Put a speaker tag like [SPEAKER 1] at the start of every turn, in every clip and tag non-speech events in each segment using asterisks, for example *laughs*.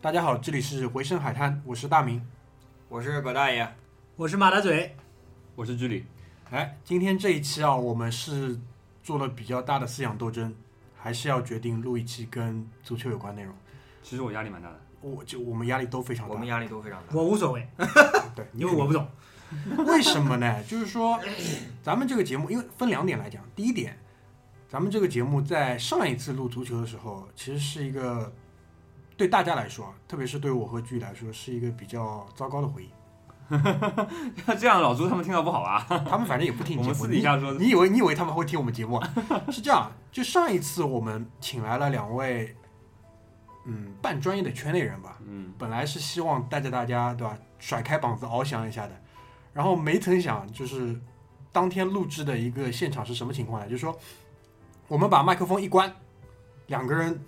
[SPEAKER 1] 大家好，这里是回声海滩，我是大明。
[SPEAKER 2] 我是葛大爷，
[SPEAKER 3] 我是马大嘴，
[SPEAKER 4] 我是居里，
[SPEAKER 1] 哎，今天这一期啊，我们是做了比较大的思想斗争，还是要决定录一期跟足球有关内容。
[SPEAKER 4] 其实我压力蛮大的。
[SPEAKER 1] 我就我们压力都非常
[SPEAKER 2] 我
[SPEAKER 1] 大
[SPEAKER 2] 们，压力都非常大。
[SPEAKER 3] 我无
[SPEAKER 4] *laughs*
[SPEAKER 3] 所谓，
[SPEAKER 1] 对，你
[SPEAKER 3] 因为我不懂。
[SPEAKER 1] *laughs* 为什么呢？就是说，咱们这个节目，因为分两点来讲。第一点，咱们这个节目在上一次录足球的时候，其实是一个对大家来说，特别是对我和剧来说，是一个比较糟糕的回忆。
[SPEAKER 4] 这样老朱他们听到不好啊。
[SPEAKER 1] 他们反正也不听你
[SPEAKER 4] 我
[SPEAKER 1] 节目，
[SPEAKER 4] 们私底下说
[SPEAKER 1] 你，你以为你以为他们会听我们节目啊？是这样，就上一次我们请来了两位，嗯，半专业的圈内人吧，
[SPEAKER 4] 嗯，
[SPEAKER 1] 本来是希望带着大家，对吧，甩开膀子翱翔一下的，然后没曾想就是当天录制的一个现场是什么情况呢？就是说，我们把麦克风一关，两个人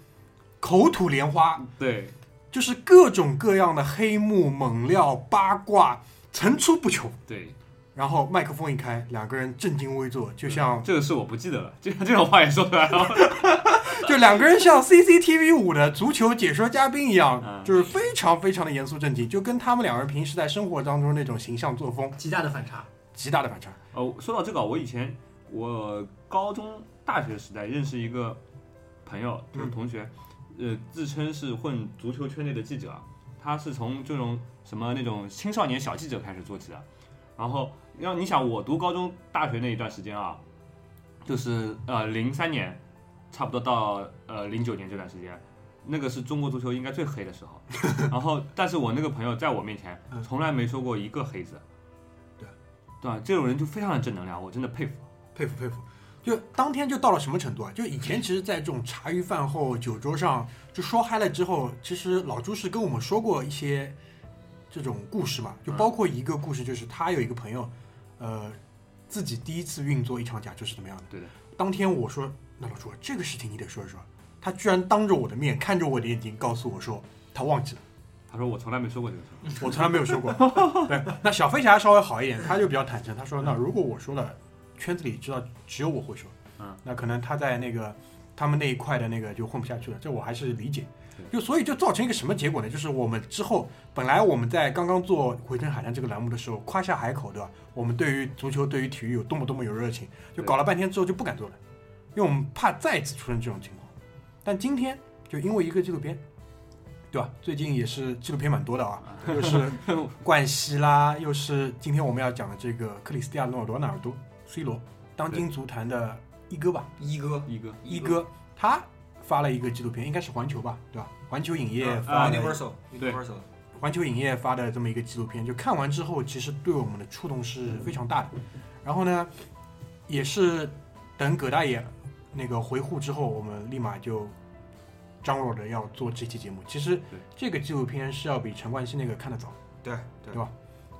[SPEAKER 1] 口吐莲花，
[SPEAKER 4] 对，
[SPEAKER 1] 就是各种各样的黑幕、猛料、八卦层出不穷。
[SPEAKER 4] 对，
[SPEAKER 1] 然后麦克风一开，两个人正襟危坐，就像
[SPEAKER 4] 这个是我不记得了，这这种话也说出来了。
[SPEAKER 1] *laughs* 就两个人像 CCTV 五的足球解说嘉宾一样，
[SPEAKER 4] 嗯
[SPEAKER 1] 就是非常非常的严肃正经，就跟他们两个人平时在生活当中那种形象作风
[SPEAKER 3] 极大的反差，
[SPEAKER 1] 极大的反差。
[SPEAKER 4] 哦，说到这个，我以前我高中、大学时代认识一个朋友，就是同学，呃，自称是混足球圈内的记者啊，他是从这种什么那种青少年小记者开始做起的。然后，让你想，我读高中、大学那一段时间啊，就是呃零三年，差不多到呃零九年这段时间，那个是中国足球应该最黑的时候。然后，但是我那个朋友在我面前
[SPEAKER 1] 嗯
[SPEAKER 4] 从来没说过一个黑字。
[SPEAKER 1] 对，
[SPEAKER 4] 对吧？这种人就非常的正能量，我真的佩服。
[SPEAKER 1] 佩服佩服。就当天就到了什么程度啊？就以
[SPEAKER 4] 嗯
[SPEAKER 1] 前其实，在这种茶余饭后酒桌上就说嗨了之后，其实老朱是跟我们说过一些这种故事嘛，
[SPEAKER 4] 嗯
[SPEAKER 1] 就包括一个故事，就是他有一个朋友，呃，自己第一次运作一场假球是怎么样的？
[SPEAKER 4] 对的。
[SPEAKER 1] 当天我说，那老朱啊这个事情你得说一说。他居然当着我的面，看着我的眼睛，告诉我说他忘记了，
[SPEAKER 4] 他说我从来没说过这个事
[SPEAKER 1] *laughs*
[SPEAKER 4] 儿。
[SPEAKER 1] 我从来没有说过。对，那小飞侠稍微好一点，他就比较坦诚，他说那如果我说了，圈子里知道只有我会说。那可能他在那个他们那一块的那个就混不下去了，这我还是理解。就所以就造成一个什么结果呢？就是我们之后本来我们在刚刚做《回声海滩》这个栏目的时候，夸下海口，对吧？我们对于足球、对于体育有多么多么有热情，就
[SPEAKER 4] 对
[SPEAKER 1] 搞了半天之后就不敢做了，因为我们怕再一次出现这种情况。但今天就因为一个纪录片，对吧？最近也是纪录片蛮多的啊，又是冠希啦，又是今天我们要讲的这个克里斯蒂亚诺·罗纳尔多 C 罗，当今足坛的一哥吧。
[SPEAKER 2] 一哥，
[SPEAKER 3] 嗯
[SPEAKER 4] 一哥，
[SPEAKER 1] 一哥他发了一个纪录片，应该是环球吧，对吧？环球影业发
[SPEAKER 2] 啊
[SPEAKER 1] 的，
[SPEAKER 2] ，Universal
[SPEAKER 4] 对
[SPEAKER 2] Universal，
[SPEAKER 1] 环球影业发的这么一个纪录片，就看完之后，其实对我们的触动是非常大的。然后呢，也是等葛大爷那个回沪之后，我们立马就张罗着要做这期节目。其实
[SPEAKER 4] 对
[SPEAKER 1] 这个纪录片是要比陈冠希那个看得早，
[SPEAKER 2] 对对
[SPEAKER 1] 对吧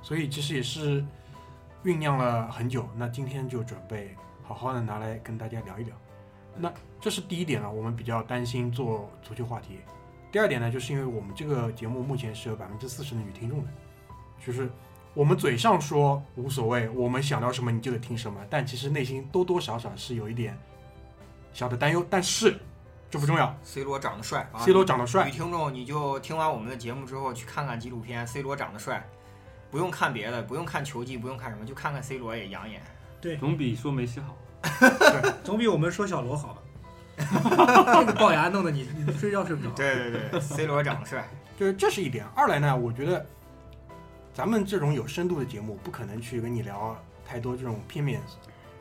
[SPEAKER 1] 所以其实也是酝酿了很久。那今天就准备好好的拿来跟大家聊一聊。那这是第一点呢，啊我们比较担心做足球话题。第二点呢，就是因为我们这个节目目前是有百分之四十的女听众的，就是我们嘴上说无所谓，我们想聊什么你就得听什么，但其实内心多多少少是有一点小的担忧。但是这不重要
[SPEAKER 2] ，C 罗长得帅啊
[SPEAKER 1] ，C 罗长得帅
[SPEAKER 2] 女，听众，你就听完我们的节目之后去看看纪录片，C 罗长得帅，不用看别的，不用看球技，不用看什么，就看看 C 罗也养眼。啊
[SPEAKER 4] 总比说梅西好。
[SPEAKER 3] 总比我们说小罗好 *laughs* 吧？这个龅牙弄得你你睡觉睡不着。
[SPEAKER 2] 对对对 *laughs* ，C 罗长得帅，
[SPEAKER 1] 就是这是一点。二来呢，我觉得咱们这种有深度的节目，不可能去跟你聊太多这种片面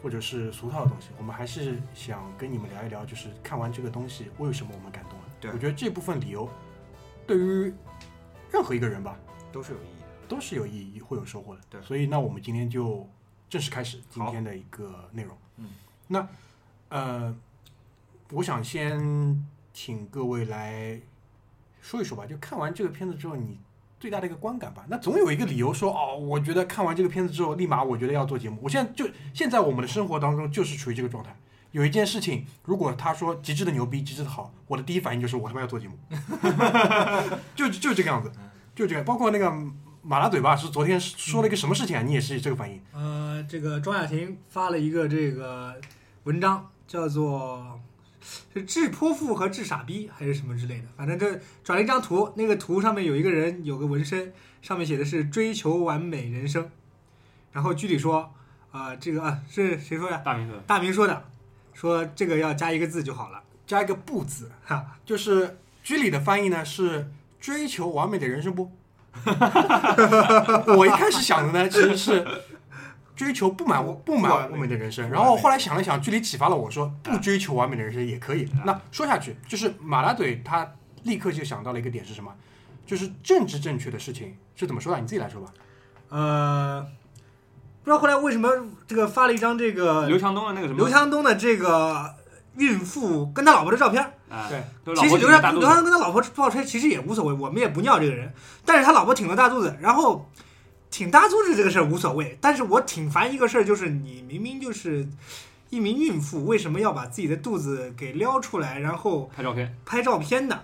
[SPEAKER 1] 或者是俗套的东西。我们还是想跟你们聊一聊，就是看完这个东西，为什么我们感动了？
[SPEAKER 2] 对
[SPEAKER 1] 我觉得这部分理由对于任何一个人吧，
[SPEAKER 2] 都是有意义的。
[SPEAKER 1] 都是有意义、会有收获的。
[SPEAKER 2] 对
[SPEAKER 1] 所以那我们今天就正式开始今
[SPEAKER 2] 好
[SPEAKER 1] 天的一个内容。
[SPEAKER 2] 嗯，
[SPEAKER 1] 那呃，我想先请各位来说一说吧，就看完这个片子之后，你最大的一个观感吧。那总有一个理由说，哦，我觉得看完这个片子之后，立马我觉得要做节目。我现在就现在我们的生活当中就是处于这个状态。有一件事情，如果他说极致的牛逼、极致的好，我的第一反应就是我他妈要做节目， *laughs* 就就这个样子，
[SPEAKER 2] 嗯
[SPEAKER 1] 就这个。包括那个马拉嘴巴是昨天说了一个什么事情啊？你也是这个反应，
[SPEAKER 3] 呃，这个庄雅婷发了一个这个文章，叫做是治泼妇和治傻逼还是什么之类的，反正就转了一张图，那个图上面有一个人有个纹身，上面写的是追求完美人生，然后具体说，啊，这个啊是谁说的？
[SPEAKER 4] 大明说，
[SPEAKER 3] 大明说的，说这个要加一个字就好了，
[SPEAKER 1] 加一个不字，啊
[SPEAKER 3] 哈，
[SPEAKER 1] 就是居里的翻译呢是追求完美的人生不？ *laughs* 我一开始想的呢其实是追求不满不满完美的人生，然后后来想了想，居里启发了我说不追求完美的人生也可以。那说下去就是马大嘴他立刻就想到了一个点是什么？就是政治正确的事情是怎么说的？你自己来说吧。
[SPEAKER 3] 呃，不知道后来为什么这个发了一张这个
[SPEAKER 4] 刘强东的那个什么，
[SPEAKER 3] 呃刘强东的这个孕妇跟他老婆的照片，
[SPEAKER 4] 啊，
[SPEAKER 1] 对
[SPEAKER 4] 就老
[SPEAKER 3] 其实
[SPEAKER 4] 婆
[SPEAKER 3] 刘
[SPEAKER 4] 挺着大
[SPEAKER 3] 强
[SPEAKER 4] 肚
[SPEAKER 3] 刘
[SPEAKER 4] 子
[SPEAKER 3] 强东跟他老婆抱车其实也无所谓，我们也不尿这个人。但是他老婆挺着大肚子，然后挺大肚子这个事儿无所谓，但是我挺烦一个事儿，就是你明明就是一名孕妇，为什么要把自己的肚子给撩出来，然后
[SPEAKER 4] 拍照片，
[SPEAKER 3] 拍照片呢？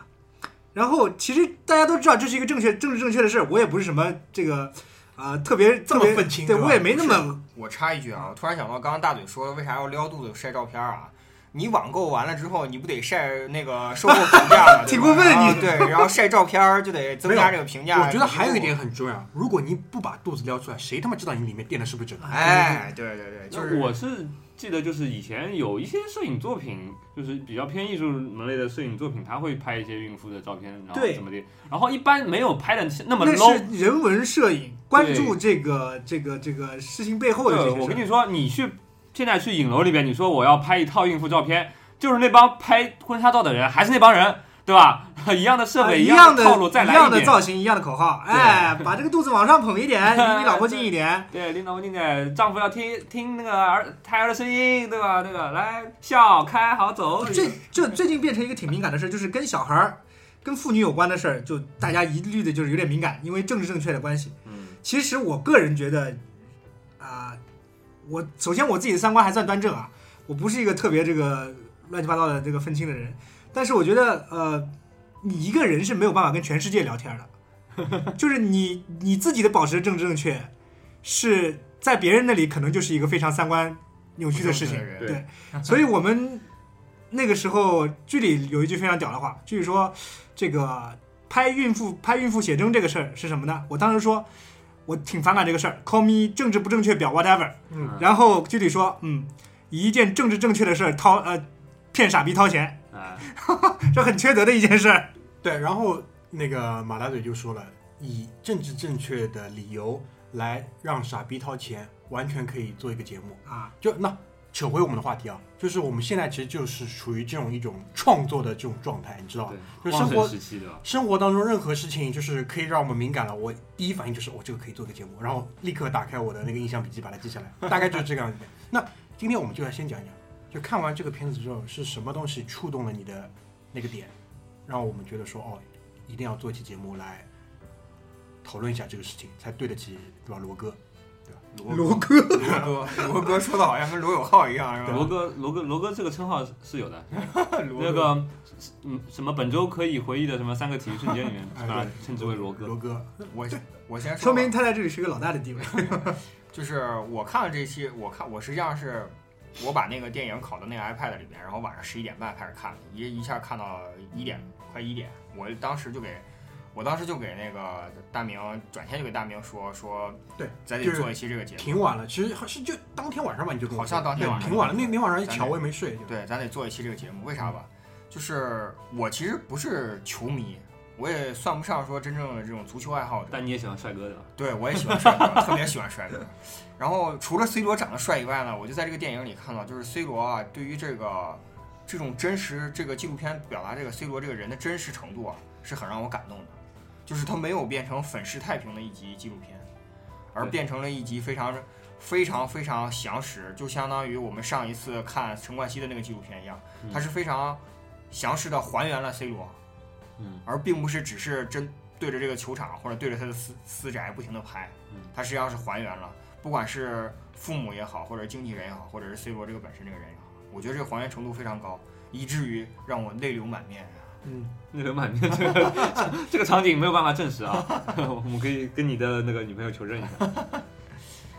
[SPEAKER 3] 然后其实大家都知道这是一个正确、政治正确的事儿，我也不是什么这个呃特别
[SPEAKER 1] 这么
[SPEAKER 3] 特别
[SPEAKER 1] 愤青
[SPEAKER 3] 对
[SPEAKER 1] 对吧
[SPEAKER 3] 我也没那么
[SPEAKER 2] 我插一句啊，我突然想到，刚刚大嘴说为啥要撩肚子晒照片啊？你网购完了之后，你不得晒那个售后
[SPEAKER 1] *laughs*
[SPEAKER 2] 评价吗？对吧
[SPEAKER 3] 挺过分
[SPEAKER 2] 然后
[SPEAKER 3] 你
[SPEAKER 2] 对，然后晒照片儿就得增加这个评价。
[SPEAKER 1] 我觉得还有一点，很重要，如果你不把肚子撩出来，谁他妈知道你里面垫的是不是真的？
[SPEAKER 2] 哎，对对对，就是
[SPEAKER 4] 我是记得就是以前有一些摄影作品，就是比较偏艺术门类的摄影作品，他会拍一些孕妇的照片，然后
[SPEAKER 3] 对
[SPEAKER 4] 怎么的，然后一般没有拍的那么
[SPEAKER 3] 那
[SPEAKER 4] low
[SPEAKER 3] 是。人文摄影，关注这个这个这个事情背后的这些
[SPEAKER 4] 对，
[SPEAKER 3] 事儿。
[SPEAKER 4] 呃我跟你说，你去现在去影楼里边，你说我要拍一套孕妇照片，就是那帮拍婚纱照的人，还是那帮人，对吧？ *laughs* 一样的设
[SPEAKER 3] 啊
[SPEAKER 4] 备，
[SPEAKER 3] 一
[SPEAKER 4] 样
[SPEAKER 3] 的
[SPEAKER 4] 套路，再来
[SPEAKER 3] 一样的
[SPEAKER 4] 点。
[SPEAKER 3] 造型，一样的口号，哎，把这个肚子往上捧一点，离你老婆近一点。
[SPEAKER 4] *laughs* 对，领导我进去，丈夫要听听那个儿胎儿的声音，对吧？对吧？来笑开好走。
[SPEAKER 3] 这这最近变成一个挺敏感的事，就是跟小孩儿、跟妇女有关的事儿，就大家一律的就是有点敏感，因为政治正确的关系。
[SPEAKER 4] 嗯，
[SPEAKER 3] 其实我个人觉得，啊、我首先我自己的三观还算端正啊，我不是一个特别这个乱七八糟的这个愤青的人，但是我觉得，呃，你一个人是没有办法跟全世界聊天的，就是你你自己的保持政治正确，是在别人那里可能就是一个非常三观扭曲的事情，
[SPEAKER 2] 人
[SPEAKER 4] 对
[SPEAKER 3] 所以我们那个时候剧里有一句非常屌的话，剧里说这个拍孕妇拍孕妇写真这个事儿是什么呢？我当时说。我挺反感这个事儿，call me 政治不正确表 whatever。
[SPEAKER 1] 嗯
[SPEAKER 3] 然后剧里说，嗯，以一件政治正确的事儿掏呃骗傻逼掏钱，
[SPEAKER 4] 啊，
[SPEAKER 3] 这很缺德的一件事儿。
[SPEAKER 1] 对，然后那个马大嘴就说了，以政治正确的理由来让傻逼掏钱，完全可以做一个节目。
[SPEAKER 3] 啊，
[SPEAKER 1] 就那扯回我们的话题啊，就是我们现在其实就是处于这种一种创作的这种状态，你知道吧？哦
[SPEAKER 4] 对，
[SPEAKER 1] 就
[SPEAKER 4] 旺
[SPEAKER 1] 生
[SPEAKER 4] 盛
[SPEAKER 1] 活
[SPEAKER 4] 时期对吧？
[SPEAKER 1] 生活当中任何事情就是可以让我们敏感了，我第一反应就是我、这个可以做个节目，然后立刻打开我的那个印象笔记把它记下来， *laughs* 大概就是这个样子。那今天我们就来先讲一讲，就看完这个片子之后是什么东西触动了你的那个点，让我们觉得说哦，一定要做一期节目来讨论一下这个事情，才对得起对吧罗哥？
[SPEAKER 3] 罗哥，
[SPEAKER 2] 罗哥，罗哥说的好像跟罗永浩一样，是吧？
[SPEAKER 4] 罗哥，罗哥，罗哥这个称号是是有的，
[SPEAKER 2] 罗
[SPEAKER 4] 那个嗯，什么本周可以回忆的什么三个体育瞬间里面，
[SPEAKER 1] *laughs* 哎
[SPEAKER 4] 把它
[SPEAKER 1] 对
[SPEAKER 4] 称之为罗哥。
[SPEAKER 1] 罗哥，
[SPEAKER 2] 我我先
[SPEAKER 3] 说
[SPEAKER 2] 吧
[SPEAKER 3] 明他在这里是个老大的地位。
[SPEAKER 2] 就是我看了这期，我看我实际上是我把那个电影拷到那个 iPad 里面，然后晚上十一点半开始看，一一下看到一点快一点，我当时就给。我当时就给那个大明转天就给大明说说，
[SPEAKER 1] 对，
[SPEAKER 2] 咱得
[SPEAKER 1] 就是
[SPEAKER 2] 做一期这个节目，
[SPEAKER 1] 挺晚了，其实好像就当天晚上吧，你就跟我说
[SPEAKER 2] 好像当天晚上
[SPEAKER 1] 对挺晚了，那天晚上一
[SPEAKER 2] 咱
[SPEAKER 1] 瞧我也没睡，就
[SPEAKER 2] 对，咱得做一期这个节目，为啥吧？就是我其实不是球迷，我也算不上说真正的这种足球爱好者，
[SPEAKER 4] 但你也喜欢帅哥的吧？
[SPEAKER 2] 对，我也喜欢帅哥，特别喜欢帅哥。然后除了 C 罗长得帅以外呢，我就在这个电影里看到，就是 C 罗啊，对于这个这种真实，这个纪录片表达这个 C 罗这个人的真实程度啊，是很让我感动的。就是他没有变成粉饰太平的一集纪录片，而
[SPEAKER 4] 对
[SPEAKER 2] 变成了一集非常非常非常详实，就相当于我们上一次看陈冠希的那个纪录片一样，它
[SPEAKER 4] 嗯
[SPEAKER 2] 是非常详实的还原了 C 罗，
[SPEAKER 4] 嗯，
[SPEAKER 2] 而并不是只是针对着这个球场或者对着他的私私宅不停的拍
[SPEAKER 4] 嗯，
[SPEAKER 2] 他实际上是还原了，不管是父母也好，或者是经纪人也好，或者是 C 罗这个本身这个人也好，我觉得这个还原程度非常高，以至于让我泪流满面。啊
[SPEAKER 1] 嗯，
[SPEAKER 4] 那个满面这个这个场景没有办法证实啊， *laughs* 我们可以跟你的那个女朋友求证一下。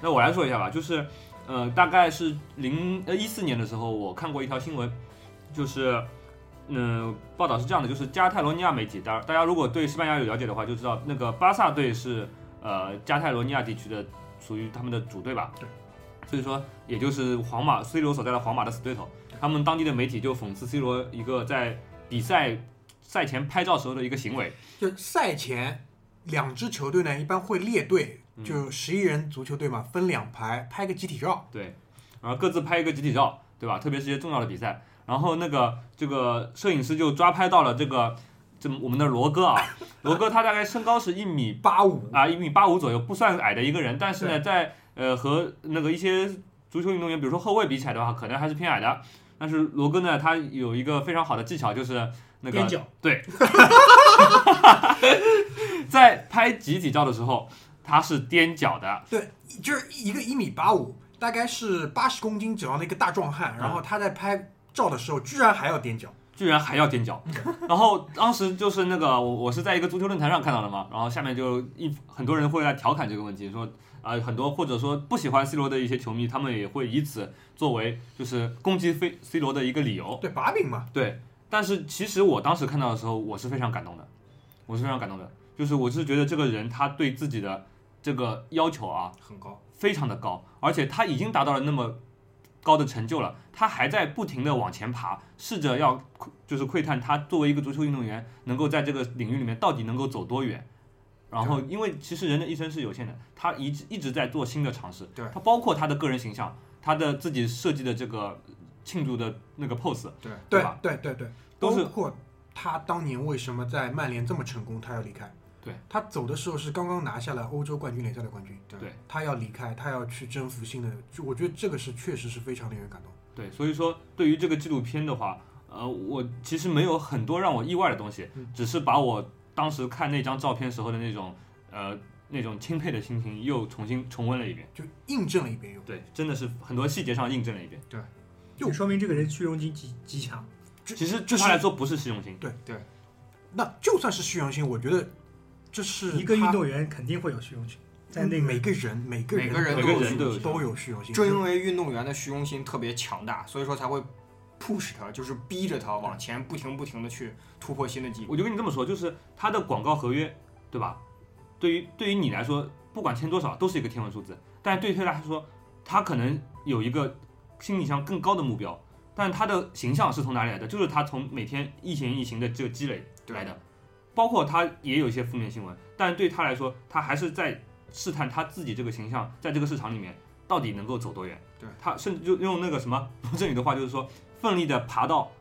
[SPEAKER 4] 那我来说一下吧，就是呃，大概是零呃一四年的时候，我看过一条新闻，就是，嗯、报道是这样的，就是加泰罗尼亚媒体，大大家如果对西班牙有了解的话，就知道那个巴萨队是呃加泰罗尼亚地区的，属于他们的主队吧？
[SPEAKER 1] 对。
[SPEAKER 4] 所以说，也就是皇马 C 罗所在的皇马的死对头，他们当地的媒体就讽刺 C 罗一个在比赛赛前拍照时候的一个行为。
[SPEAKER 1] 就赛前两支球队呢，一般会列队，
[SPEAKER 4] 嗯
[SPEAKER 1] 就十一人足球队嘛，分两排拍个集体照。
[SPEAKER 4] 对，然后各自拍一个集体照，对吧？特别是一些重要的比赛，然后那个这个摄影师就抓拍到了这个这我们的罗哥啊，罗哥他大概身高是一米
[SPEAKER 1] 八五，
[SPEAKER 4] 啊一米八五左右，不算矮的一个人，但是呢，在呃和那个一些足球运动员，比如说后卫比起来的话，可能还是偏矮的。但是罗哥呢，他有一个非常好的技巧，就是那个
[SPEAKER 3] 边角
[SPEAKER 4] 对，在拍集体照的时候，他是踮脚的，
[SPEAKER 1] 对，就是一个一米八五，大概是八十公斤左右的一个大壮汉，
[SPEAKER 4] 嗯
[SPEAKER 1] 然后他在拍照的时候，居然还要踮脚。
[SPEAKER 4] 居然还要踮脚。然后当时就是那个我我是在一个足球论坛上看到的嘛，然后下面就一很多人会来调侃这个问题，说呃很多或者说不喜欢 C 罗的一些球迷，他们也会以此作为就是攻击非 C 罗的一个理由。
[SPEAKER 1] 对，把柄嘛，
[SPEAKER 4] 对，但是其实我当时看到的时候，我是非常感动的，我是非常感动的，就是我是觉得这个人他对自己的这个要求啊，
[SPEAKER 2] 很高，
[SPEAKER 4] 非常的高，而且他已经达到了那么高的成就了，他还在不停的往前爬，试着要就是窥探他作为一个足球运动员能够在这个领域里面到底能够走多远。然后，因为其实人的一生是有限的，他一直一直在做新的尝试。
[SPEAKER 2] 对
[SPEAKER 4] 他包括他的个人形象，他的自己设计的这个庆祝的那个 pose，
[SPEAKER 2] 对，
[SPEAKER 1] 对
[SPEAKER 4] 吧？
[SPEAKER 1] 对对对，包
[SPEAKER 4] 都是
[SPEAKER 1] 括他当年为什么在曼联这么成功，他要离开。
[SPEAKER 4] 对，
[SPEAKER 1] 他走的时候是刚刚拿下了欧洲冠军联赛的冠军，
[SPEAKER 4] 对，
[SPEAKER 1] 他要离开，他要去征服新的，就我觉得这个是确实是非常令人感动。
[SPEAKER 4] 对，所以说对于这个纪录片的话，呃，我其实没有很多让我意外的东西，只是把我当时看那张照片时候的那种呃那种钦佩的心情又重新重温了一遍。
[SPEAKER 1] 就印证了一遍又。
[SPEAKER 4] 对，真的是很多细节上印证了一遍。
[SPEAKER 1] 就
[SPEAKER 3] 就说明这个人虚荣心极极强。
[SPEAKER 4] 其实对他来说不是虚荣心，
[SPEAKER 1] 那就算是虚荣心，我觉得这是
[SPEAKER 3] 一个运
[SPEAKER 1] 他嗯
[SPEAKER 3] 动员肯定会有虚荣心，在那
[SPEAKER 1] 每个
[SPEAKER 3] 个
[SPEAKER 1] 人每个
[SPEAKER 2] 每个人
[SPEAKER 4] 每
[SPEAKER 2] 都
[SPEAKER 4] 个
[SPEAKER 2] 有
[SPEAKER 4] 人
[SPEAKER 2] 虚
[SPEAKER 4] 都
[SPEAKER 2] 荣
[SPEAKER 1] 都有
[SPEAKER 4] 有虚荣心
[SPEAKER 2] 心
[SPEAKER 1] 虚荣心，
[SPEAKER 2] 正因为运动员的虚荣心特别强大，所以说才会 push 他，就是逼着他往前不停不停的去突破新的记录。
[SPEAKER 4] 我就跟你这么说，就是他的广告合约，对吧？对于对于你来说，不管签多少都是一个天文数字，但对于他来说，他可能有一个心理上更高的目标，但他的形象是从哪里来的？就是他从每天一言一行的这个积累来的，包括他也有一些负面新闻，但对他来说，他还是在试探他自己这个形象在这个市场里面到底能够走多远。
[SPEAKER 2] 对
[SPEAKER 4] 他甚至就用那个什么罗振宇的话，就是说奋力的爬到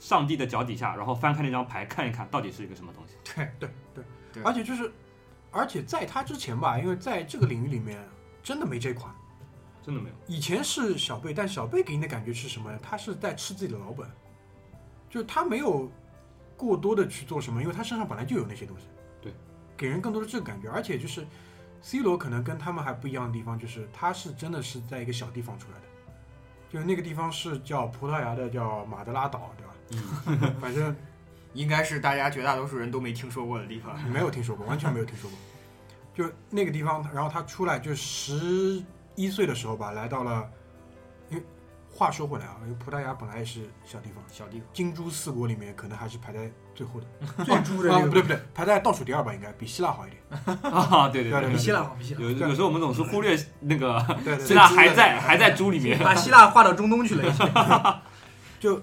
[SPEAKER 4] 上帝的脚底下，然后翻开那张牌看一看到底是一个什么东西。
[SPEAKER 1] 对对对
[SPEAKER 2] 对
[SPEAKER 1] 而且就是，而且在他之前吧，因为在这个领域里面真的没这款。
[SPEAKER 4] 真的没有，
[SPEAKER 1] 以前是小贝，但小贝给你的感觉是什么呢？他是在吃自己的老本，就是他没有过多的去做什么，因为他身上本来就有那些东西。
[SPEAKER 4] 对，
[SPEAKER 1] 给人更多的这个感觉。而且就是 C 罗可能跟他们还不一样的地方，就是他是真的是在一个小地方出来的，就是那个地方是叫葡萄牙的叫马德拉岛，对吧？反正
[SPEAKER 2] 应该是大家绝大多数人都没听说过的地方。
[SPEAKER 1] 没有听说过，完全没有听说过。就那个地方，然后他出来就十一岁的时候吧，来到了。因为话说回来啊，因为葡萄牙本来也是小地方，
[SPEAKER 2] 小地方，
[SPEAKER 1] 金珠四国里面可能还是排在最后的，
[SPEAKER 3] 最猪的
[SPEAKER 1] 啊
[SPEAKER 3] 那
[SPEAKER 1] 不对不
[SPEAKER 3] 个，
[SPEAKER 1] 对，排在倒数第二吧，应该比希腊好
[SPEAKER 4] *laughs*
[SPEAKER 1] 一点。
[SPEAKER 4] 啊，对对
[SPEAKER 1] 对
[SPEAKER 4] 对
[SPEAKER 3] 比希腊好，比希腊，
[SPEAKER 4] 有有时候我们总是忽略那个
[SPEAKER 1] 对对
[SPEAKER 4] 希
[SPEAKER 1] 对，
[SPEAKER 4] 腊还在还在猪里
[SPEAKER 3] *laughs*
[SPEAKER 4] 面。
[SPEAKER 3] 把希腊划到中东去了已经。
[SPEAKER 1] 就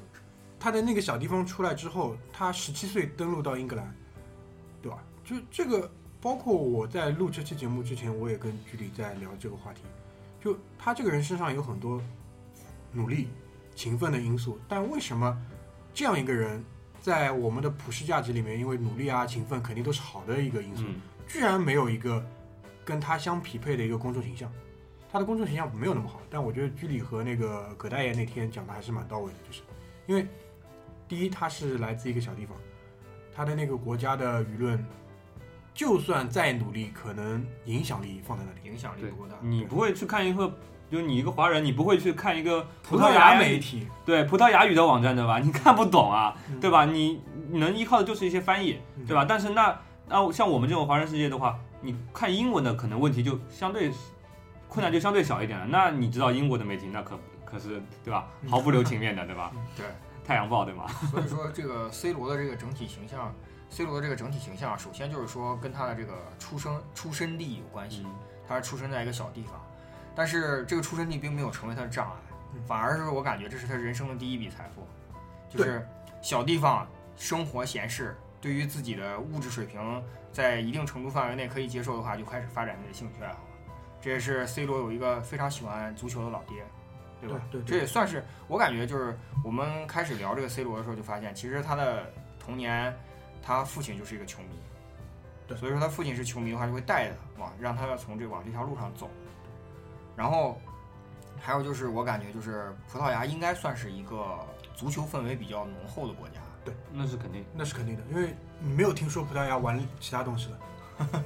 [SPEAKER 1] 他在那个小地方出来之后，他十七岁登陆到英格兰，对吧？就这个，包括我在录这期节目之前，我也跟居里在聊这个话题。就他这个人身上有很多努力、勤奋的因素，但为什么这样一个人在我们的普世价值里面，因为努力啊、勤奋肯定都是好的一个因素，
[SPEAKER 4] 嗯，
[SPEAKER 1] 居然没有一个跟他相匹配的一个公众形象。他的公众形象没有那么好，但我觉得居里和那个葛大爷那天讲的还是蛮到位的，就是因为第一他是来自一个小地方，他的那个国家的舆论，就算再努力，可能影响力放在那里。
[SPEAKER 2] 影响力
[SPEAKER 4] 对
[SPEAKER 2] 不够大，。
[SPEAKER 4] 你不会去看一个，就你一个华人，你不会去看一个
[SPEAKER 1] 葡
[SPEAKER 4] 萄
[SPEAKER 1] 萄牙媒
[SPEAKER 4] 美
[SPEAKER 1] 体，
[SPEAKER 4] 对葡萄牙语的网站对吧？你看不懂啊
[SPEAKER 1] 嗯，
[SPEAKER 4] 对吧？你你能依靠的就是一些翻译
[SPEAKER 1] 嗯，
[SPEAKER 4] 对吧？但是那那像我们这种华人世界的话，你看英文的可能问题就相对困难就 *laughs* 相对小一点了。那你知道英国的媒体那可可是对吧？毫不留情面的对吧
[SPEAKER 1] 嗯？
[SPEAKER 2] 对
[SPEAKER 4] 太阳报对吗？
[SPEAKER 2] 所以说，这个 C 罗的这个整体形象，C 罗的这个整体形象，首先就是说跟他的这个出生出身地有关系，他是出生在一个小地方，但是这个出身地并没有成为他的障碍
[SPEAKER 1] 嗯，
[SPEAKER 2] 反而是我感觉这是他人生的第一笔财富，就是小地方生活闲适，对于自己的物质水平在一定程度范围内可以接受的话，就开始发展自己的兴趣爱好了。这也是 C 罗有一个非常喜欢足球的老爹，对吧？
[SPEAKER 1] 对
[SPEAKER 2] 这
[SPEAKER 1] 对，
[SPEAKER 2] 也算是我感觉，就是我们开始聊这个 C 罗的时候，就发现其实他的童年，他父亲就是一个球迷，
[SPEAKER 1] 对
[SPEAKER 2] 所以说他父亲是球迷的话，就会带着他往让他从这往这条路上走。然后还有就是，我感觉就是葡萄牙应该算是一个足球氛围比较浓厚的国家，
[SPEAKER 4] 那是肯定。
[SPEAKER 1] 那是肯定的，因为你没有听说葡萄牙玩其他东西的。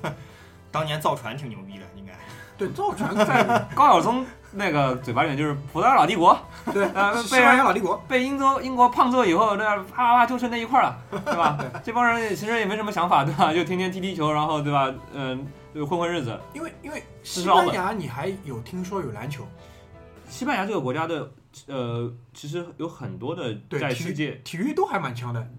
[SPEAKER 2] 当年造船挺牛逼的，应
[SPEAKER 3] *laughs*
[SPEAKER 2] 该。
[SPEAKER 1] 对，造船在
[SPEAKER 4] 高晓松那个嘴巴里面就是葡萄牙老帝国，
[SPEAKER 1] 对
[SPEAKER 4] *laughs* 呃，
[SPEAKER 1] 西
[SPEAKER 4] 被
[SPEAKER 1] 班
[SPEAKER 4] 人
[SPEAKER 1] 牙老帝国，
[SPEAKER 4] 被英洲英国胖揍以后，那啪啪啪就剩那一块儿
[SPEAKER 1] *laughs*
[SPEAKER 4] 了，对吧？这帮人也其实也没什么想法，对吧？就天天踢踢球，然后对吧？嗯、就混混日子。
[SPEAKER 1] 因为因为
[SPEAKER 4] 是
[SPEAKER 1] 西
[SPEAKER 4] 老
[SPEAKER 1] 班
[SPEAKER 4] 本
[SPEAKER 1] 牙你还有听说有篮球，
[SPEAKER 4] 西班牙这个国家的呃，其实有很多的
[SPEAKER 1] 对
[SPEAKER 4] 在
[SPEAKER 1] 体育
[SPEAKER 4] 世界
[SPEAKER 1] 体育都还蛮强的，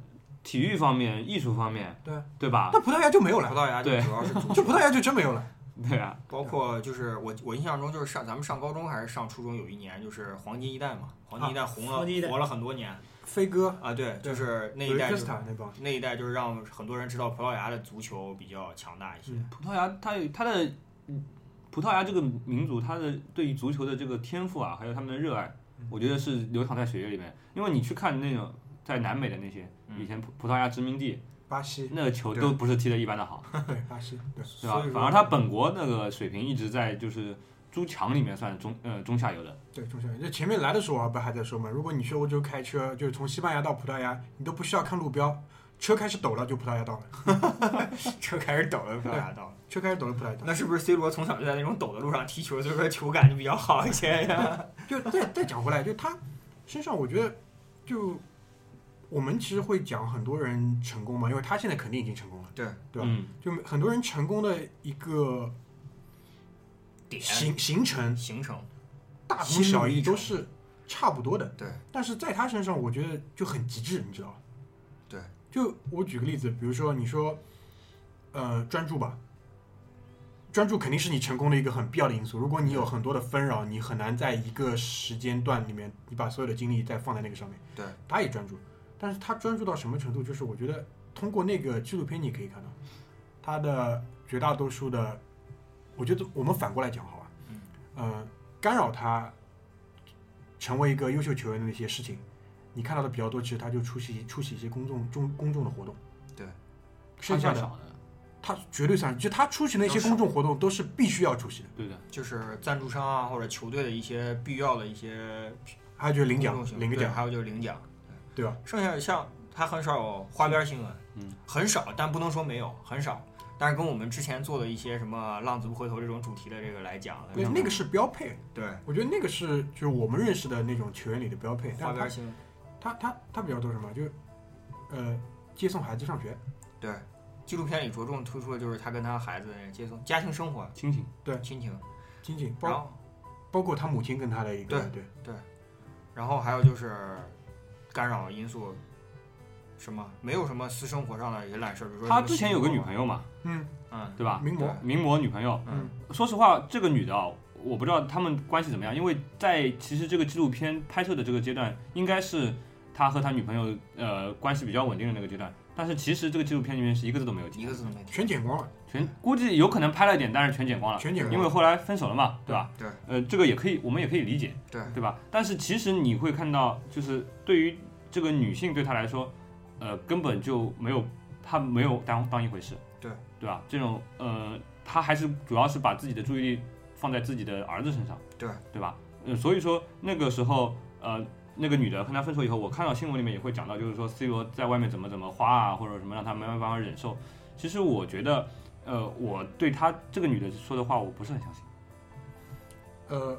[SPEAKER 4] 体育方面、艺术方面，
[SPEAKER 1] 对
[SPEAKER 4] 对吧？
[SPEAKER 1] 但葡萄牙就没有
[SPEAKER 2] 葡
[SPEAKER 1] 了，
[SPEAKER 2] 萄牙就
[SPEAKER 4] 对
[SPEAKER 2] 主要是足
[SPEAKER 1] 就
[SPEAKER 3] *laughs*
[SPEAKER 2] 球，
[SPEAKER 1] 葡萄牙就真没有了。
[SPEAKER 4] 对啊，
[SPEAKER 2] 包括就是我我印象中就是上咱们上高中还是上初中有一年就是黄金一代嘛，黄金一代红了、
[SPEAKER 3] 啊黄金一代
[SPEAKER 2] 活了很多年
[SPEAKER 1] 飞哥、
[SPEAKER 2] 啊，对，就是那
[SPEAKER 1] 维
[SPEAKER 2] 一代
[SPEAKER 1] 克
[SPEAKER 2] 就
[SPEAKER 1] 斯塔那帮，
[SPEAKER 2] 那一代就是让很多人知道葡萄牙的足球比较强大一些。
[SPEAKER 1] 嗯
[SPEAKER 4] 葡萄牙它有它的嗯葡萄牙这个民族，它的对于足球的这个天赋啊，还有他们的热爱，
[SPEAKER 1] 嗯
[SPEAKER 4] 我觉得是流淌在血液里面。因为你去看那种在南美的那些
[SPEAKER 2] 嗯
[SPEAKER 4] 以前葡葡萄牙殖民地
[SPEAKER 1] 巴西，
[SPEAKER 4] 那个球，
[SPEAKER 1] 对
[SPEAKER 4] 都不是踢的一般的好，
[SPEAKER 1] *laughs* 对巴西，对
[SPEAKER 4] 对吧
[SPEAKER 2] 所以？说
[SPEAKER 4] 反而它本国那个水平一直在就是诸强里面算中呃中下游的。
[SPEAKER 1] 对中下游。就前面来的时候，我啊不还在说嘛，如果你去欧洲开车，就是从西班牙到葡萄牙，你都不需要看路标，车开始抖了就葡萄牙到了，
[SPEAKER 2] 车开始抖了，葡萄牙到了。
[SPEAKER 1] 车开始抖了葡萄牙到了。
[SPEAKER 2] 那是不是 C 罗从小就在那种抖的路上踢球，所以说球感就比较好一些
[SPEAKER 1] *laughs*
[SPEAKER 2] 呀？
[SPEAKER 1] 就再再讲回来，就他身上，我觉得就我们其实会讲很多人成功嘛，因为他现在肯定已经成功了，
[SPEAKER 2] 对
[SPEAKER 1] 对吧？啊
[SPEAKER 4] 嗯，
[SPEAKER 1] 就很多人成功的一个
[SPEAKER 2] 点
[SPEAKER 1] 形形成，
[SPEAKER 2] 形成，
[SPEAKER 1] 大同小异，都是差不多的。
[SPEAKER 2] 对，
[SPEAKER 1] 但是在他身上，我觉得就很极致，你知道吧？
[SPEAKER 2] 对，
[SPEAKER 1] 就我举个例子，比如说你说，呃，专注吧，专注肯定是你成功的一个很必要的因素。如果你有很多的纷扰，你很难在一个时间段里面，你把所有的精力再放在那个上面。
[SPEAKER 2] 对，
[SPEAKER 1] 他也专注，但是他专注到什么程度？就是我觉得通过那个纪录片，你可以看到他的绝大多数的，我觉得我们反过来讲好吧，
[SPEAKER 2] 嗯，
[SPEAKER 1] 呃，干扰他成为一个优秀球员的那些事情，你看到的比较多，其实他就出席出席一些公众中公众的活动，
[SPEAKER 2] 对，
[SPEAKER 1] 剩下
[SPEAKER 4] 它算
[SPEAKER 1] 的
[SPEAKER 4] 少的，
[SPEAKER 1] 他绝对算，就他出席那些公众活动都是必须要出席的，
[SPEAKER 4] 对的。
[SPEAKER 2] 就是赞助商啊或者球队的一些必要的一些
[SPEAKER 1] 还有就是领
[SPEAKER 2] 公
[SPEAKER 1] 奖
[SPEAKER 2] 众性
[SPEAKER 1] 领个
[SPEAKER 2] 对
[SPEAKER 1] 奖，
[SPEAKER 2] 还有就是领奖，
[SPEAKER 1] 对吧？
[SPEAKER 2] 剩下像他很少有花边新闻，
[SPEAKER 4] 嗯，
[SPEAKER 2] 很少，但不能说没有，很少。但是跟我们之前做的一些什么“浪子不回头”这种主题的这个来讲，
[SPEAKER 1] 对，那个是标配，
[SPEAKER 2] 对
[SPEAKER 1] 我觉得那个是就是我们认识的那种球员里的标配，但是
[SPEAKER 2] 花
[SPEAKER 1] 他
[SPEAKER 2] 边新闻，
[SPEAKER 1] 他他他比较多什么？就是呃，接送孩子上学，
[SPEAKER 2] 对纪录片里着重突出的就是他跟他孩子的接送、家庭生活、
[SPEAKER 4] 亲情，
[SPEAKER 2] 亲情，
[SPEAKER 1] 仅仅
[SPEAKER 2] 然
[SPEAKER 1] 包
[SPEAKER 2] 后
[SPEAKER 1] 包括他母亲跟他的一个对
[SPEAKER 2] 然后还有就是干扰因素，什么没有什么私生活上的一些烂事儿，比如说
[SPEAKER 4] 他
[SPEAKER 2] 什么
[SPEAKER 4] 之前有个女朋
[SPEAKER 2] 友，
[SPEAKER 4] 友嘛，
[SPEAKER 1] 嗯，
[SPEAKER 2] 嗯
[SPEAKER 4] 对吧？
[SPEAKER 1] 名模
[SPEAKER 2] 对
[SPEAKER 4] 名模女朋友，
[SPEAKER 2] 嗯
[SPEAKER 4] 说实话，这个女的啊，我不知道他们关系怎么样，因为在其实这个纪录片拍摄的这个阶段，应该是他和他女朋友呃关系比较稳定的那个阶段。但是其实这个纪录片里面是一个字都没有
[SPEAKER 2] 一
[SPEAKER 4] 提，
[SPEAKER 2] 个字都没提，
[SPEAKER 1] 全剪光了，
[SPEAKER 4] 全估计有可能拍了一点，但是全剪
[SPEAKER 2] 啊
[SPEAKER 4] 光了，
[SPEAKER 1] 全剪
[SPEAKER 4] 因
[SPEAKER 1] 光
[SPEAKER 4] 为
[SPEAKER 1] 了，
[SPEAKER 4] 后来分手了嘛，对吧？
[SPEAKER 2] 对，
[SPEAKER 4] 呃，这个也可以，我们也可以理解，
[SPEAKER 2] 对
[SPEAKER 4] 对吧？但是其实你会看到，就是对于这个女性对她来说，呃，根本就没有她没有当当一回事，
[SPEAKER 2] 对
[SPEAKER 4] 对吧？这种呃，她还是主要是把自己的注意力放在自己的儿子身上，
[SPEAKER 2] 对
[SPEAKER 4] 对吧？呃，所以说那个时候，呃，那个女的跟他分手以后，我看到新闻里面也会讲到，就是说 C 罗在外面怎么怎么花啊，或者什么让他没有办法忍受。其实我觉得，呃，我对她这个女的说的话，我不是很相信。
[SPEAKER 1] 呃，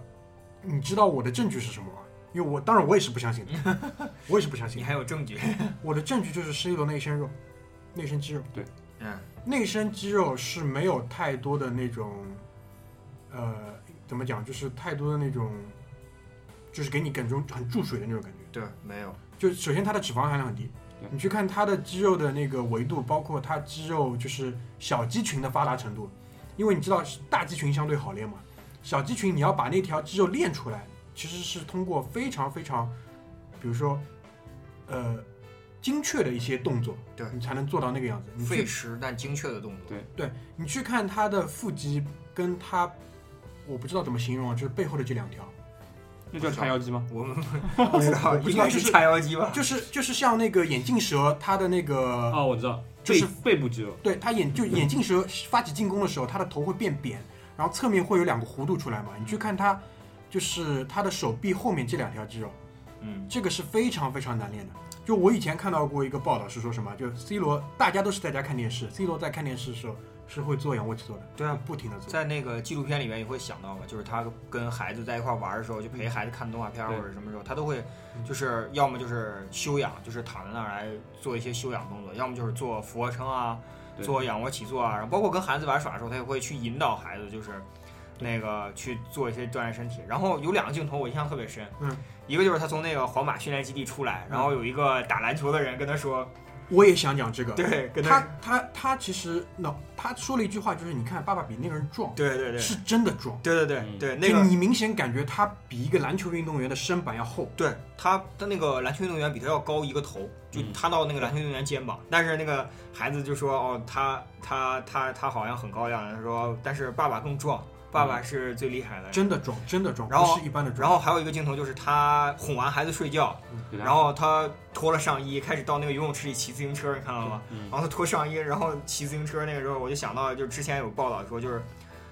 [SPEAKER 1] 你知道我的证据是什么吗？因为我当然我也是不相信的，
[SPEAKER 2] *laughs*
[SPEAKER 1] 我也是不相
[SPEAKER 2] 你
[SPEAKER 1] 信。
[SPEAKER 2] 还有证据， *laughs*
[SPEAKER 1] 我的证据就是 C 罗那一身肉，那身肌肉，
[SPEAKER 2] 嗯，
[SPEAKER 1] 那身肌肉是没有太多的那种，呃，怎么讲，就是太多的那种就是给你感觉很注水的那种感觉。
[SPEAKER 2] 对，没有，
[SPEAKER 1] 就首先它的脂肪含量很低
[SPEAKER 4] 对，
[SPEAKER 1] 你去看它的肌肉的那个维度，包括它肌肉就是小肌群的发达程度，因为你知道大肌群相对好练嘛，小肌群你要把那条肌肉练出来，其实是通过非常非常，比如说，呃，精确的一些动作，
[SPEAKER 2] 对
[SPEAKER 1] 你才能做到那个样子。你去
[SPEAKER 2] 费时但精确的动作。
[SPEAKER 1] 对你去看他的腹肌跟他，我不知道怎么形容啊，就是背后的这两条，
[SPEAKER 4] 那叫叉腰肌吗？
[SPEAKER 2] 我们 *laughs* 不知道，
[SPEAKER 1] 我不
[SPEAKER 2] 应
[SPEAKER 1] 知道
[SPEAKER 2] 该是
[SPEAKER 1] 就是
[SPEAKER 2] 叉腰肌吧？
[SPEAKER 1] 就是就是像那个眼镜蛇，它的那个
[SPEAKER 4] 哦，我知道，
[SPEAKER 1] 就
[SPEAKER 4] 背
[SPEAKER 1] 是
[SPEAKER 4] 背部肌肉，
[SPEAKER 1] 对他眼
[SPEAKER 2] 嗯
[SPEAKER 1] 就眼镜蛇发起进攻的时候，他的头会变扁，然后侧面会有两个弧度出来嘛。你去看他，就是他的手臂后面这两条肌肉，
[SPEAKER 2] 嗯，
[SPEAKER 1] 这个是非常非常难练的。就我以前看到过一个报道是说什么，就 C 罗大家都是在家看电视，C 罗在看电视的时候是会做仰卧起坐的，
[SPEAKER 2] 对啊，
[SPEAKER 1] 不停的做。
[SPEAKER 2] 在那个纪录片里面也会想到嘛，就是他跟孩子在一块玩的时候，就陪孩子看动画片
[SPEAKER 4] 对
[SPEAKER 2] 或者什么时候，他都会就是要么就是休养，就是躺在那儿来做一些休养动作，要么就是做俯卧撑啊，
[SPEAKER 4] 对
[SPEAKER 2] 做仰卧起坐啊，然后包括跟孩子玩耍的时候，他也会去引导孩子，就是那个去做一些锻炼身体。然后有两个镜头我印象特别深，
[SPEAKER 1] 嗯，
[SPEAKER 2] 一个就是他从那个皇马训练基地出来，然后有一个打篮球的人跟他说，
[SPEAKER 1] 我也想讲这个，
[SPEAKER 2] 对，
[SPEAKER 1] 嗯
[SPEAKER 2] 跟
[SPEAKER 1] 他他他其实那他说了一句话，就是你看爸爸比那个人壮，
[SPEAKER 2] 对对对，
[SPEAKER 1] 是真的壮，
[SPEAKER 2] 对对对
[SPEAKER 4] 嗯
[SPEAKER 2] 对，那
[SPEAKER 1] 就
[SPEAKER 2] 个
[SPEAKER 1] 你明显感觉他比一个篮球运动员的身板要厚。
[SPEAKER 2] 对他，他那个篮球运动员比他要高一个头，就
[SPEAKER 4] 嗯
[SPEAKER 2] 他到那个篮球运动员肩膀。但是那个孩子就说：“哦，他他他他好像很高一样。”他说：“但是爸爸更壮，爸爸是最厉害的。
[SPEAKER 1] 嗯真的壮，真的壮，
[SPEAKER 2] 然后
[SPEAKER 1] 不是一般的
[SPEAKER 2] 然
[SPEAKER 1] 壮。
[SPEAKER 2] 后还有一个镜头就是他哄完孩子睡觉，
[SPEAKER 4] 对吧
[SPEAKER 2] 然后他脱了上衣，开始到那个游泳池里骑自行车，你看到吗？
[SPEAKER 4] 嗯
[SPEAKER 2] 然后他脱上衣，然后骑自行车那个时候，我就想到，就是之前有报道说，就是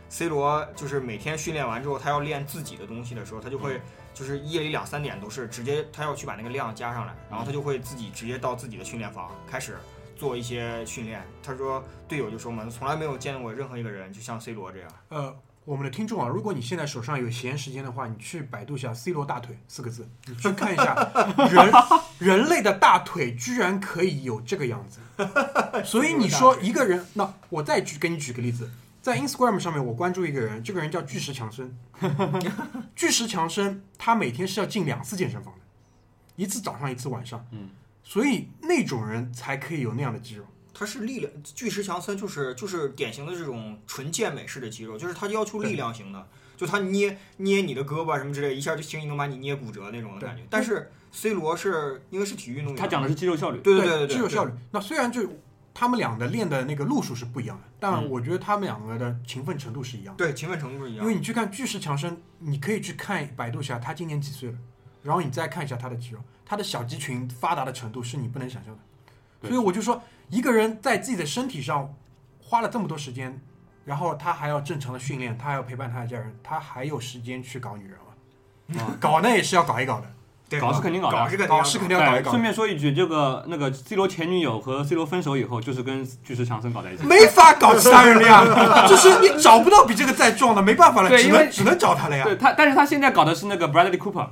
[SPEAKER 2] C 罗就是每天训练完之后，他要练自己的东西的时候，他就
[SPEAKER 4] 嗯
[SPEAKER 2] 会就是夜里两三点都是直接他要去把那个量加上来，然后他就会自己直接到自己的训练房开始做一些训练。他说队友就说嘛，从来没有见过任何一个人就像 C 罗这样。
[SPEAKER 1] 呃，我们的听众啊，如果你现在手上有闲时间的话，你去百度一下 “C 罗大腿”四个字，你去看一下人人类的大腿居然可以有这个样子。所以你说一个人，那我再举给你举个例子，在 Instagram 上面我关注一个人，这个人叫巨石强森。巨石强森他每天是要进两次健身房的，一次早上，一次晚上。
[SPEAKER 4] 嗯，
[SPEAKER 1] 所以那种人才可以有那样的肌肉。
[SPEAKER 2] 他是力量，巨石强森就是就是典型的这种纯健美式的肌肉，就是他要求力量型的，就他捏捏你的胳膊什么之类的，一下就轻易能把你捏骨折那种的感觉。但是 C 罗是因为是体育运动员，
[SPEAKER 4] 他讲的是肌肉效率，
[SPEAKER 2] 对对对对对，
[SPEAKER 1] 具有效
[SPEAKER 2] 率。
[SPEAKER 1] 率。那虽然就他们两个练的那个路数是不一样的，但
[SPEAKER 4] 嗯
[SPEAKER 1] 我觉得他们两个的勤奋程度是一样的。
[SPEAKER 2] 对，勤奋程度是一
[SPEAKER 1] 因
[SPEAKER 2] 样
[SPEAKER 1] 为
[SPEAKER 2] 的。
[SPEAKER 1] 你去看巨石强森，你可以去看百度一下他今年几岁了，然后你再看一下他的肌肉，他的小肌群发达的程度是你不能想象的。
[SPEAKER 4] 对
[SPEAKER 1] 所以我就说，一个人在自己的身体上花了这么多时间，然后他还要正常的训练，他还要陪伴他的家人，他还有时间去搞女人吗？
[SPEAKER 2] 嗯
[SPEAKER 4] 啊
[SPEAKER 1] 搞那也是要搞一搞的，
[SPEAKER 2] 对，
[SPEAKER 4] 搞是肯定搞的
[SPEAKER 2] 搞是肯定
[SPEAKER 1] 搞
[SPEAKER 2] 要
[SPEAKER 1] 是肯
[SPEAKER 2] 搞哎
[SPEAKER 1] 定要搞一
[SPEAKER 4] 对，
[SPEAKER 1] 搞
[SPEAKER 4] 哎顺
[SPEAKER 1] 的，
[SPEAKER 4] 便说一句，这个那个 C 罗前女友和 C 罗分手以后，就是跟巨石强森搞在一起。
[SPEAKER 1] 没法搞其他人了
[SPEAKER 4] *laughs*
[SPEAKER 1] 呀，就是你找不到比这个再壮的，没办法了，
[SPEAKER 4] 对
[SPEAKER 1] 只
[SPEAKER 4] 因为
[SPEAKER 1] 能只能找他了哎呀。
[SPEAKER 4] 对他，但是他现在搞的是那个 Bradley Cooper，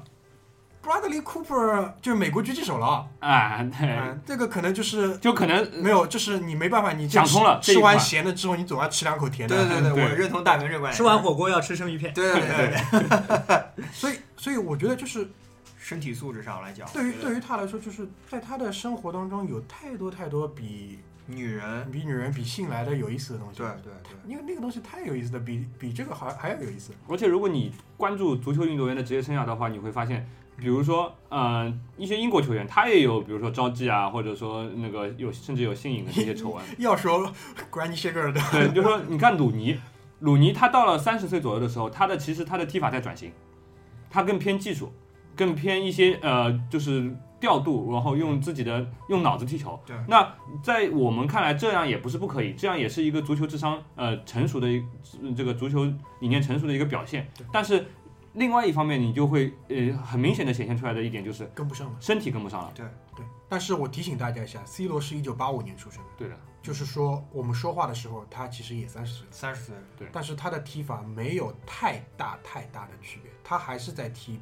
[SPEAKER 1] Bradley Cooper 就是美国狙击手了啊，
[SPEAKER 4] 哎，对，
[SPEAKER 1] 嗯，这个可能就是
[SPEAKER 4] 就可能
[SPEAKER 1] 没有，就是你没办法，你这
[SPEAKER 4] 想通了这一
[SPEAKER 1] 吃完
[SPEAKER 4] 块
[SPEAKER 1] 咸的之后，你总要吃两口甜的。
[SPEAKER 2] 对对对，
[SPEAKER 4] 对
[SPEAKER 2] 我认同大明这个观点。
[SPEAKER 3] 吃完火锅要吃生鱼片。
[SPEAKER 2] 对对对对，
[SPEAKER 1] 嗯所以所以我觉得就是
[SPEAKER 2] 身体素质上来讲，
[SPEAKER 1] 对于
[SPEAKER 2] 我觉得
[SPEAKER 1] 对于他来说，就是在他的生活当中有太多太多比
[SPEAKER 2] 女人，
[SPEAKER 1] 比女人比性来的有意思的东西。
[SPEAKER 2] 对，对对，
[SPEAKER 1] 因为那个东西太有意思的，比比这个还还要有意思。
[SPEAKER 4] 而且如果你关注足球运动员的职业生涯的话，你会发现，比如说，呃，一些英国球员，他也有，比如说招妓啊，或者说那个有甚至有性瘾的这些丑闻。
[SPEAKER 1] 要说 Granny Sugar 的，
[SPEAKER 4] *laughs* 对，就说你看鲁尼，鲁尼他到了三十岁左右的时候，他的其实他的踢法在转型，他更偏技术，更偏一些呃就是调度，然后用自己的用脑子踢球。
[SPEAKER 2] 对
[SPEAKER 4] 那在我们看来，这样也不是不可以，这样也是一个足球智商呃成熟的一这个足球理念成熟的一个表现
[SPEAKER 1] 对。
[SPEAKER 4] 但是另外一方面，你就会呃很明显的显现出来的一点就是
[SPEAKER 1] 跟不上了。
[SPEAKER 4] 身体跟不上了。
[SPEAKER 1] 对，但是我提醒大家一下，C 罗是一九八五年出生的，
[SPEAKER 4] 对的，
[SPEAKER 1] 就是说我们说话的时候，他其实也三十岁。
[SPEAKER 2] 三十岁，
[SPEAKER 1] 但是他的踢法没有太大太大的区别，他还是在踢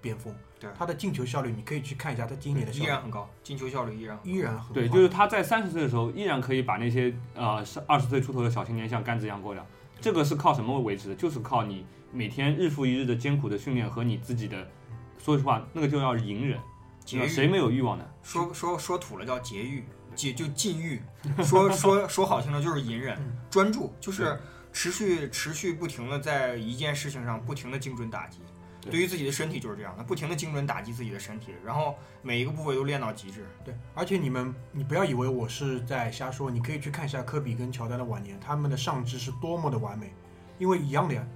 [SPEAKER 1] 边锋。
[SPEAKER 2] 对
[SPEAKER 1] 他的进球效率你可以去看一下他今年的效
[SPEAKER 2] 依
[SPEAKER 1] 率，
[SPEAKER 2] 然很高，进球效率依然很高
[SPEAKER 1] 依然很
[SPEAKER 4] 对，
[SPEAKER 1] 好
[SPEAKER 4] 就是他在三十岁的时候依然可以把那些呃是二十岁出头的小青年像杆子一样过掉。这个是靠什么维持的？就是靠你每天日复一日的艰苦的训练和你自己的说实话，那个就要隐忍，
[SPEAKER 2] 节育
[SPEAKER 4] 谁没有欲望呢？
[SPEAKER 1] 嗯
[SPEAKER 2] 说说说土了叫节欲，节就禁欲，说说说好听的就是隐忍、
[SPEAKER 1] 嗯
[SPEAKER 2] 专注，就是持续持续不停的在一件事情上不停的精准打击。
[SPEAKER 4] 对
[SPEAKER 2] 对于自己的身体就是这样，他不停的精准打击自己的身体，然后每一个部位都练到极致。
[SPEAKER 1] 对，而且你们，你不要以为我是在瞎说，你可以去看一下科比跟乔丹的晚年，他们的上肢是多么的完美，因为一样的呀，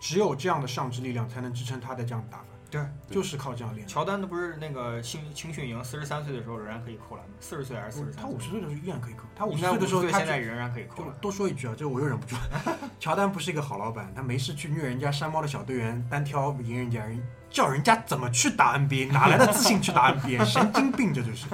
[SPEAKER 1] 只有这样的上肢力量才能支撑他的这样的打法。
[SPEAKER 2] 对，
[SPEAKER 4] 对
[SPEAKER 1] 就是靠这样练。
[SPEAKER 2] 乔丹那不是那个青青训营四十三岁的时候仍然可以扣篮吗？四十岁还是四十三？
[SPEAKER 1] 他五十岁的时候依然可以扣，他五
[SPEAKER 2] 应
[SPEAKER 1] 十
[SPEAKER 2] 该
[SPEAKER 1] 岁的时候
[SPEAKER 2] 50
[SPEAKER 1] 他
[SPEAKER 2] 现
[SPEAKER 1] 就
[SPEAKER 2] 在仍然可以扣
[SPEAKER 1] 就
[SPEAKER 2] 篮。
[SPEAKER 1] 多说一句啊，这我又忍不住。 *laughs* 乔丹不是一个好老板，他没事去虐人家山猫的小队员，单挑赢人家，人叫人家怎么去打
[SPEAKER 2] *laughs*
[SPEAKER 1] NBA，哪来的自信去打 NBA？神经病，这就是。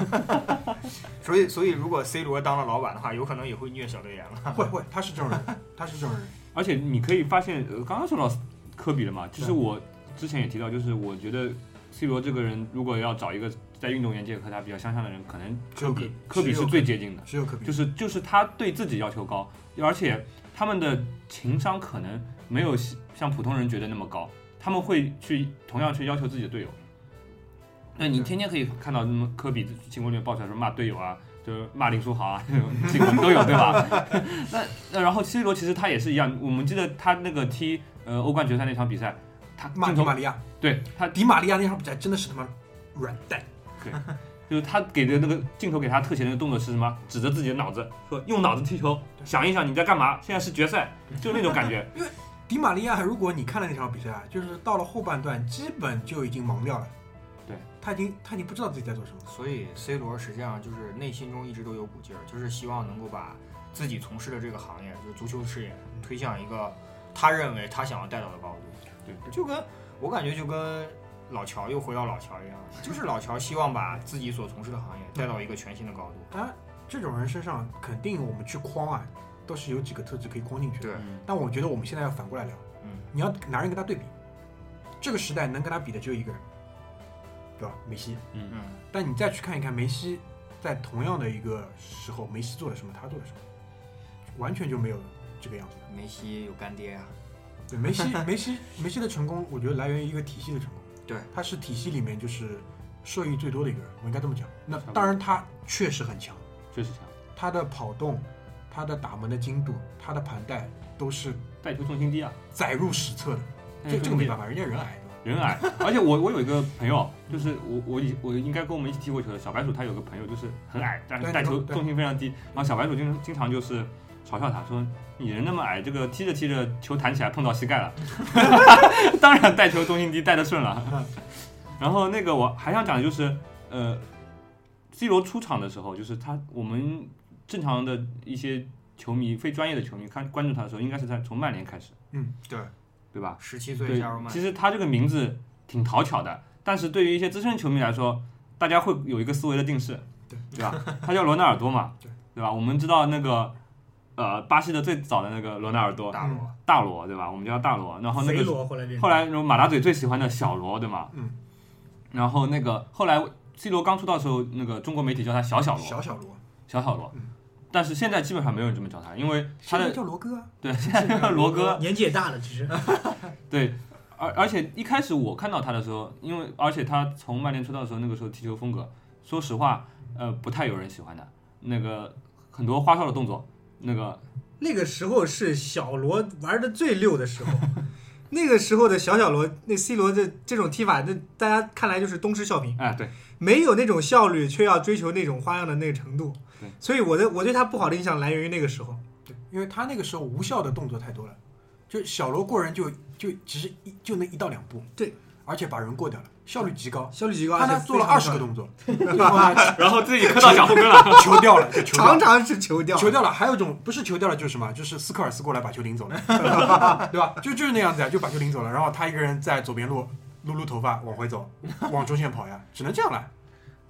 [SPEAKER 2] 所以所以如果 C 罗当了老板的话，有可能也会虐小队员了。
[SPEAKER 1] 会会，他是这种人，他是这种人。
[SPEAKER 4] 而且你可以发现，呃，刚刚说到科比了嘛，其实
[SPEAKER 1] 对
[SPEAKER 4] 我之前也提到，就是我觉得 C 罗这个人，如果要找一个在运动员界和他比较相像的人，可能科比
[SPEAKER 1] 科
[SPEAKER 4] 科
[SPEAKER 1] 比
[SPEAKER 4] 比
[SPEAKER 1] 只有
[SPEAKER 4] 是最接近的，
[SPEAKER 1] 只有科比
[SPEAKER 4] 就。是就是他对自己要求高，而且他们的情商可能没有像普通人觉得那么高，他们会去同样去要求自己的队友。那你
[SPEAKER 2] 对
[SPEAKER 4] 天天可以看到那么科比新闻里面爆出来说骂队友啊，就是骂林书豪啊，这 *laughs* 种新闻都有，对吧？ *laughs* 那那然后 C 罗其实他也是一样，我们记得他那个踢呃欧冠决赛那场比赛，他
[SPEAKER 1] 马
[SPEAKER 4] 镜
[SPEAKER 1] 迪
[SPEAKER 4] 头
[SPEAKER 1] 玛利亚，
[SPEAKER 4] 对他
[SPEAKER 1] 迪玛利亚那场比赛真的是他妈软蛋，
[SPEAKER 4] 就是他给的那个镜头给他特写的那个动作是什么？指着自己的脑子说用脑子踢球，想一想你在干嘛？现在是决赛，就那种感觉。
[SPEAKER 1] 迪玛利亚，如果你看了那场比赛啊，就是到了后半段，基本就已经盲掉了。
[SPEAKER 4] 对，
[SPEAKER 1] 他已经他已经不知道自己在做什么了。
[SPEAKER 2] 所以 C 罗实际上就是内心中一直都有股劲儿，就是希望能够把自己从事的这个行业，就是足球事业，
[SPEAKER 1] 嗯
[SPEAKER 2] 推向一个他认为他想要带到的高度。
[SPEAKER 4] 对对
[SPEAKER 2] 就跟我感觉就跟老乔又回到老乔一样，就是老乔希望把自己所从事的行业带到一个全新的高度。
[SPEAKER 1] 当然，这种人身上肯定我们去框啊，都是有几个特质可以框进去的。
[SPEAKER 2] 对
[SPEAKER 1] 但我觉得我们现在要反过来聊，
[SPEAKER 2] 嗯，
[SPEAKER 1] 你要拿人跟他对比，这个时代能跟他比的只有一个人，对吧？梅西。
[SPEAKER 2] 嗯，
[SPEAKER 1] 但你再去看一看梅西，在同样的一个时候，梅西做了什么，他做了什么，完全就没有这个样子。
[SPEAKER 2] 梅西有干爹呀、啊
[SPEAKER 1] 对，梅西，梅西，梅西的成功，我觉得来源于一个体系的成功。
[SPEAKER 2] 对，
[SPEAKER 1] 他是体系里面就是受益最多的一个人，我应该这么讲。那
[SPEAKER 4] 差不多
[SPEAKER 1] 当然，他确实很强，
[SPEAKER 4] 确实强，
[SPEAKER 1] 他的跑动、他的打门的精度、他的盘带都是
[SPEAKER 4] 带球重心低啊，
[SPEAKER 1] 载入史册的。这
[SPEAKER 4] 嗯
[SPEAKER 1] 这个没办法，人家人矮对吧？
[SPEAKER 4] 人矮。 *laughs* 而且我我有一个朋友，就是我我以我应该跟我们一起踢过球的小白鼠，他有个朋友就是很矮，但是
[SPEAKER 1] 对
[SPEAKER 4] 带球
[SPEAKER 1] 你说
[SPEAKER 4] 重心非常低。然后小白鼠经经常就是嘲笑他说：“你人那么矮，这个踢着踢着球弹起来碰到膝盖
[SPEAKER 1] *laughs*
[SPEAKER 4] 了。” *laughs* 当然带球重心低带的顺了。然后那个我还想讲的就是，呃，C 罗出场的时候，就是他我们正常的一些球迷、非专业的球迷看关注他的时候，应该是在从曼联开始，
[SPEAKER 1] 嗯
[SPEAKER 2] 对，
[SPEAKER 4] 对吧？
[SPEAKER 2] 十七岁
[SPEAKER 4] 对
[SPEAKER 2] 加入，曼
[SPEAKER 4] 其
[SPEAKER 2] 联，
[SPEAKER 4] 实他这个名字挺讨巧的，但是对于一些资深球迷来说，大家会有一个思维的定式，
[SPEAKER 1] 对
[SPEAKER 4] 对吧？他叫罗纳尔多嘛，
[SPEAKER 1] 对
[SPEAKER 4] 对吧？我们知道那个呃，巴西的最早的那个罗纳尔多，
[SPEAKER 2] 大
[SPEAKER 1] 嗯
[SPEAKER 2] 啊罗，
[SPEAKER 4] 大罗对吧？我们叫他大罗，然后那
[SPEAKER 3] 肥
[SPEAKER 4] 个
[SPEAKER 3] 罗后来变成
[SPEAKER 4] 后来那种马大嘴最喜欢的小罗对吗？
[SPEAKER 1] 嗯。
[SPEAKER 4] 然后那个后来 C 罗刚出道的时候，那个中国媒体叫他小小罗，
[SPEAKER 1] 小小罗，
[SPEAKER 4] 小小罗
[SPEAKER 1] 嗯。
[SPEAKER 4] 但是现在基本上没有人这么叫他，因为
[SPEAKER 1] 现
[SPEAKER 4] 他
[SPEAKER 1] 在
[SPEAKER 4] 的
[SPEAKER 1] 叫罗哥啊。
[SPEAKER 4] 对现在叫罗哥，
[SPEAKER 3] 年纪也大了，其实
[SPEAKER 4] 对，而而且一开始我看到他的时候，因为而且他从曼联出道的时候，那个时候踢球风格，说实话，呃，不太有人喜欢他。那个很多花哨的动作，那个
[SPEAKER 3] 那个时候是小罗玩的最溜的时候。那个时候的小小罗，那 C 罗的这种踢法，那大家看来就是东施效颦，
[SPEAKER 4] 哎，对， *laughs*
[SPEAKER 3] 没有那种效率，却要追求那种花样的那个程度
[SPEAKER 4] 对。
[SPEAKER 3] 所以我的我对他不好的印象来源于那个时候。
[SPEAKER 1] 对，因为他那个时候无效的动作太多了，就小罗过人就就其实一就那一到两步，
[SPEAKER 3] 对，
[SPEAKER 1] 而且把人过掉了，效率极高。
[SPEAKER 3] 效率极高，
[SPEAKER 1] 他
[SPEAKER 3] 而且
[SPEAKER 1] 那做了
[SPEAKER 3] 非常
[SPEAKER 1] 二十个
[SPEAKER 3] 快
[SPEAKER 1] 动作，然后呢
[SPEAKER 4] 然后自己磕到小后跟了。
[SPEAKER 1] 球掉了，就球掉
[SPEAKER 3] 常
[SPEAKER 1] 了。
[SPEAKER 3] 常是球掉。
[SPEAKER 1] 球掉了，还有一种不是球掉了，就是什么，就是斯科尔斯过来把球领走了，对吧？就就是那样子呀，就把球领走了，然后他一个人在左边路撸撸头发，往回走，往中线跑呀，只能这样了。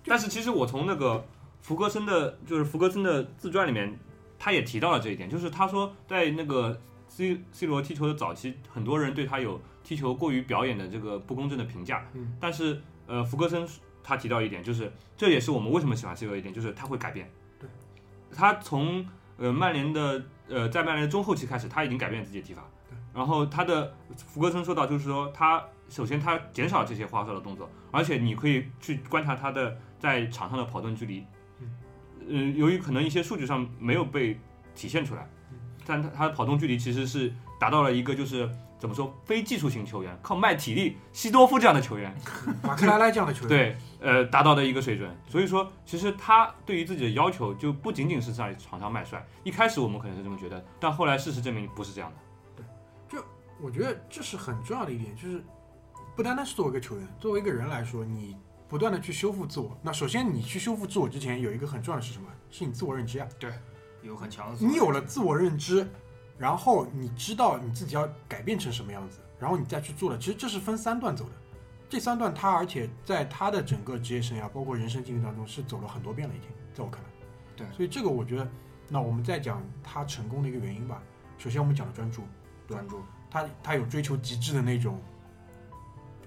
[SPEAKER 4] 但是其实我从那个福格森的，就是福格森的自传里面，他也提到了这一点，就是他说在那个 C C 罗踢球的早期，很多人对他有踢球过于表演的这个不公正的评价。
[SPEAKER 1] 嗯，
[SPEAKER 4] 但是呃，福格森他提到一点，就是这也是我们为什么喜欢 C 罗一点，就是他会改变。
[SPEAKER 1] 对，
[SPEAKER 4] 他从呃曼联的呃在曼联中后期开始，他已经改变自己的踢法
[SPEAKER 1] 对。
[SPEAKER 4] 然后他的福格森说到，就是说他首先他减少这些花哨的动作，而且你可以去观察他的在场上的跑动距离。嗯，由于可能一些数据上没有被体现出来，但他他的跑动距离其实是达到了一个就是怎么说非技术型球员靠卖体力西多夫这样的球员
[SPEAKER 1] 马克拉拉这样的球员，
[SPEAKER 4] 对，呃，达到的一个水准。所以说，其实他对于自己的要求就不仅仅是在场上卖帅。一开始我们可能是这么觉得，但后来事实证明不是这样的。
[SPEAKER 1] 我觉得这是很重要的一点，就是不单单是作为一个球员，作为一个人来说，你不断的去修复自我。那首先，你去修复自我之前，有一个很重要的是什么？是你自我认知啊。
[SPEAKER 2] 有很强的自我。
[SPEAKER 1] 你有了自我认知，然后你知道你自己要改变成什么样子，然后你再去做了。其实这是分三段走的，这三段他而且在他的整个职业生涯，包括人生经历当中是走了很多遍了，已经在我看来。
[SPEAKER 2] 对
[SPEAKER 1] 所以这个我觉得，那我们再讲他成功的一个原因吧。首先我们讲了专注，
[SPEAKER 2] 专注，
[SPEAKER 1] 他他有追求极致的那种。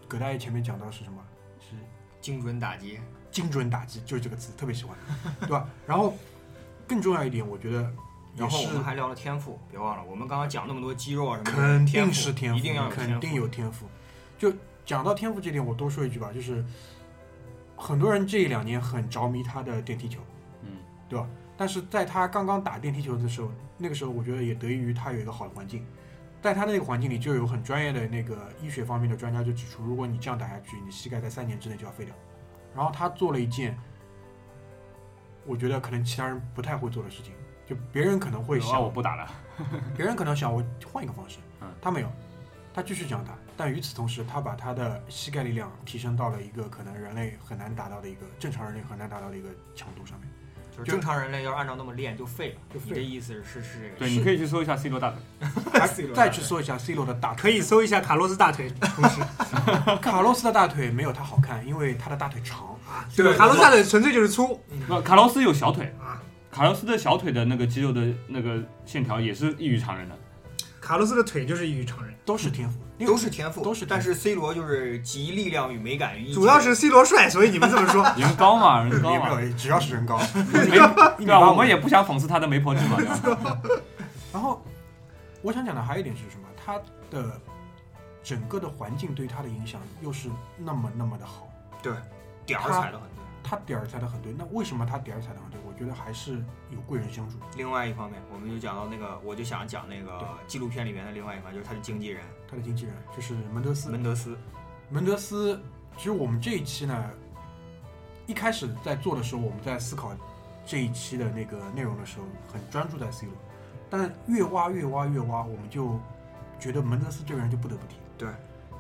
[SPEAKER 1] 葛大爷前面讲到是什么？是
[SPEAKER 2] 精准打击，
[SPEAKER 1] 精准打击，就是这个词，特别喜欢，对吧？然后更重要一点，我觉得也
[SPEAKER 2] 然后我
[SPEAKER 1] 是
[SPEAKER 2] 们还聊了天赋，别忘了我们刚刚讲那么多肌肉啊什么的，
[SPEAKER 1] 肯定是
[SPEAKER 2] 天
[SPEAKER 1] 赋，
[SPEAKER 2] 一定要有天赋
[SPEAKER 1] 肯定有天赋。就讲到天赋这点，我多说一句吧，就是很多人这一两年很着迷他的电梯球，
[SPEAKER 4] 嗯，
[SPEAKER 1] 对吧？但是在他刚刚打电梯球的时候，那个时候我觉得也得益于他有一个好的环境，在他那个环境里就有很专业的那个医学方面的专家就指出，如果你这样打下去，你膝盖在三年之内就要废掉。然后他做了一件，我觉得可能其他人不太会做的事情，就别人可能会
[SPEAKER 4] 啊，
[SPEAKER 1] 想
[SPEAKER 4] 我不打了。
[SPEAKER 1] 别人可能想我换一个方式，
[SPEAKER 4] 嗯
[SPEAKER 1] 他没有，他继续这样打，但与此同时，他把他的膝盖力量提升到了一个可能人类很难达到的一个正常人类很难达到的一个强度上面。
[SPEAKER 2] 就是正常人类要按照那么练就废了。
[SPEAKER 1] 就废了
[SPEAKER 2] 你这意思是是这个？
[SPEAKER 4] 对，你可以去搜一下 C 罗大腿。
[SPEAKER 1] 还
[SPEAKER 3] C 罗大
[SPEAKER 1] 再
[SPEAKER 3] 腿
[SPEAKER 1] 去搜一下 C 罗的大腿， *laughs*
[SPEAKER 3] 可以搜一下卡洛斯大腿，同时
[SPEAKER 1] 卡洛斯的大腿没有他好看，因为他的大腿长，
[SPEAKER 3] 对卡洛斯大腿纯粹就是粗，
[SPEAKER 4] 不，卡洛斯有小腿
[SPEAKER 3] 啊，
[SPEAKER 4] 卡洛斯的小腿的那个肌肉的那个线条也是异于常人的。
[SPEAKER 3] 卡洛斯的腿就是异于常人，
[SPEAKER 1] 都是天赋，因为
[SPEAKER 2] 都是天赋，
[SPEAKER 1] 都是天赋
[SPEAKER 2] 但是 C 罗就是集力量与美感于一体，
[SPEAKER 3] *laughs* 主要是 C 罗帅，所以你们这么说。
[SPEAKER 4] *laughs* 人高
[SPEAKER 1] *laughs*
[SPEAKER 4] 嘛，人
[SPEAKER 1] 也
[SPEAKER 4] 高啊嘛，
[SPEAKER 1] 没有，只要是人高，
[SPEAKER 4] 没
[SPEAKER 1] 一米
[SPEAKER 4] 对吧？
[SPEAKER 1] 八
[SPEAKER 4] 我
[SPEAKER 1] 五
[SPEAKER 4] 们也不想讽刺他的媒婆制嘛。
[SPEAKER 1] *laughs*
[SPEAKER 4] 对吧
[SPEAKER 1] 然后我想讲的还有一点是什么？他的整个的环境对他的影响又是那么那么的好。
[SPEAKER 2] 点儿踩的很对。
[SPEAKER 1] 他点儿踩的很对，那为什么他点儿踩的很对？我觉得还是有贵人相助。
[SPEAKER 2] 另外一方面，我们就讲到那个，我就想讲那
[SPEAKER 1] 对
[SPEAKER 2] 个纪录片里面的另外一方，就是他的经纪人
[SPEAKER 1] 他的经纪人就是门德斯。
[SPEAKER 2] 门德斯。
[SPEAKER 1] 门德斯，其实我们这一期呢，一开始在做的时候，我们在思考这一期的那个内容的时候，很专注在 C 罗，但越挖越挖越挖，我们就觉得门德斯这个人就不得不提。
[SPEAKER 2] 对，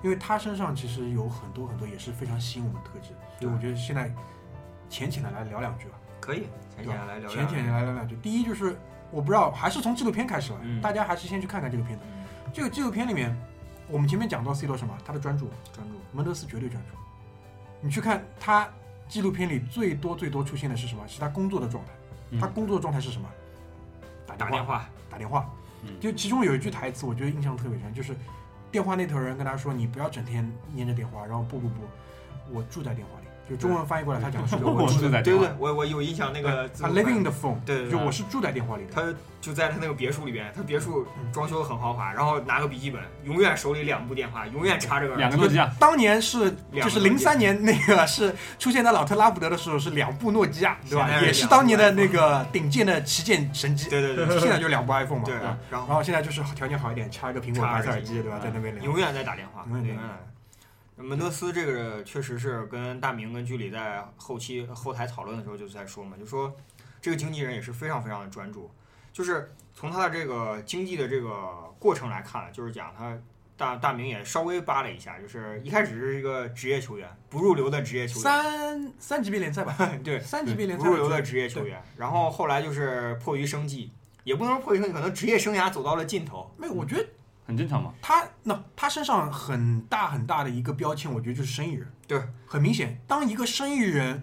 [SPEAKER 1] 因为他身上其实有很多很多也是非常吸引我们的特质，所以我觉得现在浅浅的来聊两句吧。
[SPEAKER 2] 可以，浅浅来聊聊。
[SPEAKER 1] 浅浅地来聊两句。第一就是我不知道，还是从纪录片开始吧，
[SPEAKER 2] 嗯
[SPEAKER 1] 大家还是先去看看这个片子。
[SPEAKER 2] 嗯，
[SPEAKER 1] 这个纪录片里面，我们前面讲到 C 罗什么，他的专注，
[SPEAKER 2] 专注。
[SPEAKER 1] 门德斯绝对专注。你去看他纪录片里最多最多出现的是什么？是他工作的状态。
[SPEAKER 4] 嗯
[SPEAKER 1] 他工作状态是什么？打
[SPEAKER 2] 打
[SPEAKER 1] 电
[SPEAKER 2] 电
[SPEAKER 1] 话，
[SPEAKER 2] 话，
[SPEAKER 1] 打电话
[SPEAKER 4] 嗯。
[SPEAKER 1] 就其中有一句台词，我觉得印象特别深，就是电话那头人跟他说：“你不要整天粘着电话。”然后不不不，我住在电话里。就中文翻译过来，他讲的是
[SPEAKER 4] 我
[SPEAKER 1] 住
[SPEAKER 4] 住在电
[SPEAKER 2] 对对
[SPEAKER 4] 话
[SPEAKER 2] 对，我我有印象那个字
[SPEAKER 1] 啊
[SPEAKER 2] 幕
[SPEAKER 1] ，living
[SPEAKER 2] 版
[SPEAKER 1] in the phone，
[SPEAKER 2] 对对
[SPEAKER 1] 就
[SPEAKER 2] 对
[SPEAKER 1] 我是住在电话里的。
[SPEAKER 2] 他就在他那个别墅里边，他别墅装修的很豪华，然后拿个笔记本，永远手里两部电话，永远插
[SPEAKER 1] 啊
[SPEAKER 2] 着个耳
[SPEAKER 4] 两个
[SPEAKER 2] 机
[SPEAKER 4] 诺基亚，
[SPEAKER 1] 当年是
[SPEAKER 2] 两
[SPEAKER 1] 就
[SPEAKER 2] 个
[SPEAKER 1] 是
[SPEAKER 2] 诺
[SPEAKER 1] 零
[SPEAKER 2] 基亚
[SPEAKER 1] 三年那个是出现在老特拉福德的时候是两部诺基亚，对吧
[SPEAKER 2] 现在？是
[SPEAKER 1] 也是
[SPEAKER 2] 两部
[SPEAKER 1] 当年的那个顶尖的旗舰神机，
[SPEAKER 2] 对对对
[SPEAKER 1] 现在就两部 iPhone 嘛。
[SPEAKER 2] 对
[SPEAKER 1] 吧，
[SPEAKER 2] 然后
[SPEAKER 1] 然后现在就是条件好一点，插一个苹果
[SPEAKER 2] 插嗯
[SPEAKER 1] 白
[SPEAKER 2] 耳
[SPEAKER 1] 色耳
[SPEAKER 2] 机
[SPEAKER 1] 机，对吧？在那边聊。
[SPEAKER 2] 永远在打电话，嗯
[SPEAKER 1] 永
[SPEAKER 2] 永
[SPEAKER 1] 远在
[SPEAKER 2] 远
[SPEAKER 1] 打
[SPEAKER 2] 在打。门德斯这个确实是跟大明跟居里在后期后台讨论的时候就在说嘛，就说这个经纪人也是非常非常的专注，就是从他的这个经济的这个过程来看，就是讲他大大明也稍微扒了一下，就是一开始是一个职业球员，不入流的职业球员，
[SPEAKER 1] 三三级别联赛吧，
[SPEAKER 2] *laughs* 对，
[SPEAKER 1] 三级别联
[SPEAKER 2] 不
[SPEAKER 1] 赛
[SPEAKER 2] 入流的职业球员，然后后来就是迫于生计，也不能说迫于生计，可能职业生涯走到了尽头。
[SPEAKER 1] 没有，我觉得
[SPEAKER 4] 很正常嘛。
[SPEAKER 1] 他那他身上很大很大的一个标签，我觉得就是生意人。
[SPEAKER 2] 对，
[SPEAKER 1] 很明显，当一个生意人，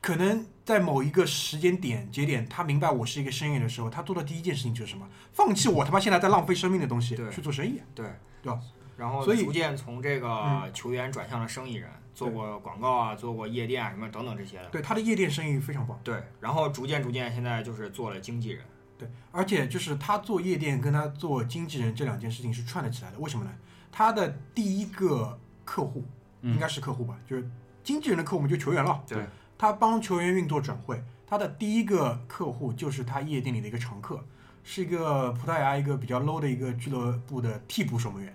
[SPEAKER 1] 可能在某一个时间点节点，他明白我是一个生意人的时候，他做的第一件事情就是什么？放弃我他妈现在在浪费生命的东西
[SPEAKER 2] 对
[SPEAKER 1] 去做生意。
[SPEAKER 2] 对，
[SPEAKER 1] 对吧？
[SPEAKER 2] 然后
[SPEAKER 1] 所以
[SPEAKER 2] 逐渐从这个球员转向了生意人，做过广告啊，做过夜店啊，什么等等这些的。
[SPEAKER 1] 对，他的夜店生意非常棒。
[SPEAKER 2] 对，然后逐渐逐渐，现在就是做了经纪人，
[SPEAKER 1] 对，而且就是他做夜店跟他做经纪人这两件事情是串了起来的，为什么呢？他的第一个客户
[SPEAKER 4] 嗯
[SPEAKER 1] 应该是客户吧，就是经纪人的客户我们就球员了，
[SPEAKER 4] 对，
[SPEAKER 1] 他帮球员运作转会，他的第一个客户就是他夜店里的一个常客，是一个葡萄牙一个比较 low 的一个俱乐部的替补守门员，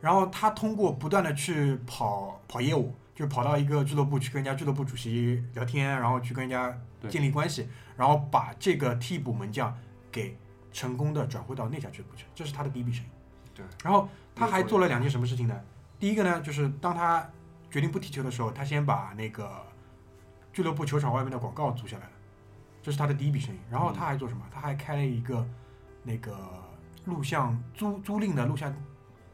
[SPEAKER 1] 然后他通过不断的去跑跑业务，就是跑到一个俱乐部去跟人家俱乐部主席聊天，然后去跟人家
[SPEAKER 4] 对
[SPEAKER 1] 建立关系，然后把这个替补门将给成功的转会到那家俱乐部去，这是他的第一笔生意。
[SPEAKER 2] 对，
[SPEAKER 1] 然后他还做了两件什么事情呢？第一个呢，就是当他决定不踢球的时候，他先把那个俱乐部球场外面的广告租下来了，这是他的第一笔生意。然
[SPEAKER 4] 嗯
[SPEAKER 1] 后他还做什么？他还开了一个那个录像租租赁的录像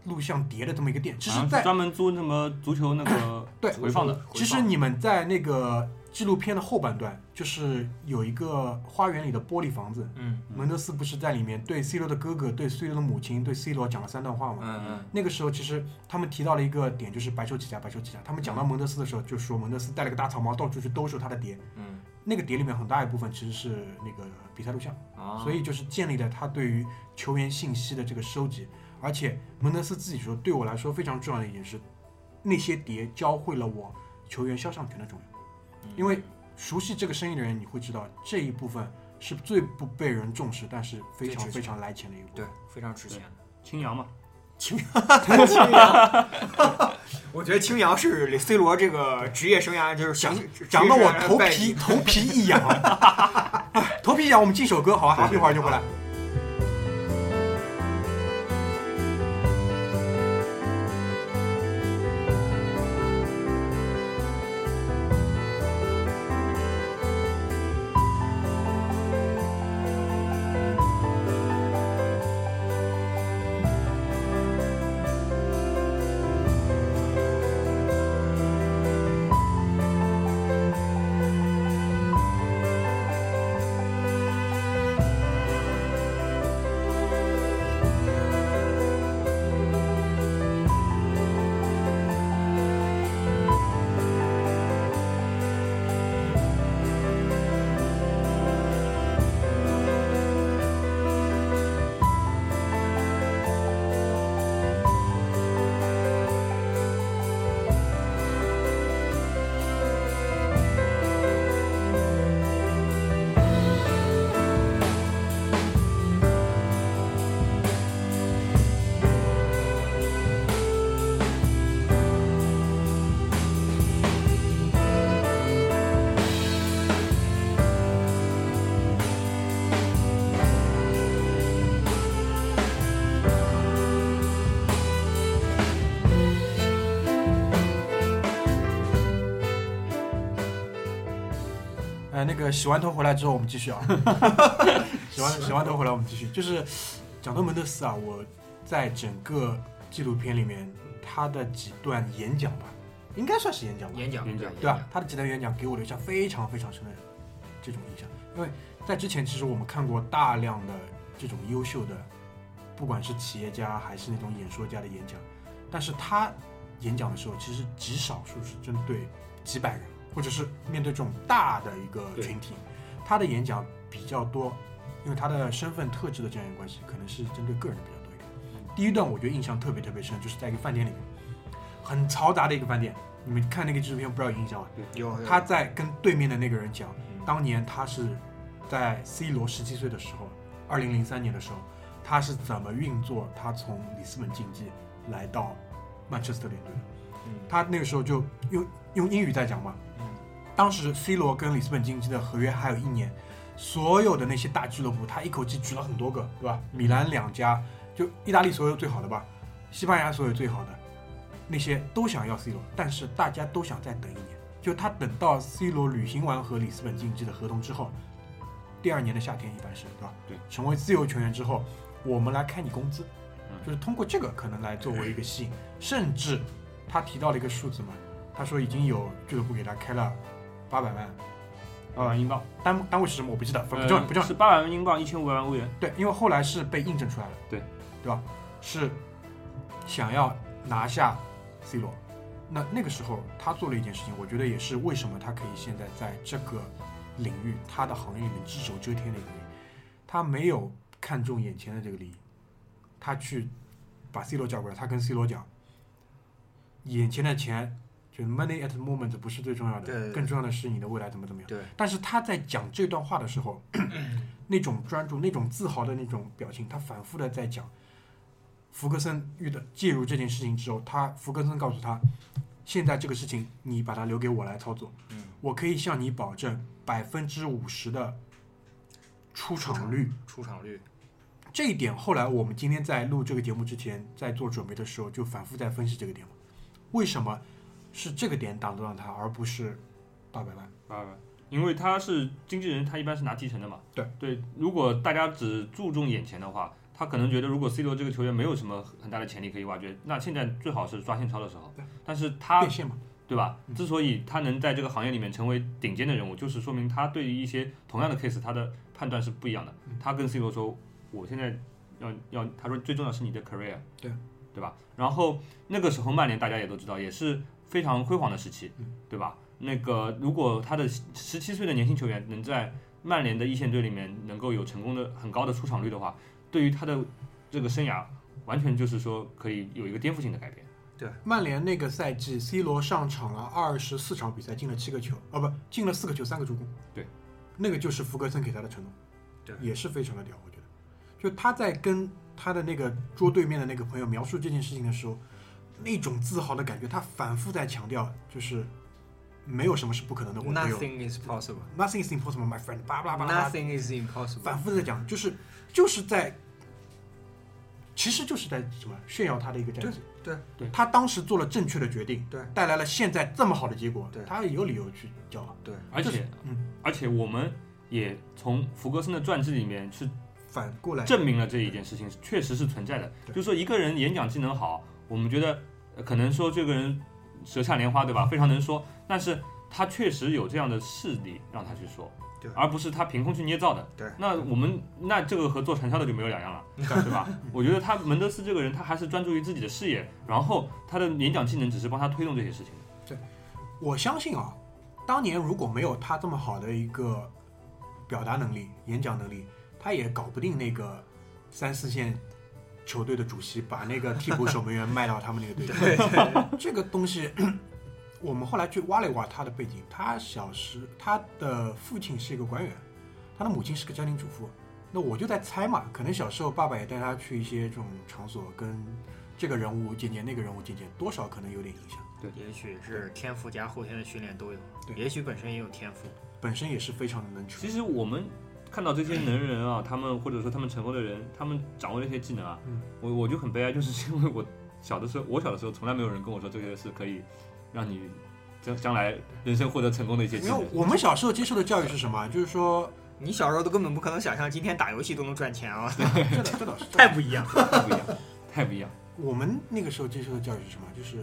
[SPEAKER 1] 录像碟的这么一个店，只
[SPEAKER 4] 好
[SPEAKER 1] 是
[SPEAKER 4] 像
[SPEAKER 1] 在
[SPEAKER 4] 专门租什么足球那
[SPEAKER 1] *coughs*
[SPEAKER 4] 个
[SPEAKER 1] 对
[SPEAKER 4] 回放的，
[SPEAKER 1] 其实你们在那个纪录片的后半段，就是有一个花园里的玻璃房子，
[SPEAKER 2] 嗯
[SPEAKER 1] 门德斯不是在里面对 C 罗的哥哥、对 C 罗的母亲、对 C 罗讲了三段话吗？
[SPEAKER 2] 嗯嗯，
[SPEAKER 1] 那个时候，其实他们提到了一个点，就是白手起家，白手起家。他们讲到蒙德斯的时候，就说蒙德斯戴了个大草帽，到处去兜售他的碟。
[SPEAKER 2] 嗯，
[SPEAKER 1] 那个碟里面很大一部分其实是那个比赛录像，
[SPEAKER 2] 啊，
[SPEAKER 1] 所以就是建立了他对于球员信息的这个收集。而且蒙德斯自己说，对我来说非常重要的一点是，那些碟教会了我球员肖像权的重要。
[SPEAKER 2] 嗯
[SPEAKER 1] 因为熟悉这个生意的人，你会知道这一部分是最不被人重视，但是非常
[SPEAKER 2] 最值钱
[SPEAKER 1] 非常来钱的一部分。
[SPEAKER 2] 对非常值钱的。
[SPEAKER 4] 青阳嘛，
[SPEAKER 2] 青阳，我觉得青阳是 C 罗这个职业生涯就是想
[SPEAKER 1] 讲得我头皮头皮一痒，哎 *laughs* 头皮一痒，我们进首歌好吧、
[SPEAKER 4] 对
[SPEAKER 1] 一会儿就回来。呃，那个洗完头回来之后，我们继续啊。 *laughs* 洗完洗完头回来，我们继续。就是讲到门德斯啊，我在整个纪录片里面，他的几段演讲吧，应该算是演讲吧，
[SPEAKER 2] 演讲
[SPEAKER 4] 演讲
[SPEAKER 2] 对
[SPEAKER 1] 对
[SPEAKER 2] 啊
[SPEAKER 1] 吧、他的几段演讲给我留下非常非常深的这种印象，因为在之前其实我们看过大量的这种优秀的，不管是企业家还是那种演说家的演讲，但是他演讲的时候，其实极少数是针对几百人，或者是面对这种大的一个
[SPEAKER 4] 对
[SPEAKER 1] 群体，他的演讲比较多，因为他的身份特质的这样一个关系，可能是针对个人的比较多一点。第一段我觉得印象特别特别深，就是在一个饭店里面，很嘈杂的一个饭店，你们看那个纪录片不知道有印象吗？
[SPEAKER 2] 有有
[SPEAKER 1] 他在跟对面的那个人讲，
[SPEAKER 2] 嗯
[SPEAKER 1] 当年他是在 C 罗十七岁的时候，二零零三年的时候，他是怎么运作他从里斯本竞技来到曼彻斯特联队的。
[SPEAKER 2] 嗯
[SPEAKER 1] 他那个时候就用用英语在讲嘛。
[SPEAKER 2] 嗯
[SPEAKER 1] 当时 C 罗跟里斯本竞技的合约还有一年，所有的那些大俱乐部，他一口气举了很多个，对吧？米兰两家，就意大利所有最好的吧，西班牙所有最好的，那些都想要 C 罗，但是大家都想再等一年。就他等到 C 罗履行完和里斯本竞技的合同之后，第二年的夏天一般是对吧？
[SPEAKER 4] 对，
[SPEAKER 1] 成为自由球员之后，我们来开你工资，
[SPEAKER 4] 嗯
[SPEAKER 1] 就是通过这个可能来作为一个吸引，甚至他提到了一个数字嘛，他说已经有俱乐部给他开了八百万，
[SPEAKER 4] 八百万英镑，
[SPEAKER 1] 单单位是什么我不记得，反正不重要不重要。
[SPEAKER 4] 呃是八百万英镑，一千五百万欧元，
[SPEAKER 1] 对，因为后来是被印证出来了，
[SPEAKER 4] 对
[SPEAKER 1] 对吧？是想要拿下 C 罗，那那个时候他做了一件事情，我觉得也是为什么他可以现在在这个领域他的行业里面只手遮天的原因。他没有看中眼前的这个利益，他去把 C 罗叫过来，他跟 C 罗讲，眼前的钱就是 money at the moment 不是最重要的，
[SPEAKER 2] 对对对
[SPEAKER 1] 更重要的是你的未来怎么怎么样。
[SPEAKER 2] 对，
[SPEAKER 1] 但是他在讲这段话的时候， *clears throat* 那种专注、那种自豪的那种表情，他反复的在讲。福格森遇到介入这件事情之后，他福格森告诉他，现在这个事情你把它留给我来操作，
[SPEAKER 2] 嗯
[SPEAKER 1] 我可以向你保证百分之五十的出场率。
[SPEAKER 2] 出场率，
[SPEAKER 1] 这一点后来我们今天在录这个节目之前，在做准备的时候，就反复在分析这个点了。为什么是这个点打动了他，而不是八百万？
[SPEAKER 4] 八百万，因为他是经纪人，他一般是拿提成的嘛。
[SPEAKER 1] 对
[SPEAKER 4] 对，如果大家只注重眼前的话，他可能觉得如果 C 罗这个球员没有什么很大的潜力可以挖掘，那现在最好是抓现钞的时候
[SPEAKER 1] 对。
[SPEAKER 4] 但是他
[SPEAKER 1] 变现嘛？
[SPEAKER 4] 对吧？
[SPEAKER 1] 嗯
[SPEAKER 4] 之所以他能在这个行业里面成为顶尖的人物，就是说明他对于一些同样的 case，他的判断是不一样的
[SPEAKER 1] 嗯。
[SPEAKER 4] 他跟 C 罗说：“我现在要要，他说最重要是你的 career，
[SPEAKER 1] 对
[SPEAKER 4] 对吧？”然后那个时候曼联大家也都知道，也是非常辉煌的时期
[SPEAKER 1] 嗯，
[SPEAKER 4] 对吧？那个如果他的十七岁的年轻球员能在曼联的一线队里面能够有成功的很高的出场率的话，对于他的这个生涯完全就是说可以有一个颠覆性的改变。
[SPEAKER 1] 曼联那个赛季，C 罗上场了二十四场比赛，进了七个球，啊不，进了四个球，三个助攻。
[SPEAKER 4] 对，
[SPEAKER 1] 那个就是福格森给他的承诺，
[SPEAKER 2] 对
[SPEAKER 1] 也是非常的屌，我觉得。就他在跟他的那个桌对面的那个朋友描述这件事情的时候，那种自豪的感觉，他反复在强调，就是没有什么是不可能的，我没有
[SPEAKER 2] Nothing is possible.
[SPEAKER 1] nothing is impossible, my friend，叭叭叭叭，
[SPEAKER 2] Nothing is impossible.
[SPEAKER 1] 反复的讲，就是就是在，其实就是在什么炫耀他的一个战绩。
[SPEAKER 2] 对
[SPEAKER 4] 对
[SPEAKER 1] 他当时做了正确的决定，
[SPEAKER 2] 对
[SPEAKER 1] 带来了现在这么好的结果，
[SPEAKER 2] 对
[SPEAKER 1] 他有理由去骄傲。
[SPEAKER 2] 对，
[SPEAKER 4] 而
[SPEAKER 1] 这
[SPEAKER 4] 且
[SPEAKER 1] 是，嗯，
[SPEAKER 4] 而且我们也从福格森的传记里面去
[SPEAKER 1] 反过来，
[SPEAKER 4] 证明了这一件事情确实是存在的。
[SPEAKER 1] 对
[SPEAKER 4] 就是说，一个人演讲技能好，我们觉得呃可能说这个人舌下莲花，对吧？非常能说，但是他确实有这样的势力让他去说，
[SPEAKER 2] 对
[SPEAKER 4] 而不是他凭空去捏造的。
[SPEAKER 2] 对
[SPEAKER 4] 那我们那这个和做传销的就没有两样了，啊 *laughs* 对吧？我觉得他门德斯这个人，他还是专注于自己的事业，然后他的演讲技能只是帮他推动这些事情。
[SPEAKER 1] 我相信啊，当年如果没有他这么好的一个表达能力、演讲能力，他也搞不定那个三四线球队的主席，把那个替补守门员卖到他们那个队里。这个东西， *clears throat* 我们后来去挖了一挖他的背景，他小时他的父亲是一个官员，他的母亲是个家庭主妇。那我就在猜嘛，可能小时候爸爸也带他去一些这种场所，跟这个人物见见，那个人物见见，多少可能有点影响。
[SPEAKER 2] 也许是天赋加后天的训练都有，
[SPEAKER 1] 对
[SPEAKER 2] 也许本身也有天赋。
[SPEAKER 1] 本身也是非常能吹
[SPEAKER 4] 其。实我们看到这些能人啊，他们或者说他们成功的人，他们掌握了一些技能啊，
[SPEAKER 1] 嗯
[SPEAKER 4] 我我就很悲哀，就是因为我小的时候，我小的时候从来没有人跟我说这些是可以让你将将来人生获得成功的一些技
[SPEAKER 1] 因
[SPEAKER 4] 能
[SPEAKER 1] 为。我们小时候接受的教育是什么？啊 *laughs* 就是说，
[SPEAKER 2] 你小时候都根本不可能想象今天打游戏都能赚钱啊！
[SPEAKER 1] 这倒这倒是
[SPEAKER 3] 太不一样。
[SPEAKER 4] 太不一样， *laughs* 太不一样。
[SPEAKER 1] 我们那个时候接受的教育是什么？就是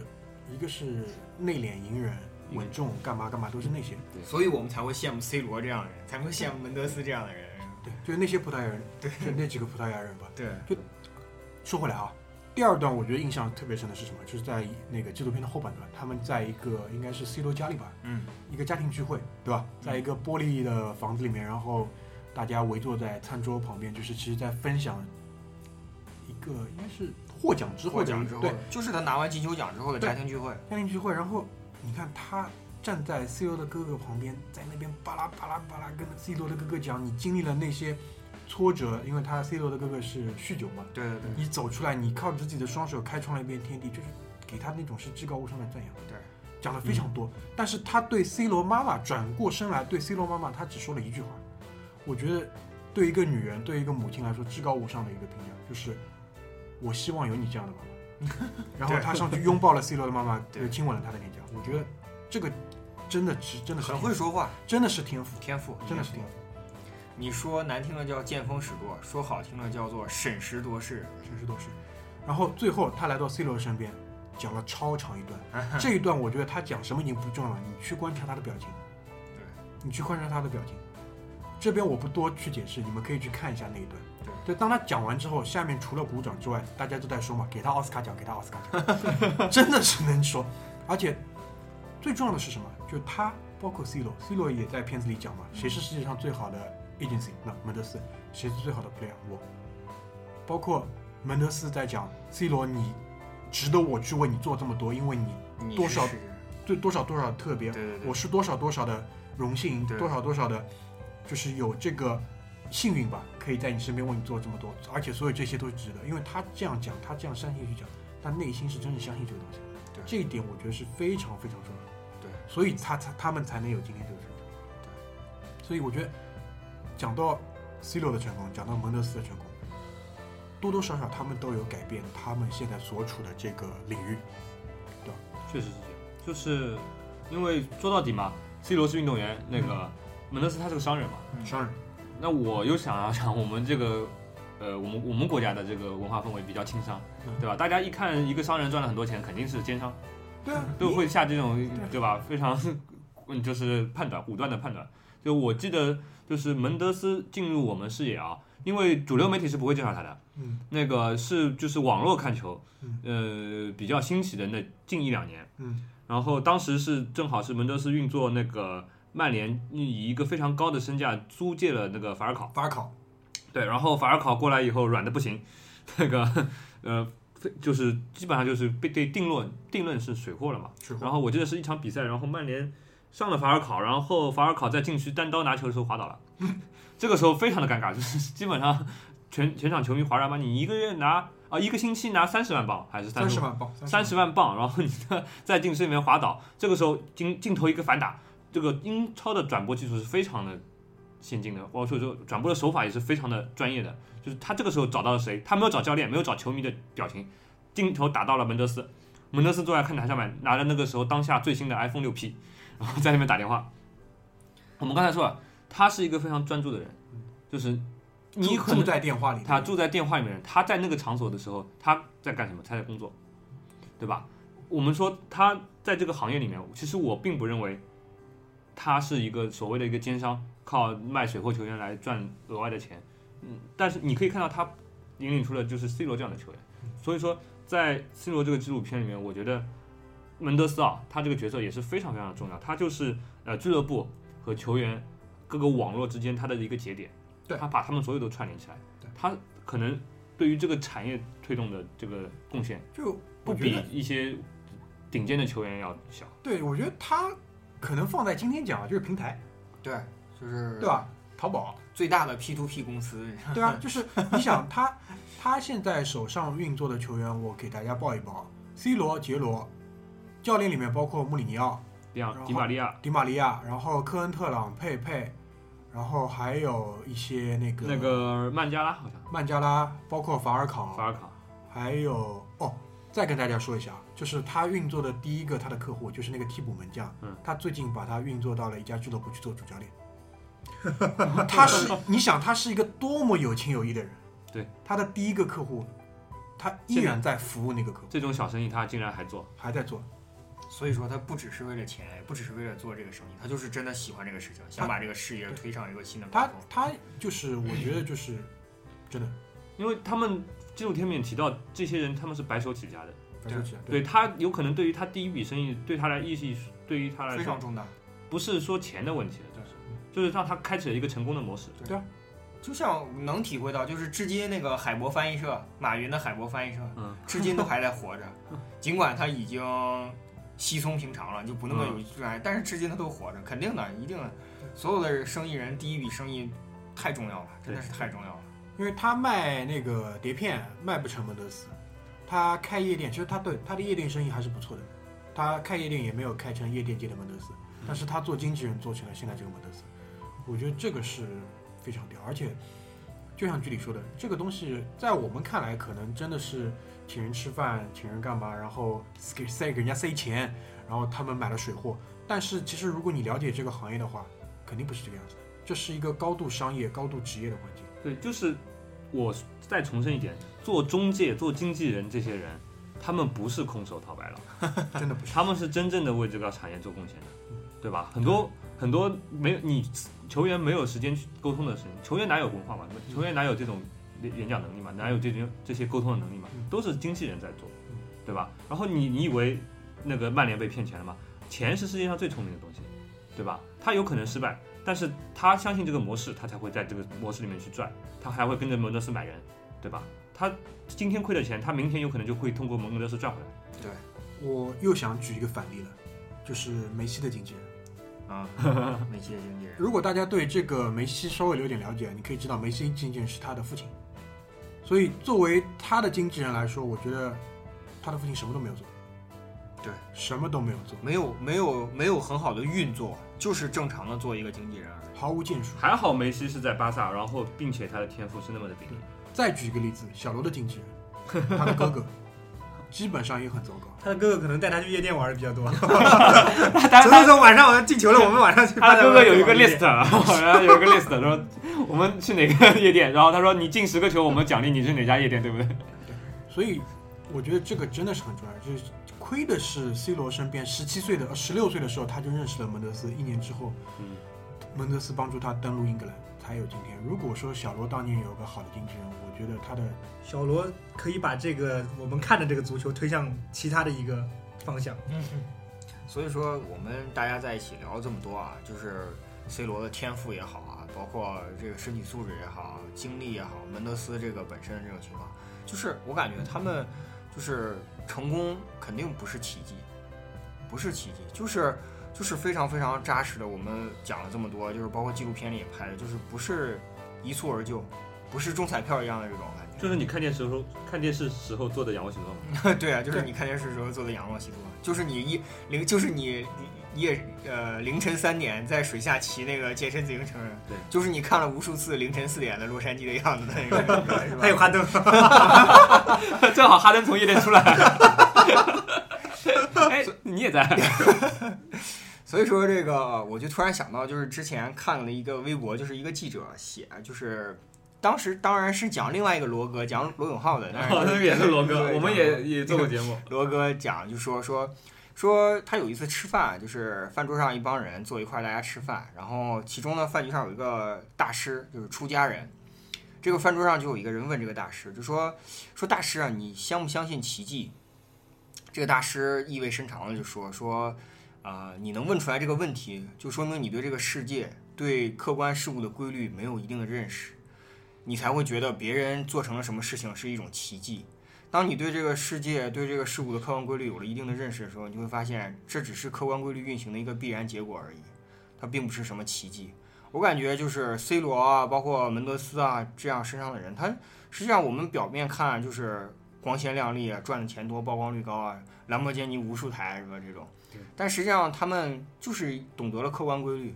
[SPEAKER 1] 一个是内敛、隐忍、
[SPEAKER 4] 嗯
[SPEAKER 1] 稳重，干嘛干嘛都是那些。
[SPEAKER 2] 所以我们才会羡慕 C 罗这样的人，才会羡慕门德斯这样的人。
[SPEAKER 1] 对，就是那些葡萄牙人，对，就那几个葡萄牙人吧。
[SPEAKER 2] 对，
[SPEAKER 1] 说回来啊，第二段我觉得印象特别深的是什么？就是在那个纪录片的后半段，他们在一个应该是 C 罗家里吧，
[SPEAKER 2] 嗯，
[SPEAKER 1] 一个家庭聚会，对吧？在一个玻璃的房子里面，然后大家围坐在餐桌旁边，就是其实在分享一个应该是获奖之后
[SPEAKER 2] 获
[SPEAKER 1] 的一
[SPEAKER 2] 奖
[SPEAKER 1] 个
[SPEAKER 2] 之后
[SPEAKER 1] 对
[SPEAKER 2] 就是他拿完金球奖之后的
[SPEAKER 1] 对
[SPEAKER 2] 家庭聚会。
[SPEAKER 1] 家庭聚会，然后你看他站在 C 罗的哥哥旁边，在那边巴拉巴拉巴拉跟 C 罗的哥哥讲，你经历了那些挫折，因为他 C 罗的哥哥是酗酒嘛，
[SPEAKER 2] 对对对，
[SPEAKER 1] 你走出来，你靠着自己的双手开创了一片天地，就是给他那种是至高无上的赞扬。
[SPEAKER 2] 对，嗯
[SPEAKER 1] 讲了非常多，但是他对 C 罗妈妈转过身来，对 C 罗妈妈，他只说了一句话，我觉得对一个女人，对一个母亲来说，至高无上的一个评价就是，我希望有你这样的妈妈。
[SPEAKER 2] *laughs*
[SPEAKER 1] 然后他上去拥抱了 C 罗的妈妈，
[SPEAKER 2] 对
[SPEAKER 1] 呃亲吻了她的脸颊。我觉得这个真的是真的是
[SPEAKER 2] 很会，说话，
[SPEAKER 1] 真的是天赋，
[SPEAKER 2] 天赋
[SPEAKER 1] 真的是天赋，
[SPEAKER 2] 你说难听的叫见风使舵，说好听的叫做审时度势。
[SPEAKER 1] 真是都是。然后最后他来到 C 罗身边，讲了超长一
[SPEAKER 2] *laughs*
[SPEAKER 1] 段。
[SPEAKER 2] 嗯
[SPEAKER 1] 这一段我觉得他讲什么已经不重要了，你去观察他的表情，
[SPEAKER 2] 对，
[SPEAKER 1] 你去观察他的表情。这边我不多去解释，你们可以去看一下那一段。
[SPEAKER 2] 对
[SPEAKER 1] 对，当他讲完之后，下面除了鼓掌之外，大家都在说嘛，给他奥斯卡奖，给他奥斯卡
[SPEAKER 2] *laughs*
[SPEAKER 1] 奖，真的是能说。而且最重要的是什么？就是他，包括 C 罗，C 罗也在片子里讲嘛，谁是世界上最好的 agency？那门德斯，谁是最好的 player？我，包括门德斯在讲 C 罗，你值得我去为你做这么多，因为你
[SPEAKER 2] 你
[SPEAKER 1] 多少
[SPEAKER 2] 是
[SPEAKER 1] 对多少多少特别
[SPEAKER 2] 对，对对，
[SPEAKER 1] 我是多少多少的荣幸，
[SPEAKER 2] 对
[SPEAKER 1] 多少多少的，就是有这个幸运吧，可以在你身边为你做这么多，而且所有这些都是值得，因为他这样讲，他这样相信去讲，他内心是真的相信这个东西，
[SPEAKER 2] 对
[SPEAKER 1] 这一点我觉得是非常非常重要，
[SPEAKER 2] 对，
[SPEAKER 1] 所以他才他们才能有今天这个成功，对，所以我觉得讲到 C 罗的成功，讲到蒙德斯的成功，多多少少他们都有改变他们现在所处的这个领域，
[SPEAKER 4] 确实是这样，就是因为说到底嘛，C 罗是运动员，那个门德斯他是个商人嘛。
[SPEAKER 2] 嗯
[SPEAKER 1] 商人，
[SPEAKER 4] 那我又想要讲我们这个，呃，我们我们国家的这个文化氛围比较轻商
[SPEAKER 1] 嗯，
[SPEAKER 4] 对吧？大家一看一个商人赚了很多钱，肯定是奸商，
[SPEAKER 1] 对啊，
[SPEAKER 4] 都会下这种
[SPEAKER 1] 对啊
[SPEAKER 4] 对吧？非常嗯，就是判断武断的判断。就我记得，就是门德斯进入我们视野啊，因为主流媒体是不会介绍他的，
[SPEAKER 1] 嗯
[SPEAKER 4] 那个是就是网络看球
[SPEAKER 1] 嗯，
[SPEAKER 4] 呃，比较兴起的那近一两年。
[SPEAKER 1] 嗯
[SPEAKER 4] 然后当时是正好是门德斯运作那个曼联，以一个非常高的身价租借了那个法尔考，
[SPEAKER 1] 法尔考，
[SPEAKER 4] 对，然后法尔考过来以后软的不行，那个呃非就是基本上就是被对定论定论是水货了嘛。
[SPEAKER 1] 水货
[SPEAKER 4] 然后我记得是一场比赛，然后曼联上了法尔考，然后法尔考在禁区单刀拿球的时候滑倒了， *laughs* 这个时候非常的尴尬，就是基本上全全场球迷哗然吧，你一个月拿啊、一个星期拿三十万镑还是
[SPEAKER 1] 三
[SPEAKER 4] 三
[SPEAKER 1] 十
[SPEAKER 4] 十
[SPEAKER 1] 万镑，
[SPEAKER 4] 三十万镑，然后你的在禁区里面滑倒，这个时候镜镜头一个反打，这个英超的转播技术是非常的先进的，包括说转播的手法也是非常的专业的。就是他这个时候找到了谁？他没有找教练，没有找球迷的表情，镜头打到了门德斯，门德斯坐在看台上面，拿着那个时候当下最新的 iPhone 六 P，然后在那边打电话。我们刚才说了，他是一个非常专注的人，就是你
[SPEAKER 1] 你
[SPEAKER 4] 可
[SPEAKER 1] 住
[SPEAKER 4] 能
[SPEAKER 1] 在电话里，
[SPEAKER 4] 他住在电话里面，他在那个场所的时候，他在干什么？他在工作，对吧？我们说他在这个行业里面，其实我并不认为他是一个所谓的一个奸商，靠卖水货球员来赚额外的钱。嗯，但是你可以看到他引领出了就是 C 罗这样的球员，所以说在 C 罗这个纪录片里面，我觉得门德斯啊，他这个角色也是非常非常重要，他就是呃俱乐部和球员各个网络之间他的一个节点，
[SPEAKER 1] 对
[SPEAKER 4] 他把他们所有都串联起来
[SPEAKER 1] 对，
[SPEAKER 4] 他可能对于这个产业推动的这个贡献，
[SPEAKER 1] 就
[SPEAKER 4] 不
[SPEAKER 1] 我
[SPEAKER 4] 比
[SPEAKER 1] 觉得，
[SPEAKER 4] 一些顶尖的球员要小。
[SPEAKER 1] 对我觉得他可能放在今天讲啊，就是平台，
[SPEAKER 2] 对，啊就是
[SPEAKER 1] 对吧？淘宝，
[SPEAKER 2] 最大的 P to P 公司，
[SPEAKER 1] 对啊，就是你想他，他现在手上运作的球员，我给大家报一报：C 罗、杰罗，教练里面包括穆里尼奥、
[SPEAKER 4] 比方
[SPEAKER 1] 然后
[SPEAKER 4] 迪玛利亚
[SPEAKER 1] 迪玛利亚，然后科恩特朗、佩佩，然后还有一些那个
[SPEAKER 4] 那个曼加拉好像
[SPEAKER 1] 曼加拉，包括法尔考，
[SPEAKER 4] 法尔卡，
[SPEAKER 1] 还有哦，再跟大家说一下，啊就是他运作的第一个他的客户就是那个替补门将，
[SPEAKER 4] 嗯，
[SPEAKER 1] 他最近把他运作到了一家俱乐部去做主教
[SPEAKER 4] *laughs*
[SPEAKER 1] 练。他是你想他是一个多么有情有义的人，
[SPEAKER 4] 对，
[SPEAKER 1] 他的第一个客户，他依然在服务那个客户，
[SPEAKER 4] 这种小生意他竟然还做。
[SPEAKER 1] 还在做，
[SPEAKER 2] 所以说他不只是为了钱，也不只是为了做这个生意，他就是真的喜欢这个事情，想把这个事业推上一个新的高
[SPEAKER 1] 他
[SPEAKER 2] 峰。
[SPEAKER 1] 他就是我觉得就是真的，
[SPEAKER 4] 因为他们纪录片里面提到这些人，他们是白手起家的，
[SPEAKER 1] 白手起家，
[SPEAKER 4] 对他有可能对于他第一笔生意，对他来意义，对于他来
[SPEAKER 2] 非
[SPEAKER 4] 说
[SPEAKER 2] 常，重大，
[SPEAKER 4] 不是说钱的问题了，就是就是让他开启了一个成功的模式。
[SPEAKER 2] 就像能体会到，就是至今那个海博翻译社，马云的海博翻译社，
[SPEAKER 4] 嗯，
[SPEAKER 2] 至今都还在活着，尽管他已经稀松平常了，就不那么有来，但是至今他都活着，肯定的，一定的。所有的生意人第一笔生意太重要了，真的是太重要了。
[SPEAKER 1] 因为他卖那个碟片卖不成门德斯，他开夜店，其实他对他的夜店生意还是不错的，他开夜店也没有开成夜店界的门德斯，但是他做经纪人做成了现在这个门德斯，我觉得这个是非常屌，而且就像剧里说的，这个东西在我们看来可能真的是请人吃饭，请人干嘛，然后给塞给人家塞钱，然后他们买了水货，但是其实如果你了解这个行业的话，肯定不是这个样子的，这是一个高度商业、高度职业的环境。
[SPEAKER 4] 对，就是我再重申一点，做中介、做经纪人这些人，他们不是空手套白狼，
[SPEAKER 1] 真的不
[SPEAKER 4] 他们是真正的为这个产业做贡献的，
[SPEAKER 1] 嗯
[SPEAKER 4] 对吧？很多很多没有你球员没有时间去沟通的事情，球员哪有文化嘛？
[SPEAKER 1] 嗯
[SPEAKER 4] 球员哪有这种演演讲能力嘛？哪有这种这些沟通的能力嘛
[SPEAKER 1] 嗯？
[SPEAKER 4] 都是经纪人在做
[SPEAKER 1] 嗯，
[SPEAKER 4] 对吧？然后你你以为那个曼联被骗钱了吗？钱是世界上最聪明的东西，对吧？他有可能失败，但是他相信这个模式，他才会在这个模式里面去赚，他还会跟着蒙德斯买人，对吧？他今天亏了钱，他明天有可能就会通过蒙德斯赚回来
[SPEAKER 1] 我又想举一个反例了，就是梅西的经纪人。
[SPEAKER 2] 啊，梅西的经纪人，
[SPEAKER 1] 如果大家对这个梅西稍微有点了解，你可以知道梅西经纪人是他的父亲，所以作为他的经纪人来说，我觉得他的父亲什么都没有做，
[SPEAKER 2] 对，
[SPEAKER 1] 什么都没有做，
[SPEAKER 2] 没有没有没有很好的运作，就是正常的做一个经纪人而已。
[SPEAKER 1] 毫无建树。
[SPEAKER 4] 还好梅西是在巴萨，然后并且他的天赋是那么的平庸，
[SPEAKER 1] 再举一个例子，小罗的经纪人，他的哥哥，基本上也很糟糕。
[SPEAKER 3] *laughs* 他的哥哥可能带他去夜店玩的比较 *laughs* 多。
[SPEAKER 4] 他
[SPEAKER 3] 走走走，晚上我要进球了，我们晚上
[SPEAKER 4] *laughs*
[SPEAKER 3] 去。
[SPEAKER 4] 他的哥哥有一个
[SPEAKER 3] 列
[SPEAKER 4] list，然后 *laughs* 有一个 list 说我们去哪个夜店，然 *laughs* 后他说你进十个球，我们奖励你是哪家夜店，对不对？
[SPEAKER 1] 所以我觉得这个真的是很重要，就是亏的是 C 罗身边十七岁的、十六岁的时候他就认识了门德斯，一年之后，
[SPEAKER 4] 嗯
[SPEAKER 1] 门德斯帮助他登陆英格兰，才有今天。如果说小罗当年有个好的经纪人，我觉得他的
[SPEAKER 3] 小罗可以把这个我们看的这个足球推向其他的一个方向。
[SPEAKER 2] 嗯所以说，我们大家在一起聊了这么多啊，就是 C 罗的天赋也好啊，包括这个身体素质也好，经历也好，门德斯这个本身的这种情况，就是我感觉他们就是成功肯定不是奇迹，不是奇迹，就是就是非常非常扎实的。我们讲了这么多，就是包括纪录片里也拍的，就是不是一蹴而就，不是中彩票一样的这种感觉。
[SPEAKER 4] 就是你看电视时候看电视时候做的仰卧起坐嘛。
[SPEAKER 2] *laughs* 对啊，就是你看电视时候做的仰卧起坐，就是你一凌，就是你你夜呃凌晨三点在水下骑那个健身自行车，
[SPEAKER 4] 对，
[SPEAKER 2] 就是你看了无数次凌晨四点的洛杉矶的样子的那个感觉，是吧？
[SPEAKER 3] 还有哈登，
[SPEAKER 4] *laughs*
[SPEAKER 3] *laughs*
[SPEAKER 4] 正好哈登从夜店出 *laughs* 来。哎，你 *laughs* 也在？
[SPEAKER 2] 所以说这个，我就突然想到，就是之前看了一个微博，就是一个记者写，就是当时当然是讲另外一个罗哥，讲罗永浩的，但是就
[SPEAKER 4] 哦也是罗哥，
[SPEAKER 2] 对
[SPEAKER 4] 我们也也做过节 *laughs* 目。
[SPEAKER 2] 罗哥讲，就说说说他有一次吃饭，就是饭桌上一帮人坐一块儿，大家吃饭，然后其中呢饭局上有一个大师，就是出家人。这个饭桌上就有一个人问这个大师，就说说大师啊，你相不相信奇迹？这个大师意味深长的就说说，啊、你能问出来这个问题，就说明你对这个世界、对客观事物的规律没有一定的认识，你才会觉得别人做成了什么事情是一种奇迹。当你对这个世界、对这个事物的客观规律有了一定的认识的时候，你就会发现，这只是客观规律运行的一个必然结果而已，它并不是什么奇迹。我感觉就是 C 罗啊，包括门德斯啊这样身上的人，他实际上我们表面看就是光鲜亮丽啊，赚的钱多，曝光率高啊，兰博基尼无数台什么这种
[SPEAKER 4] 对，
[SPEAKER 2] 但实际上他们就是懂得了客观规律，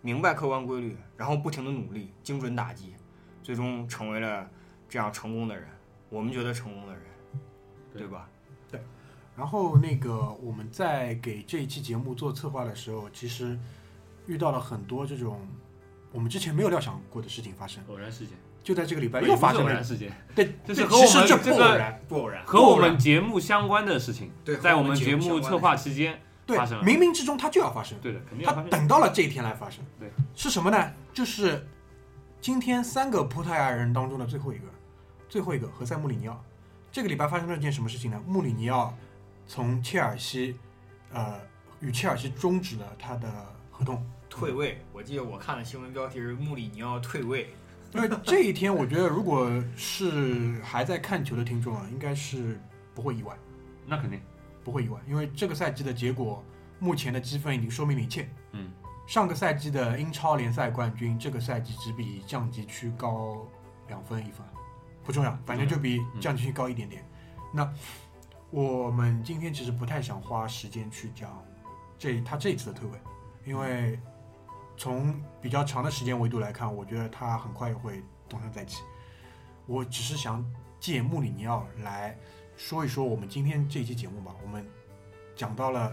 [SPEAKER 2] 明白客观规律，然后不停的努力，精准打击，最终成为了这样成功的人。我们觉得成功的人，
[SPEAKER 4] 对
[SPEAKER 2] 对吧？
[SPEAKER 1] 然后那个我们在给这一期节目做策划的时候，其实遇到了很多这种我们之前没有料想过的事情发生，
[SPEAKER 4] 偶然事件，
[SPEAKER 1] 就在这个礼拜又发生
[SPEAKER 4] 偶
[SPEAKER 1] 了
[SPEAKER 4] 然。事件，
[SPEAKER 1] 对，这
[SPEAKER 4] 这是
[SPEAKER 1] 其
[SPEAKER 4] 和我
[SPEAKER 1] 实
[SPEAKER 4] 们
[SPEAKER 1] 这
[SPEAKER 4] 这
[SPEAKER 1] 不
[SPEAKER 4] 个
[SPEAKER 1] 偶然，
[SPEAKER 2] 不偶然，
[SPEAKER 4] 和我们节目相关的事情，
[SPEAKER 2] 对，
[SPEAKER 4] 在
[SPEAKER 2] 和
[SPEAKER 4] 我
[SPEAKER 2] 我
[SPEAKER 4] 们节目
[SPEAKER 2] 相关的
[SPEAKER 4] 策划期间，
[SPEAKER 1] 对
[SPEAKER 4] 发生了，
[SPEAKER 1] 冥冥之中它就要发生。
[SPEAKER 4] 对的，肯定要
[SPEAKER 1] 他
[SPEAKER 4] 发现。
[SPEAKER 1] 等到了这一天来发生。
[SPEAKER 4] 对，
[SPEAKER 1] 是什么呢？就是今天三个葡萄牙人当中的最后一个，最后一个何塞·穆里尼奥。这个礼拜发生了件什么事情呢？穆里尼奥从切尔西，呃，与切尔西终止了他的合同。
[SPEAKER 2] 退位。我记得我看了新闻标题是穆里尼奥退位，
[SPEAKER 1] 因为这一天，我觉得如果是还在看球的听众啊，应该是不会意外，
[SPEAKER 4] 那肯定，
[SPEAKER 1] 不会意外，因为这个赛季的结果，目前的积分已经说明了一切。
[SPEAKER 4] 嗯，
[SPEAKER 1] 上个赛季的英超联赛冠军，这个赛季只比降级区高两分一分，不重要，反正就比降级区高一点点。那我们今天其实不太想花时间去讲这他这一次的退位，因为从比较长的时间维度来看，我觉得他很快也会东山再起。我只是想借穆里尼奥来说一说我们今天这一期节目吧，我们讲到了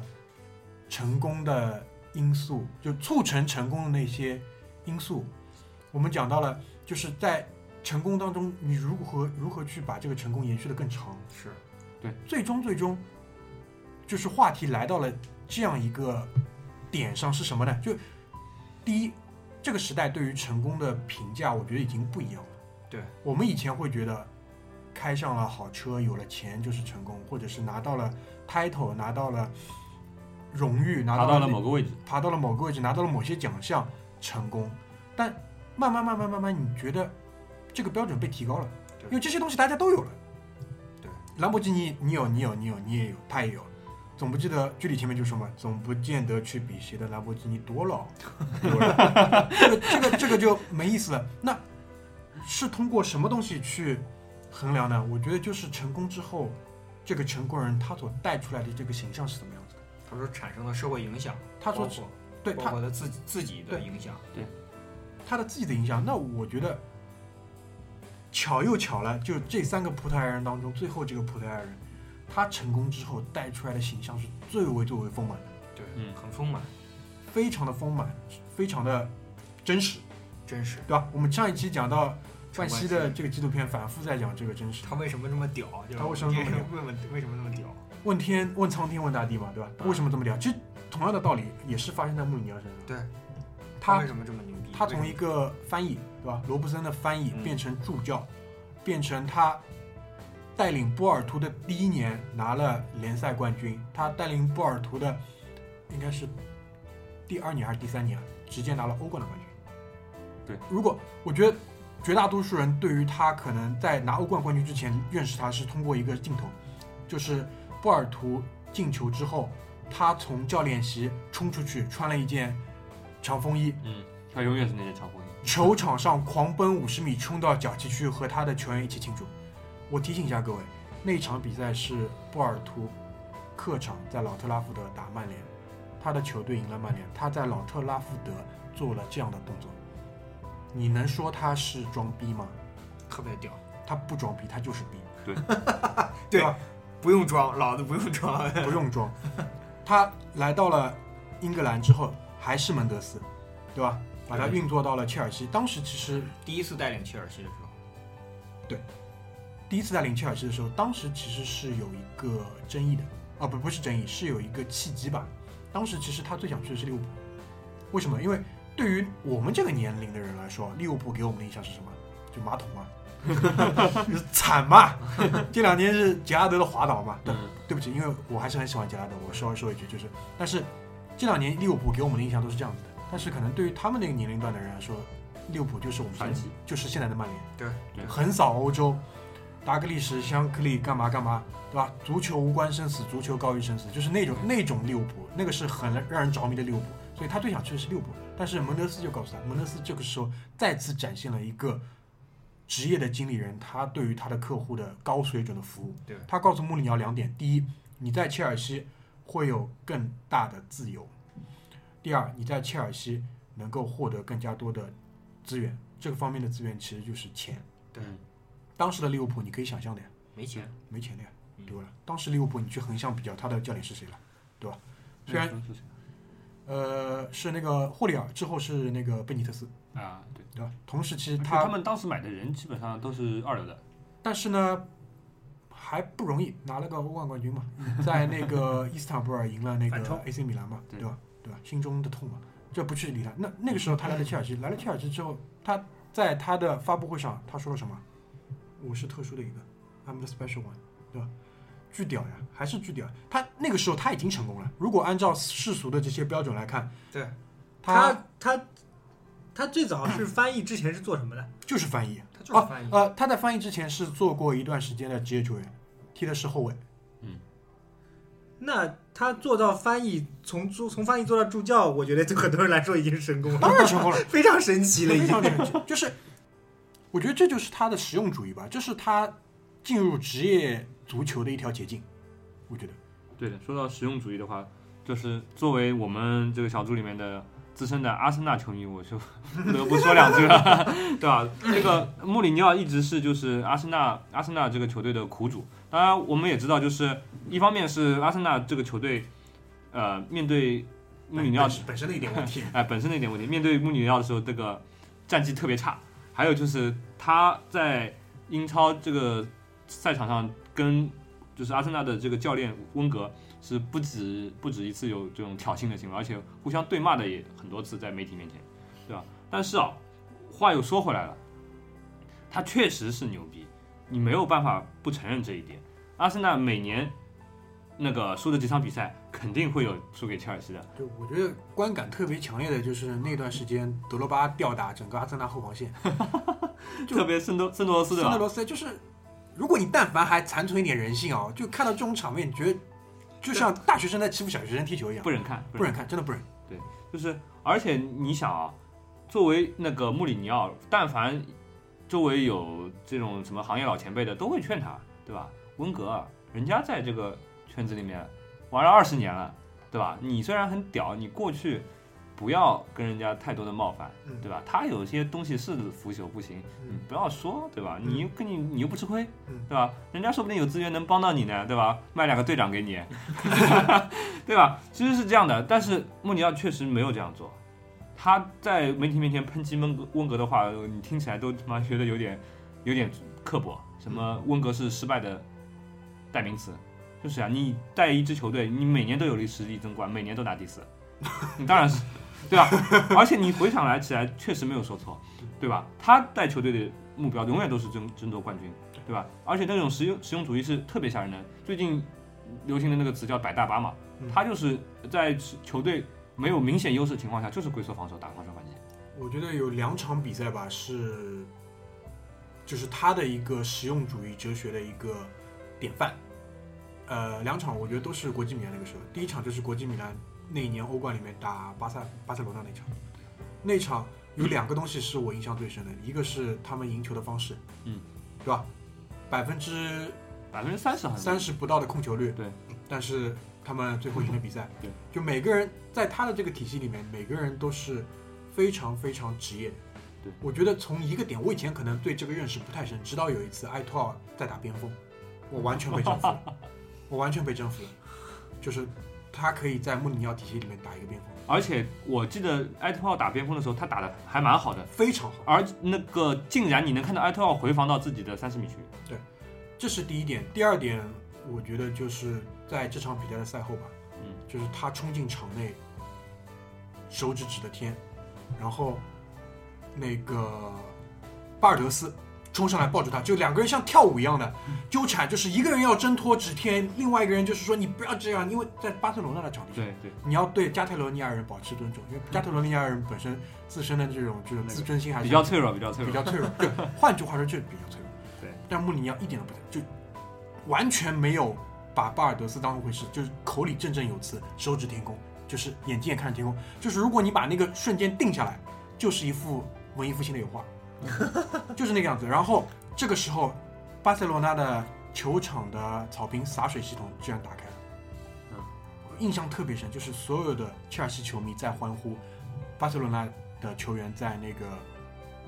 [SPEAKER 1] 成功的因素，就促成成功的那些因素。我们讲到了，就是在成功当中，你如何如何去把这个成功延续的更长。
[SPEAKER 2] 是
[SPEAKER 1] 最终最终，就是话题来到了这样一个点上是什么呢？就第一，这个时代对于成功的评价，我觉得已经不一样了。
[SPEAKER 2] 对
[SPEAKER 1] 我们以前会觉得，开上了好车，有了钱就是成功，或者是拿到了 title，拿到了荣誉，拿
[SPEAKER 4] 达
[SPEAKER 1] 到
[SPEAKER 4] 到
[SPEAKER 1] 了
[SPEAKER 4] 了
[SPEAKER 1] 那
[SPEAKER 4] 某个位置，
[SPEAKER 1] 爬到了某个位置，拿到了某些奖项，成功，但慢慢慢慢慢慢，你觉得这个标准被提高了，
[SPEAKER 2] 对
[SPEAKER 1] 因为这些东西大家都有了。对，兰博基尼你有你有你有你也有，他也有，总不记得剧里前面就说嘛，总不见得去比谁的兰博基尼多
[SPEAKER 2] *laughs*
[SPEAKER 1] 老，多老这个这个这个就没意思了。那是通过什么东西去衡量呢？我觉得就是成功之后，这个成功人他所带出来的这个形象是怎么样子的。
[SPEAKER 2] 他说产生了社会影响，
[SPEAKER 1] 他说
[SPEAKER 2] 包括
[SPEAKER 1] 对
[SPEAKER 2] 包
[SPEAKER 1] 他
[SPEAKER 2] 括他自己自己的影响，
[SPEAKER 1] 他的自己的影响，那我觉得巧又巧了，就这三个葡萄牙人当中，最后这个葡萄牙人，他成功之后带出来的形象是最为最为丰满的，
[SPEAKER 2] 对，
[SPEAKER 4] 嗯
[SPEAKER 2] 很丰满，
[SPEAKER 1] 非常的丰满，非常的真实，
[SPEAKER 2] 真实。
[SPEAKER 1] 对吧？我们上一期讲到
[SPEAKER 2] 陈
[SPEAKER 1] 冠
[SPEAKER 2] 冠
[SPEAKER 1] 希
[SPEAKER 2] 希
[SPEAKER 1] 的这个纪录片，反复在讲这个真实。
[SPEAKER 2] 他为什么那么屌？就是
[SPEAKER 1] 他为什么那么屌
[SPEAKER 2] 问问为什么那么屌？
[SPEAKER 1] 问天问苍天问大地嘛，对吧？
[SPEAKER 4] 嗯
[SPEAKER 1] 为什么这么聊？其实同样的道理也是发生在穆里尼奥身上。
[SPEAKER 2] 对，
[SPEAKER 1] 他
[SPEAKER 2] 为什么这么牛逼？
[SPEAKER 1] 他从
[SPEAKER 2] 为
[SPEAKER 1] 一
[SPEAKER 2] 什么
[SPEAKER 1] 个翻译，对吧？罗布森的翻译
[SPEAKER 2] 嗯
[SPEAKER 1] 变成助教，变成他带领波尔图的第一年拿了联赛冠军，他带领波尔图的应该是第二年还是第三年，直接拿了欧冠的冠军。
[SPEAKER 4] 对，
[SPEAKER 1] 如果我觉得绝大多数人对于他可能在拿欧冠冠军之前认识他是通过一个镜头，就是波尔图进球之后，他从教练席冲出去，穿了一件长风衣，
[SPEAKER 4] 嗯，他永远是那件长风衣。
[SPEAKER 1] 球场上狂奔五十米，冲到脚气区和他的球员一起庆祝。我提醒一下各位，那场比赛是波尔图客场在老特拉福德打曼联，他的球队赢了曼联，他在老特拉福德做了这样的动作，你能说他是装逼吗？
[SPEAKER 2] 特别屌？
[SPEAKER 1] 他不装逼，他就是逼，
[SPEAKER 2] 对
[SPEAKER 1] 吧？
[SPEAKER 2] 不用装，老子不用装。 *laughs*
[SPEAKER 1] 不用装。他来到了英格兰之后，还是门德斯，对吧？把他运作到了切尔西。当时其实
[SPEAKER 2] 第一次带领切尔西的时候，
[SPEAKER 1] 第一次带领切尔西的时候，当时其实是有一个争议的啊，不不是争议，是有一个契机吧。当时其实他最想去的是利物浦，为什么？因为对于我们这个年龄的人来说，利物浦给我们的印象是什么？就马桶嘛， *laughs* 就是惨嘛。 *laughs* 这两天是杰拉德的滑倒嘛，对，
[SPEAKER 4] 嗯
[SPEAKER 1] 对不起，因为我还是很喜欢杰拉德，我稍微说一句，就是，但是这两年利物浦给我们的印象都是这样子的，但是可能对于他们那个年龄段的人来说，利物浦就是我们现
[SPEAKER 4] 传
[SPEAKER 1] 在
[SPEAKER 4] 奇
[SPEAKER 1] 就是现在的曼联。
[SPEAKER 2] 对
[SPEAKER 4] 对
[SPEAKER 1] 横扫欧洲，达格利什、香克利干嘛干嘛，对吧？足球无关生死，足球高于生死，就是那种那种利物浦，那个是很让人着迷的利物浦。所以他最想去的是利物浦，但是蒙德斯就告诉他，蒙德斯这个时候再次展现了一个职业的经理人，他对于他的客户的高水准的服务。
[SPEAKER 2] 对
[SPEAKER 1] 他告诉穆里尼奥两点：第一，你在切尔西会有更大的自由；第二，你在切尔西能够获得更加多的资源。这个方面的资源其实就是钱。
[SPEAKER 2] 对，
[SPEAKER 1] 当时的利物浦你可以想象的呀，
[SPEAKER 2] 没钱，
[SPEAKER 1] 没钱的呀，
[SPEAKER 2] 嗯
[SPEAKER 1] 对吧？当时利物浦你去横向比较，他的教练是谁了，对吧？虽然
[SPEAKER 4] 那是谁
[SPEAKER 1] 呃是那个霍利尔，之后是那个贝尼特斯，
[SPEAKER 4] 啊，对，
[SPEAKER 1] 对吧？同时期
[SPEAKER 4] 而且
[SPEAKER 1] 他，
[SPEAKER 4] 他们当时买的人基本上都是二流的，
[SPEAKER 1] 但是呢还不容易，拿了个欧冠冠军
[SPEAKER 2] *laughs*
[SPEAKER 1] 嘛，在那个伊斯坦布尔赢了那
[SPEAKER 2] 反超
[SPEAKER 1] 个 AC 米兰嘛，对
[SPEAKER 4] 对
[SPEAKER 1] 吧？对吧？心中的痛嘛，这不去理他。那那个时候他来了切尔西，来了切尔西之后，他在他的发布会上他说了什么？我是特殊的一个，I'm the special one，对吧？巨屌呀，还是巨屌！他那个时候他已经成功了。如果按照世俗的这些标准来看，
[SPEAKER 2] 对
[SPEAKER 1] 他
[SPEAKER 3] 他他他最早是翻译之前是做什么的？
[SPEAKER 1] 就是翻译，
[SPEAKER 2] 他就是翻译。
[SPEAKER 1] 呃，他在翻译之前是做过一段时间的职业球员，踢的是后
[SPEAKER 2] *laughs*
[SPEAKER 1] 卫。
[SPEAKER 3] 那他做到翻译，从做从翻译做到助教，我觉得对很多人来说已经是成功 *laughs* 了，
[SPEAKER 1] 当然成功了，
[SPEAKER 3] 非常神奇了已
[SPEAKER 1] 非
[SPEAKER 3] *laughs* 经。
[SPEAKER 1] 常神
[SPEAKER 4] *laughs*
[SPEAKER 1] 奇。就是我觉得这就是他的实用主义吧，这是他进入职业足球的一条捷径。我觉得，
[SPEAKER 4] 对的，说到实用主义的话，就是作为我们这个小组里面的资深的阿森纳球迷，我就不得不说两句 *laughs* 了，对吧？这个穆里尼奥一直是就是阿森纳阿森纳这个球队的苦主。当然，我们也知道，就是一方面是阿森纳这个球队，呃，面对穆里尼奥
[SPEAKER 1] 本身的一点问
[SPEAKER 4] *laughs*
[SPEAKER 1] 题，
[SPEAKER 4] 哎、本身的一点问题，面对穆里尼奥的时候，这个战绩特别差。还有就是他在英超这个赛场上跟就是阿森纳的这个教练温格是不止不止一次有这种挑衅的行为，而且互相对骂的也很多次在媒体面前，对吧？但是啊，话又说回来了，他确实是牛逼，你没有办法不承认这一点。阿森纳每年那个输的几场比赛，肯定会有输给切尔西的。
[SPEAKER 1] 对，我觉得观感特别强烈的就是那段时间德罗巴吊打整个阿森纳后防线，就
[SPEAKER 4] 特别圣多圣多罗斯对
[SPEAKER 1] 桑德
[SPEAKER 4] 吧？
[SPEAKER 1] 罗斯就是，如果你但凡还残存一点人性啊、就看到这种场面，你觉得就像大学生在欺负小学生踢球一样
[SPEAKER 4] 不，忍看，
[SPEAKER 1] 不忍看，真的不忍。
[SPEAKER 4] 就是，而且你想啊，作为那个穆里尼奥，但凡周围有这种什么行业老前辈的，都会劝他，对吧？温格尔，人家在这个圈子里面玩了二十年了，对吧？你虽然很屌，你过去不要跟人家太多的冒犯，
[SPEAKER 1] 嗯
[SPEAKER 4] 对吧？他有些东西是腐朽不行，你
[SPEAKER 1] 嗯
[SPEAKER 4] 不要说，对吧？
[SPEAKER 1] 嗯
[SPEAKER 4] 你又跟你你又不吃亏
[SPEAKER 1] 嗯，
[SPEAKER 4] 对吧？人家说不定有资源能帮到你呢，对吧？卖两个队长给你， *laughs* 对吧？其实是这样的，但是穆里奥确实没有这样做。他在媒体面前抨击温格温格的话，你听起来都他妈觉得有点有点刻薄。什么温格是失败的代名词，就是啊，你带一支球队，你每年都有实力争冠，每年都拿第四， *laughs* 你当然是对吧？而且你回想来起来，确实没有说错，对吧？他带球队的目标永远都是争争夺冠军，对吧？而且那种实用实用主义是特别吓人的。最近流行的那个词叫“摆大巴”嘛
[SPEAKER 1] 嗯，
[SPEAKER 4] 他就是在球队没有明显优势情况下，就是龟缩防守，打防守反击。
[SPEAKER 1] 我觉得有两场比赛吧，是就是他的一个实用主义哲学的一个典范。呃，两场我觉得都是国际米兰那个时候，第一场就是国际米兰那一年欧冠里面打巴萨巴塞罗那那场，那场有两个东西是我印象最深的，一个是他们赢球的方式，
[SPEAKER 4] 嗯，
[SPEAKER 1] 对吧？百分之
[SPEAKER 4] 百分之三十好像
[SPEAKER 1] 三十不到的控球率，
[SPEAKER 4] 啊
[SPEAKER 1] 嗯
[SPEAKER 4] 对，
[SPEAKER 1] 但是他们最后赢了比赛，
[SPEAKER 4] 对，
[SPEAKER 1] 就每个人在他的这个体系里面，每个人都是非常非常职业的。
[SPEAKER 4] 对，
[SPEAKER 1] 我觉得从一个点，我以前可能对这个认识不太深，直到有一次埃托尔在打边锋，我完全被征服
[SPEAKER 4] *laughs*
[SPEAKER 1] 了，我完全被征服了，就是他可以在穆里尼奥体系里面打一个边锋，
[SPEAKER 4] 而且我记得埃特奥打边锋的时候，他打的还蛮好的，
[SPEAKER 1] 非常好。
[SPEAKER 4] 而那个竟然你能看到埃特奥回防到自己的三十米区，
[SPEAKER 1] 这是第一点。第二点，我觉得就是在这场比赛的赛后吧，
[SPEAKER 4] 嗯，
[SPEAKER 1] 就是他冲进场内，手指指的天，然后那个巴尔德斯冲上来抱住他，就两个人像跳舞一样的
[SPEAKER 4] 嗯
[SPEAKER 1] 纠缠，就是一个人要挣脱指天，另外一个人就是说你不要这样，因为在巴塞罗那的场地上。
[SPEAKER 4] 对对，
[SPEAKER 1] 你要对加泰罗尼亚人保持尊重，因为加泰罗尼亚人本身自身的这种这种自尊心还是
[SPEAKER 4] 比较脆弱，比较脆
[SPEAKER 1] 比
[SPEAKER 4] 弱，
[SPEAKER 1] 较脆弱。对，换句话说就是比较脆弱。
[SPEAKER 4] *laughs* 对，
[SPEAKER 1] 但穆里尼奥一点都不脆弱，就完全没有把巴尔德斯当回事，就是口里振振有词，手指天空，就是眼睛也看着天空。就是如果你把那个瞬间定下来，就是一幅文艺复兴的油
[SPEAKER 4] *laughs*
[SPEAKER 1] 画，就是那个样子。然后这个时候，巴塞罗那的球场的草坪洒水系统居然打开了。
[SPEAKER 4] 嗯
[SPEAKER 1] 我印象特别深，就是所有的切尔西球迷在欢呼，巴塞罗那的球员在那个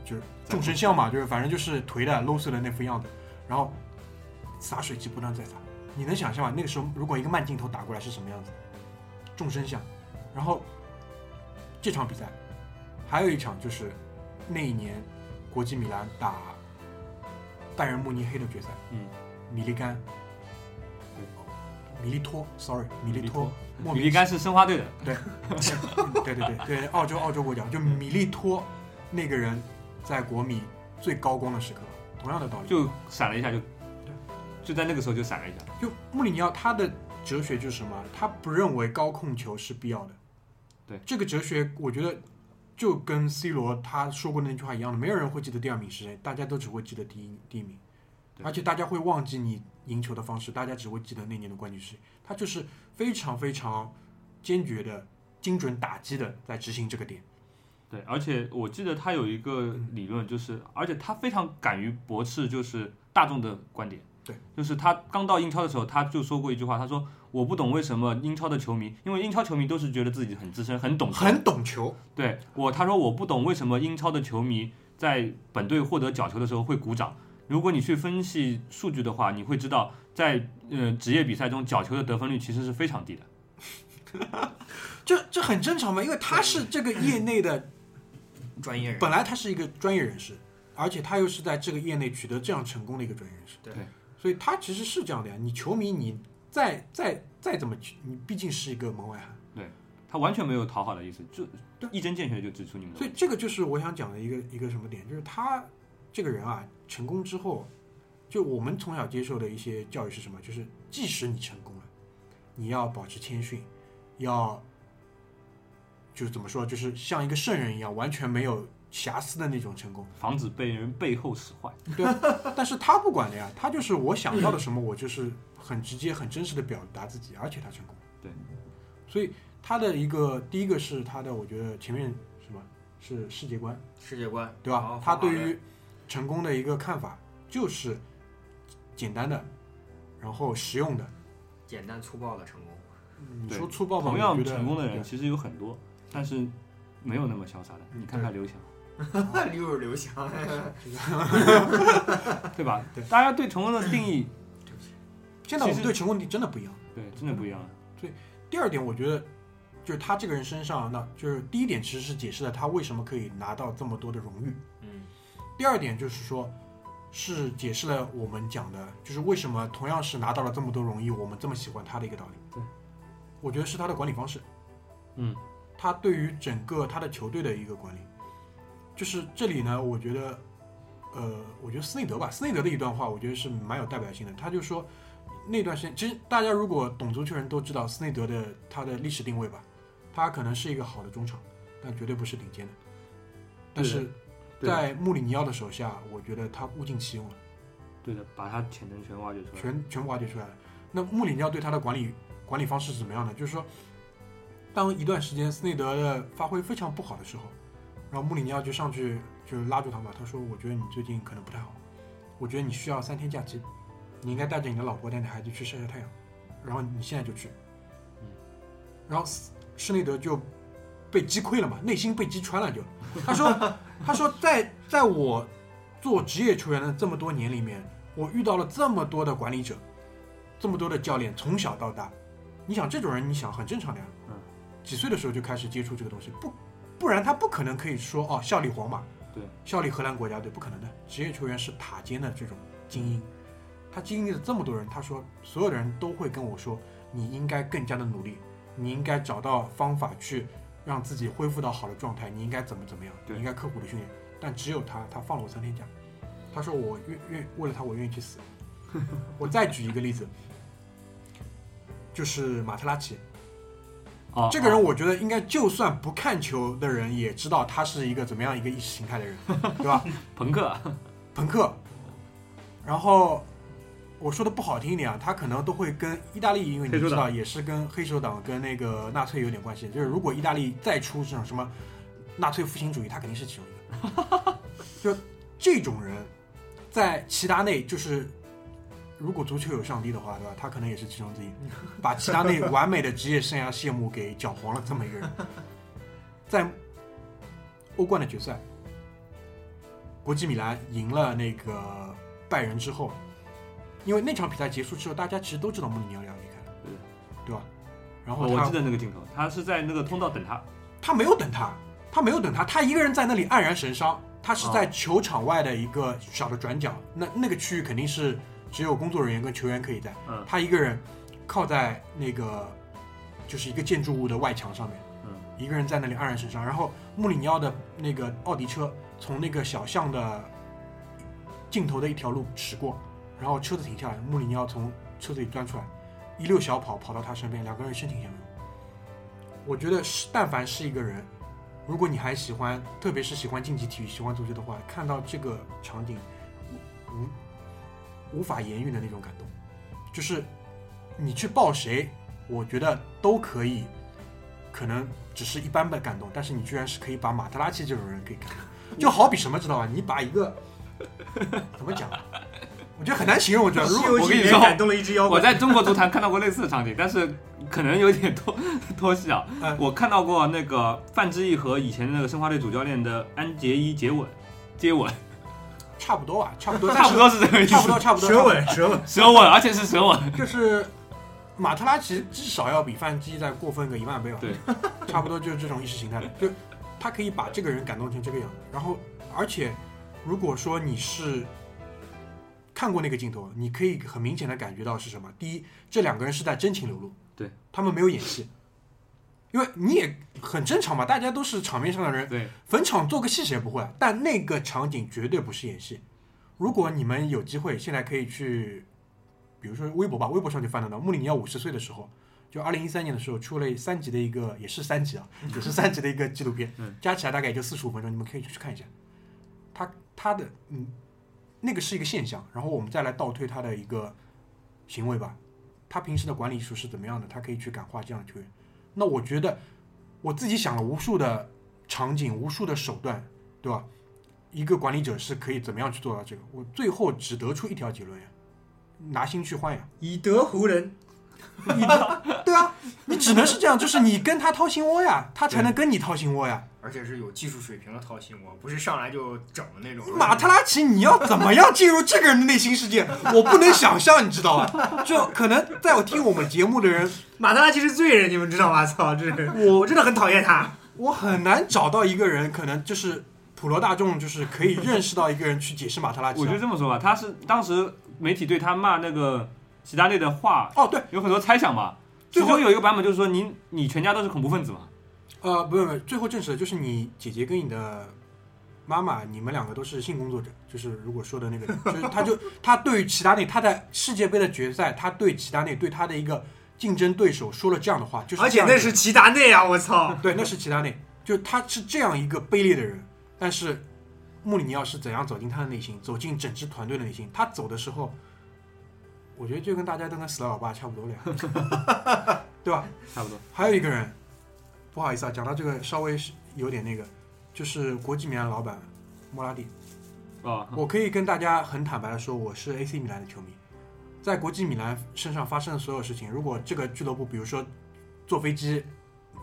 [SPEAKER 1] 就是呃众神像嘛，就是反正就是颓的、low 碎的那副样子，然后洒水机不断在洒。你能想象吗？那个时候如果一个慢镜头打过来是什么样子？众生相。然后这场比赛还有一场就是那一年国际米兰打拜仁慕尼黑的决赛，
[SPEAKER 4] 嗯，
[SPEAKER 1] 米利甘，米利托，sorry，米利托，莫
[SPEAKER 4] 米
[SPEAKER 1] 名
[SPEAKER 4] 利甘是申花队的，
[SPEAKER 1] *laughs* 对对对对，澳洲澳洲国脚就米利托那个人在国米最高光的时刻，同样的道理，
[SPEAKER 4] 就闪了一下就，就在那个时候就闪了一下，
[SPEAKER 1] 就穆里尼奥他的哲学就是什么？他不认为高控球是必要的。
[SPEAKER 4] 对
[SPEAKER 1] 这个哲学，我觉得就跟 C 罗他说过的那句话一样的，没有人会记得第二名是谁，大家都只会记得第一第一名，
[SPEAKER 4] 对
[SPEAKER 1] 而且大家会忘记你赢球的方式，大家只会记得那年的冠军是谁。他就是非常非常坚决的、精准打击的在执行这个点。
[SPEAKER 4] 对，而且我记得他有一个理论，就是而且他非常敢于驳斥就是大众的观点。
[SPEAKER 1] 对，
[SPEAKER 4] 就是他刚到英超的时候，他就说过一句话，他说我不懂为什么英超的球迷，因为英超球迷都是觉得自己很资深、很懂球
[SPEAKER 1] 很懂球，
[SPEAKER 4] 对我，他说我不懂为什么英超的球迷在本队获得角球的时候会鼓掌。如果你去分析数据的话，你会知道在呃职业比赛中角球的得分率其实是非常低的。
[SPEAKER 1] 这这很正常嘛，因为他是这个业内的
[SPEAKER 2] 专业人。
[SPEAKER 1] 本来他是一个专业人士，而且他又是在这个业内取得这样成功的一个专业人士，
[SPEAKER 2] 对
[SPEAKER 4] 对
[SPEAKER 1] 所以他其实是这样的呀。你球迷，你再再再怎么去，你毕竟是一个门外汉，
[SPEAKER 4] 他完全没有讨好的意思，就
[SPEAKER 1] 对
[SPEAKER 4] 一针见血地就指出你们的
[SPEAKER 1] 所
[SPEAKER 4] 问
[SPEAKER 1] 以
[SPEAKER 4] 题。
[SPEAKER 1] 这个就是我想讲的一个一个什么点，就是他这个人啊，成功之后，就我们从小接受的一些教育是什么？就是即使你成功了，你要保持谦逊，要，就是怎么说，就是像一个圣人一样，完全没有瑕疵的那种成功。
[SPEAKER 4] 防止被人背后使坏。
[SPEAKER 1] 对啊，但是他不管的呀，他就是我想到了什么，我就是很直接、很真实的表达自己，而且他成功。
[SPEAKER 4] 对，
[SPEAKER 1] 所以他的一个第一个是他的，我觉得前面什么是世界观，
[SPEAKER 2] 世界观，
[SPEAKER 1] 对
[SPEAKER 2] 然
[SPEAKER 1] 吧
[SPEAKER 4] 哦
[SPEAKER 2] 后？
[SPEAKER 1] 他
[SPEAKER 2] 方法
[SPEAKER 1] 对
[SPEAKER 2] 论
[SPEAKER 1] 于成功的一个看法就是简单的，然后实用的。
[SPEAKER 2] 简单粗暴
[SPEAKER 1] *laughs*
[SPEAKER 2] 的成功，
[SPEAKER 1] 你
[SPEAKER 4] 对
[SPEAKER 1] 说粗暴吧，
[SPEAKER 4] 同
[SPEAKER 1] 我
[SPEAKER 4] 样
[SPEAKER 1] 觉得
[SPEAKER 4] 成功的人
[SPEAKER 1] 对嗯
[SPEAKER 4] 其实有很多，但是没有那么潇洒的。你看看刘翔，
[SPEAKER 2] 又是刘翔，
[SPEAKER 4] 对吧？
[SPEAKER 1] 对
[SPEAKER 4] 大家对成功的定
[SPEAKER 1] *coughs*
[SPEAKER 4] 义，
[SPEAKER 1] 现在我
[SPEAKER 4] 其
[SPEAKER 1] 们
[SPEAKER 4] 实
[SPEAKER 1] 对成功的真的不一样。
[SPEAKER 4] 对，真的不一样。
[SPEAKER 1] 第二点，我觉得就是他这个人身上，那就是第一点其实是解释了他为什么可以拿到这么多的荣誉。
[SPEAKER 2] 嗯，
[SPEAKER 1] 第二点就是说，是解释了我们讲的，就是为什么同样是拿到了这么多荣誉，我们这么喜欢他的一个道理。
[SPEAKER 4] 对，
[SPEAKER 1] 我觉得是他的管理方式。
[SPEAKER 4] 嗯，
[SPEAKER 1] 他对于整个他的球队的一个管理，就是这里呢，我觉得，呃，我觉得斯内德吧，斯内德的一段话，我觉得是蛮有代表性的。他就说，那段时间，其实大家如果懂足球人都知道斯内德的他的历史定位吧，他可能是一个好的中场，但绝对不是顶尖的。但
[SPEAKER 4] 对的
[SPEAKER 1] 是
[SPEAKER 4] 对的
[SPEAKER 1] 在穆里尼奥的手下，我觉得他物尽其用了，
[SPEAKER 4] 对的，把他潜能全挖掘出来。
[SPEAKER 1] 全全部挖掘出来了。那穆里尼奥对他的管理管理方式是怎么样的？就是说，当一段时间斯内德的发挥非常不好的时候，然后穆里尼奥就上去就拉住他嘛，他说：“我觉得你最近可能不太好，我觉得你需要三天假期，你应该带着你的老婆带着孩子去晒晒太阳，然后你现在就去。”
[SPEAKER 4] 嗯，
[SPEAKER 1] 然后斯施内德就被击溃了嘛，内心被击穿了就。他说：“他说在在我做职业球员的这么多年里面，我遇到了这么多的管理者，这么多的教练，从小到大，你想这种人，你想很正常的呀。
[SPEAKER 4] 嗯，
[SPEAKER 1] 几岁的时候就开始接触这个东西，不不然他不可能可以说哦效力皇马，
[SPEAKER 4] 对，
[SPEAKER 1] 效力荷兰国家队，不可能的。职业球员是塔尖的这种精英，他经历了这么多人，他说所有的人都会跟我说，你应该更加的努力，你应该找到方法去让自己恢复到好的状态，你应该怎么怎么样，
[SPEAKER 4] 对
[SPEAKER 1] 你应该刻苦的训练。但只有他，他放了我三天假，他说我愿愿为了他我愿意去死。我再举一个例子，就是马特拉齐，
[SPEAKER 4] 啊，
[SPEAKER 1] 这个人我觉得应该就算不看球的人也知道他是一个怎么样一个意识形态的人，对吧？
[SPEAKER 4] 朋
[SPEAKER 1] 哦
[SPEAKER 4] 克，
[SPEAKER 1] 朋克，然后我说的不好听一点啊，他可能都会跟意大利，因为你
[SPEAKER 4] 黑手
[SPEAKER 1] 知
[SPEAKER 4] 党
[SPEAKER 1] 道也是跟黑手党跟那个纳粹有点关系，就是如果意大利再出这种什么纳粹复兴主义，他肯定是其中一个。 *laughs* 就这种人，在齐达内就是。如果足球有上帝的话，对吧？他可能也是其中之一，把齐达内完美的职业生涯谢幕给搅黄了这么一个人。在欧冠的决赛，国际米兰赢了那个拜仁之后，因为那场比赛结束之后，大家其实都知道穆里尼奥要离开了
[SPEAKER 4] 对，
[SPEAKER 1] 对吧？然后
[SPEAKER 4] 哦我
[SPEAKER 1] 他
[SPEAKER 4] 记得那个镜头，他是在那个通道等他。
[SPEAKER 1] 他没有等他，他没有等他，他一个人在那里黯然神伤。他是
[SPEAKER 4] 啊
[SPEAKER 1] 在球场外的一个小的转角，那那个区域肯定是只有工作人员跟球员可以在。
[SPEAKER 4] 嗯
[SPEAKER 1] 他一个人靠在那个就是一个建筑物的外墙上面，
[SPEAKER 4] 嗯，
[SPEAKER 1] 一个人在那里黯然神伤。然后穆里尼奥的那个奥迪车从那个小巷的尽头的一条路驶过，然后车子停下来，穆里尼奥从车子里钻出来，一溜小跑跑到他身边，两个人深情相拥。我觉得是，但凡是一个人，如果你还喜欢，特别是喜欢竞技体育、喜欢足球的话，看到这个场景，无无无法言喻的那种感动，就是你去抱谁，我觉得都可以，可能只是一般的感动，但是你居然是可以把马特拉齐这种人给感动，就好比什么知道吧？你把一个怎么讲？我觉得很难形容。我觉得，如
[SPEAKER 3] *laughs* 西
[SPEAKER 1] 果
[SPEAKER 3] 游
[SPEAKER 4] 我
[SPEAKER 3] 记
[SPEAKER 4] 跟》你
[SPEAKER 3] 里面
[SPEAKER 4] 说
[SPEAKER 3] 感动了一只
[SPEAKER 1] 哦
[SPEAKER 3] 妖
[SPEAKER 4] 我
[SPEAKER 3] 怪，
[SPEAKER 4] 在中国足坛看到过类似的场景，但是可能有点脱 *laughs* 脱戏啊
[SPEAKER 1] 嗯。
[SPEAKER 4] 我看到过那个范志毅和以前那个申花队主教练的安杰伊接吻，接吻，
[SPEAKER 1] 差不多吧，差不
[SPEAKER 4] *laughs*
[SPEAKER 1] 多，但
[SPEAKER 4] 差
[SPEAKER 1] 是
[SPEAKER 4] 不哎多是这个意
[SPEAKER 1] 差不
[SPEAKER 4] 思，
[SPEAKER 1] 多，差不多，
[SPEAKER 3] 舌吻舌吻，
[SPEAKER 4] 舌吻，而且是舌吻。
[SPEAKER 1] 就是马特拉齐至少要比范基再过分个一万倍吧，
[SPEAKER 4] 对，
[SPEAKER 1] *laughs* 差不多就是这种意识形态的，就他可以把这个人感动成这个样子。然后，而且如果说你是看过那个镜头，你可以很明显的感觉到是什么？第一，这两个人是在真情流露，
[SPEAKER 4] 对
[SPEAKER 1] 他们没有演戏，因为你也很正常嘛，大家都是场面上的人，
[SPEAKER 4] 对，
[SPEAKER 1] 逢场做个戏谁不会啊？但那个场景绝对不是演戏。如果你们有机会，现在可以去，比如说微博吧，微博上就翻得到。穆里尼奥五十岁的时候，就二零一三年的时候出了三集的一个，也是三集啊，也是三集的一个纪录片
[SPEAKER 4] 嗯，
[SPEAKER 1] 加起来大概也就四十五分钟，你们可以去看一下。他他的嗯，那个是一个现象，然后我们再来倒推他的一个行为吧。他平时的管理术是怎么样的？他可以去感化这样的球员。那我觉得我自己想了无数的场景，无数的手段，对吧？一个管理者是可以怎么样去做到这个？我最后只得出一条结论呀：拿心去换呀。
[SPEAKER 3] 以德服人，
[SPEAKER 1] 你的对啊，你只能是这样，就是你跟他掏心窝呀，他才能跟你掏心窝呀。
[SPEAKER 2] 而且是有技术水平的掏心窝，不是上来就整的那种。
[SPEAKER 1] 马特拉齐，你要怎么样进入这个人的内心世界？我不能想象，你知道吧？就可能在我听我们节目的人，
[SPEAKER 3] 马德拉其实是罪人，你们知道吗？操，这是我我真的很讨厌他。
[SPEAKER 1] 我很难找到一个人，可能就是普罗大众，就是可以认识到一个人去解释马特拉齐
[SPEAKER 4] 我
[SPEAKER 1] 啊
[SPEAKER 4] 就。这么说吧，他是当时媒体对他骂那个齐达内的话
[SPEAKER 1] 哦，对，
[SPEAKER 4] 有很多猜想嘛，
[SPEAKER 1] 最
[SPEAKER 4] 最
[SPEAKER 1] 后
[SPEAKER 4] 后有一个版本就是说您你全家都是恐怖分子嘛，
[SPEAKER 1] 呃，不是不是，最后证实的就是你姐姐跟你的妈妈，你们两个都是性工作者。就是如果说的那个人，就是他
[SPEAKER 3] *laughs*
[SPEAKER 1] 就他对于齐达内，他在世界杯的决赛，他对齐达内对他的一个竞争对手说了这样的话，就是
[SPEAKER 3] 而
[SPEAKER 1] 这
[SPEAKER 3] 且
[SPEAKER 1] 样一
[SPEAKER 3] 那
[SPEAKER 1] 个
[SPEAKER 3] 是齐达内啊！我操，
[SPEAKER 1] 对，那是齐达内，就他是这样一个卑劣的人，但是穆里尼奥是怎样走进他的内心，走进整支团队的内心？他走的时候，我觉得就跟大家都跟死了老爸差不多了呀，对吧？
[SPEAKER 4] 差不多。
[SPEAKER 1] 还有一个人，不好意思啊，讲到这个稍微是有点那个，就是国际米兰老板莫拉蒂。
[SPEAKER 4] 啊、
[SPEAKER 1] 我可以跟大家很坦白的说，我是 AC 米兰的球迷，在国际米兰身上发生的所有事情，如果这个俱乐部，比如说坐飞机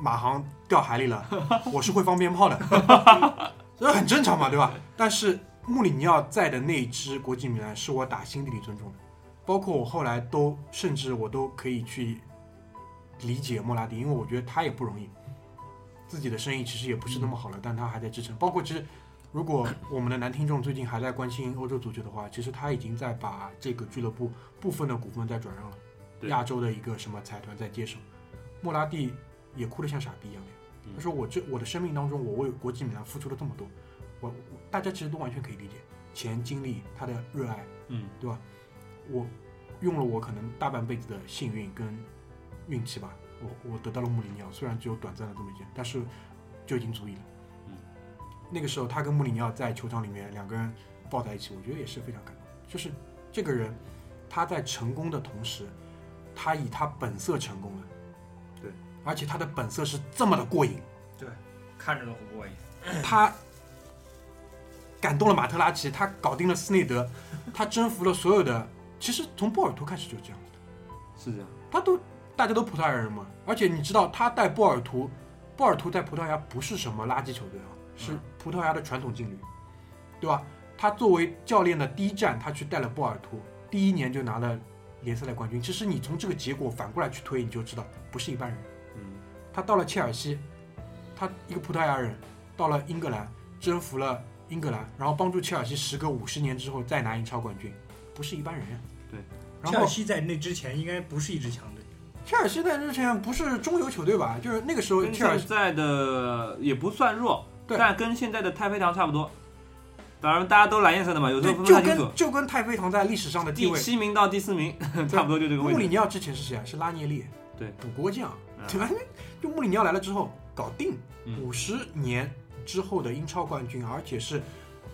[SPEAKER 1] 马航掉海里了，我是会放鞭炮的，这很正常嘛，对吧？但是穆里尼奥在的那一支国际米兰，是我打心底里尊重的，包括我后来都，甚至我都可以去理解莫拉蒂，因为我觉得他也不容易，自己的生意其实也不是那么好了，但他还在支撑，包括其实。如果我们的男听众最近还在关心欧洲足球的话，其实他已经在把这个俱乐部部分的股份在转让了，
[SPEAKER 4] 对
[SPEAKER 1] 亚洲的一个什么财团在接手。莫拉蒂也哭得像傻逼一样的
[SPEAKER 4] 嗯
[SPEAKER 1] 他说：“我这我的生命当中，我为国际米兰付出了这么多，我我大家其实都完全可以理解，钱、精力、他的热爱，
[SPEAKER 4] 嗯，
[SPEAKER 1] 我用了我可能大半辈子的幸运跟运气吧，我我得到了穆里尼奥，虽然只有短暂的这么一件，但是就已经足以了。
[SPEAKER 4] 嗯，
[SPEAKER 1] 那个时候他跟穆里尼奥在球场里面两个人抱在一起，我觉得也是非常感动。就是这个人他在成功的同时，他以他本色成功了，
[SPEAKER 4] 对，
[SPEAKER 1] 而且他的本色是这么的过瘾，
[SPEAKER 2] 看着都不过瘾。
[SPEAKER 1] 他感动了马特拉齐，他搞定了斯内德，他征服了所有的。其实从波尔图开始就这样。
[SPEAKER 4] 是这样，
[SPEAKER 1] 他都大家都葡萄牙人嘛，而且你知道他带波尔图，波尔图在葡萄牙不是什么垃圾球队啊，是葡萄牙的传统劲旅，对吧？他作为教练的第一站，他去带了波尔图，第一年就拿了联赛的冠军。其实你从这个结果反过来去推，你就知道不是一般人。
[SPEAKER 4] 嗯，
[SPEAKER 1] 他到了切尔西，他一个葡萄牙人到了英格兰，征服了英格兰，然后帮助切尔西时隔五十年之后再拿英超冠军，不是一般人呀、
[SPEAKER 4] 对，
[SPEAKER 1] 然
[SPEAKER 3] 切
[SPEAKER 1] 后
[SPEAKER 3] 尔西在那之前应该不是一支强队，
[SPEAKER 1] 切尔西在之前不是中游球队吧？就是那个时候
[SPEAKER 4] 跟
[SPEAKER 1] 切尔
[SPEAKER 4] 现
[SPEAKER 1] 西
[SPEAKER 4] 在的也不算弱，
[SPEAKER 1] 对
[SPEAKER 4] 但跟现在的太妃糖差不多。当然，大家都蓝颜色的嘛，有时候
[SPEAKER 1] 对
[SPEAKER 4] 分不
[SPEAKER 1] 就
[SPEAKER 4] 太清楚
[SPEAKER 1] 跟。就跟太妃糖在历史上的地
[SPEAKER 4] 第
[SPEAKER 1] 位，
[SPEAKER 4] 七名到第四名， *laughs* 差不多就这个位
[SPEAKER 1] 穆里
[SPEAKER 4] 置。
[SPEAKER 1] 尼奥之前是谁啊？是拉涅利，
[SPEAKER 4] 对，
[SPEAKER 1] 补锅匠，
[SPEAKER 4] 嗯
[SPEAKER 1] 对吧？ *laughs* 就穆里尼奥来了之后，搞定
[SPEAKER 4] 嗯
[SPEAKER 1] 五十年之后的英超冠军，而且是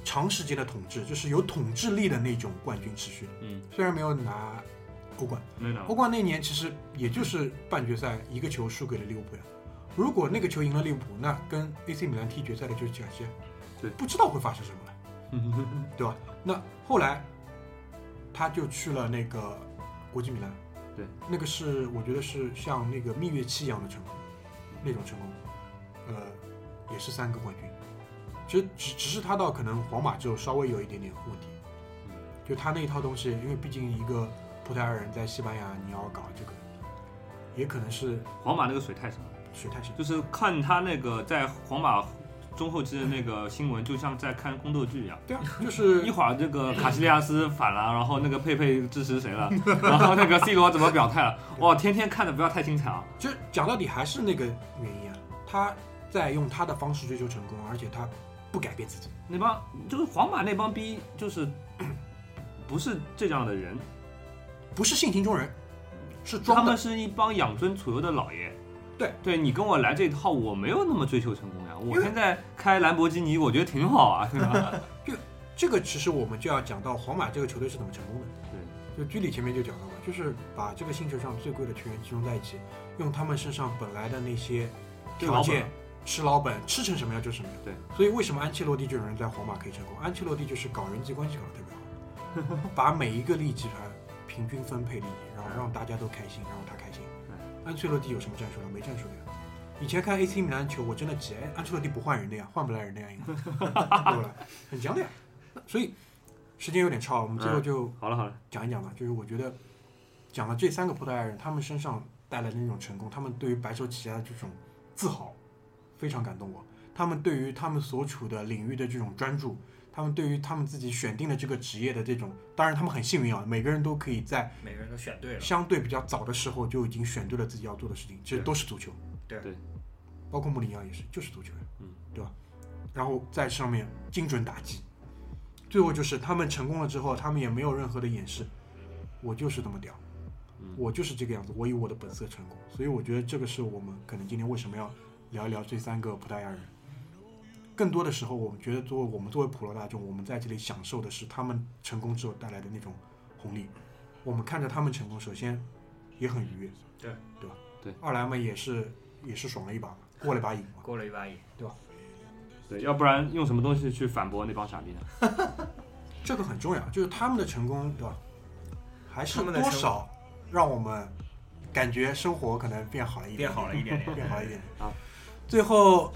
[SPEAKER 1] 长时间的统治，就是有统治力的那种冠军持续。
[SPEAKER 4] 嗯，
[SPEAKER 1] 虽然没有拿欧冠，
[SPEAKER 4] 没有
[SPEAKER 1] 欧冠那年其实也就是半决赛一个球输给了利物浦呀。如果那个球赢了利物浦，那跟 AC 米兰踢决赛的就是切尔西，
[SPEAKER 4] 对
[SPEAKER 1] 不知道会发生什么了。
[SPEAKER 4] *laughs*
[SPEAKER 1] 对吧？那后来他就去了那个国际米兰，
[SPEAKER 4] 对，
[SPEAKER 1] 那个是我觉得是像那个蜜月期一样的成功，那种成功，呃，也是三个冠军。其实只只是他到可能皇马之后稍微有一点点问题
[SPEAKER 4] 嗯，
[SPEAKER 1] 就他那一套东西，因为毕竟一个葡萄牙人在西班牙你要搞这个，也可能是
[SPEAKER 4] 皇马那个水太深了，
[SPEAKER 1] 水太深。
[SPEAKER 4] 就是看他那个在皇马中后期的那个新闻，就像在看宫斗剧一样。
[SPEAKER 1] 对
[SPEAKER 4] *laughs*
[SPEAKER 1] 啊，就是
[SPEAKER 4] 一会儿这个卡西利亚斯反了，然后那个佩佩支持谁
[SPEAKER 1] *laughs*
[SPEAKER 4] 了，然后那个 C 罗怎么表态了，哇，天天看的不要太精彩啊。
[SPEAKER 1] 就讲到底还是那个原因啊，他在用他的方式追求成功，而且他不改变自己。
[SPEAKER 4] 那帮就是皇马那帮逼，就是不是这样的人，
[SPEAKER 1] 不是性情中人，是
[SPEAKER 4] 他
[SPEAKER 1] 装
[SPEAKER 4] 们
[SPEAKER 1] 的，
[SPEAKER 4] 是一帮养尊处优的老爷。
[SPEAKER 1] 对，
[SPEAKER 4] 对你跟我来这一套，我没有那么追求成功呀。我
[SPEAKER 1] 为
[SPEAKER 4] 现在开兰博基尼，我觉得挺好
[SPEAKER 1] *laughs*
[SPEAKER 4] 啊，对吧？
[SPEAKER 1] 这个其实我们就要讲到皇马这个球队是怎么成功的。
[SPEAKER 4] 对，
[SPEAKER 1] 就剧里前面就讲到了，就是把这个星球上最贵的球员集中在一起，用他们身上本来的那些条
[SPEAKER 4] 吃老
[SPEAKER 1] 件
[SPEAKER 4] 本
[SPEAKER 1] 吃老本，吃成什么样就是什么样。
[SPEAKER 4] 对，
[SPEAKER 1] 所以为什么安切洛蒂这种人在皇马可以成功？安切洛蒂就是搞人际关系搞得特别好，把每一个利益集团平均分配利益，然后让大家都开心，然后他开心。安切洛蒂有什么战术呢？没战术的呀。以前看 AC 米兰球，我真的急，哎，安切洛蒂不换人的呀，换不来人的呀，应该 *laughs* 对不对？很僵的呀。那所以时间有点超，我们最后就
[SPEAKER 4] *laughs* 好了好了，
[SPEAKER 1] 讲一讲吧，就是我觉得讲了这三个葡萄牙人，他们身上带来的那种成功，他们对于白手起家的这种自豪，非常感动我。他们对于他们所处的领域的这种专注，他们对于他们自己选定的这个职业的这种，当然他们很幸运啊，每个人都可以在
[SPEAKER 2] 每个人都选对了。
[SPEAKER 1] 相对比较早的时候就已经选对了自己要做的事情，其实
[SPEAKER 4] 对
[SPEAKER 1] 都是足球，
[SPEAKER 2] 对
[SPEAKER 4] 对，
[SPEAKER 1] 包括穆里尼奥也是，就是足球呀，
[SPEAKER 4] 嗯，
[SPEAKER 1] 对吧？然后在上面精准打击，最后就是他们成功了之后，他们也没有任何的掩饰，我就是这么屌，
[SPEAKER 4] 嗯
[SPEAKER 1] 我就是这个样子，我以我的本色成功，所以我觉得这个是我们可能今天为什么要聊一聊这三个葡萄牙人。更多的时候，我们觉得作为我们作为普罗大众，我们在这里享受的是他们成功之后带来的那种红利。我们看着他们成功，首先也很愉悦，
[SPEAKER 2] 对
[SPEAKER 1] 对吧？
[SPEAKER 4] 对，
[SPEAKER 1] 二来嘛也是也是爽了一把嘛，过了一把瘾
[SPEAKER 2] *laughs*
[SPEAKER 1] 嘛。
[SPEAKER 2] 过了一把瘾，
[SPEAKER 4] 对，要不然用什么东西去反驳那帮傻逼呢？
[SPEAKER 1] 这个很重要，就是他们的成功，对吧？还是
[SPEAKER 2] 他们的
[SPEAKER 1] 多
[SPEAKER 2] 成
[SPEAKER 1] 少让我们感觉生活可能变好了一点，
[SPEAKER 2] 变好了一
[SPEAKER 1] *laughs*
[SPEAKER 2] 点点，
[SPEAKER 1] 变好一点
[SPEAKER 4] 啊。
[SPEAKER 1] 最后，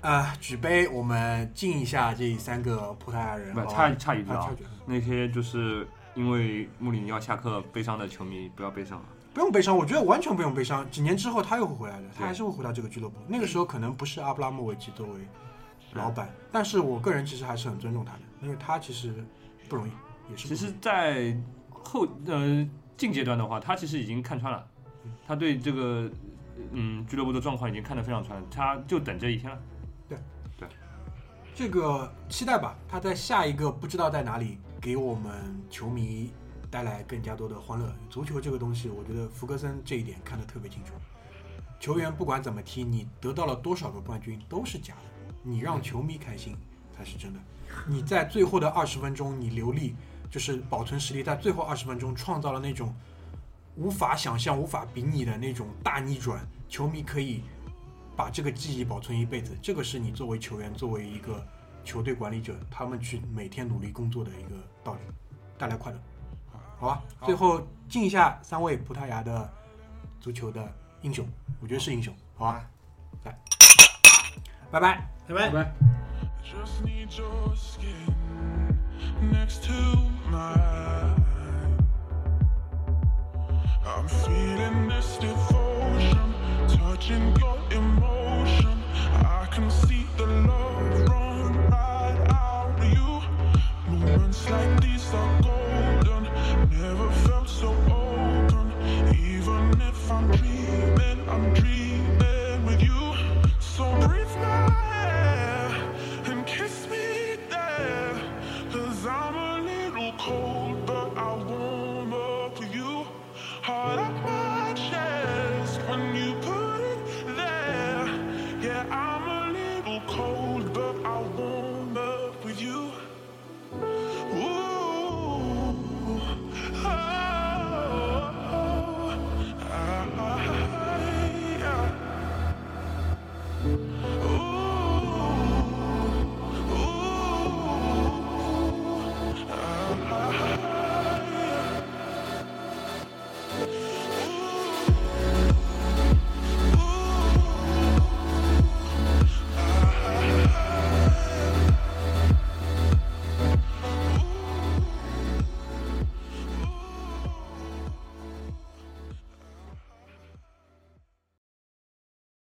[SPEAKER 1] 啊，举杯，我们敬一下这三个葡萄牙人，
[SPEAKER 4] 不
[SPEAKER 1] 好，吧
[SPEAKER 4] 差差一句
[SPEAKER 1] 啊
[SPEAKER 4] 啊
[SPEAKER 1] 差一，句
[SPEAKER 4] 那些就是因为穆里尼奥下课悲伤的球迷，不要悲伤了。
[SPEAKER 1] 不用悲伤，我觉得完全不用悲伤。几年之后他又会回来的，他
[SPEAKER 4] 对
[SPEAKER 1] 还是会回到这个俱乐部。那个时候可能不是阿布拉莫维奇作为老板，但是我个人其实还是很尊重他的，因为他其实不容易，也是不
[SPEAKER 4] 其
[SPEAKER 1] 容
[SPEAKER 4] 实，在后呃近阶段的话，他其实已经看穿了，他对这个嗯俱乐部的状况已经看得非常穿，他就等这一天了。
[SPEAKER 1] 易这个期待吧。他在下一个不知道在哪里给我们球迷带来更加多的欢乐。足球这个东西，我觉得福格森这一点看得特别清楚。球员不管怎么踢，你得到了多少个冠军都是假的，你让球迷开心才是真的。你在最后的二十分钟，你流利就是保存实力，在最后二十分钟创造了那种无法想象、无法比拟的那种大逆转，球迷可以把这个记忆保存一辈子。这个是你作为球员、作为一个球队管理者，他们去每天努力工作的一个道理，带来快乐。好吧，
[SPEAKER 2] 好
[SPEAKER 1] 最后敬一下三位葡萄牙的足球的英雄，我觉得是英雄，好啊吧，来，拜拜。
[SPEAKER 3] 拜
[SPEAKER 2] 哎
[SPEAKER 3] 拜。
[SPEAKER 5] Just need your skin next to mine. I'm feeling this devotion, touching your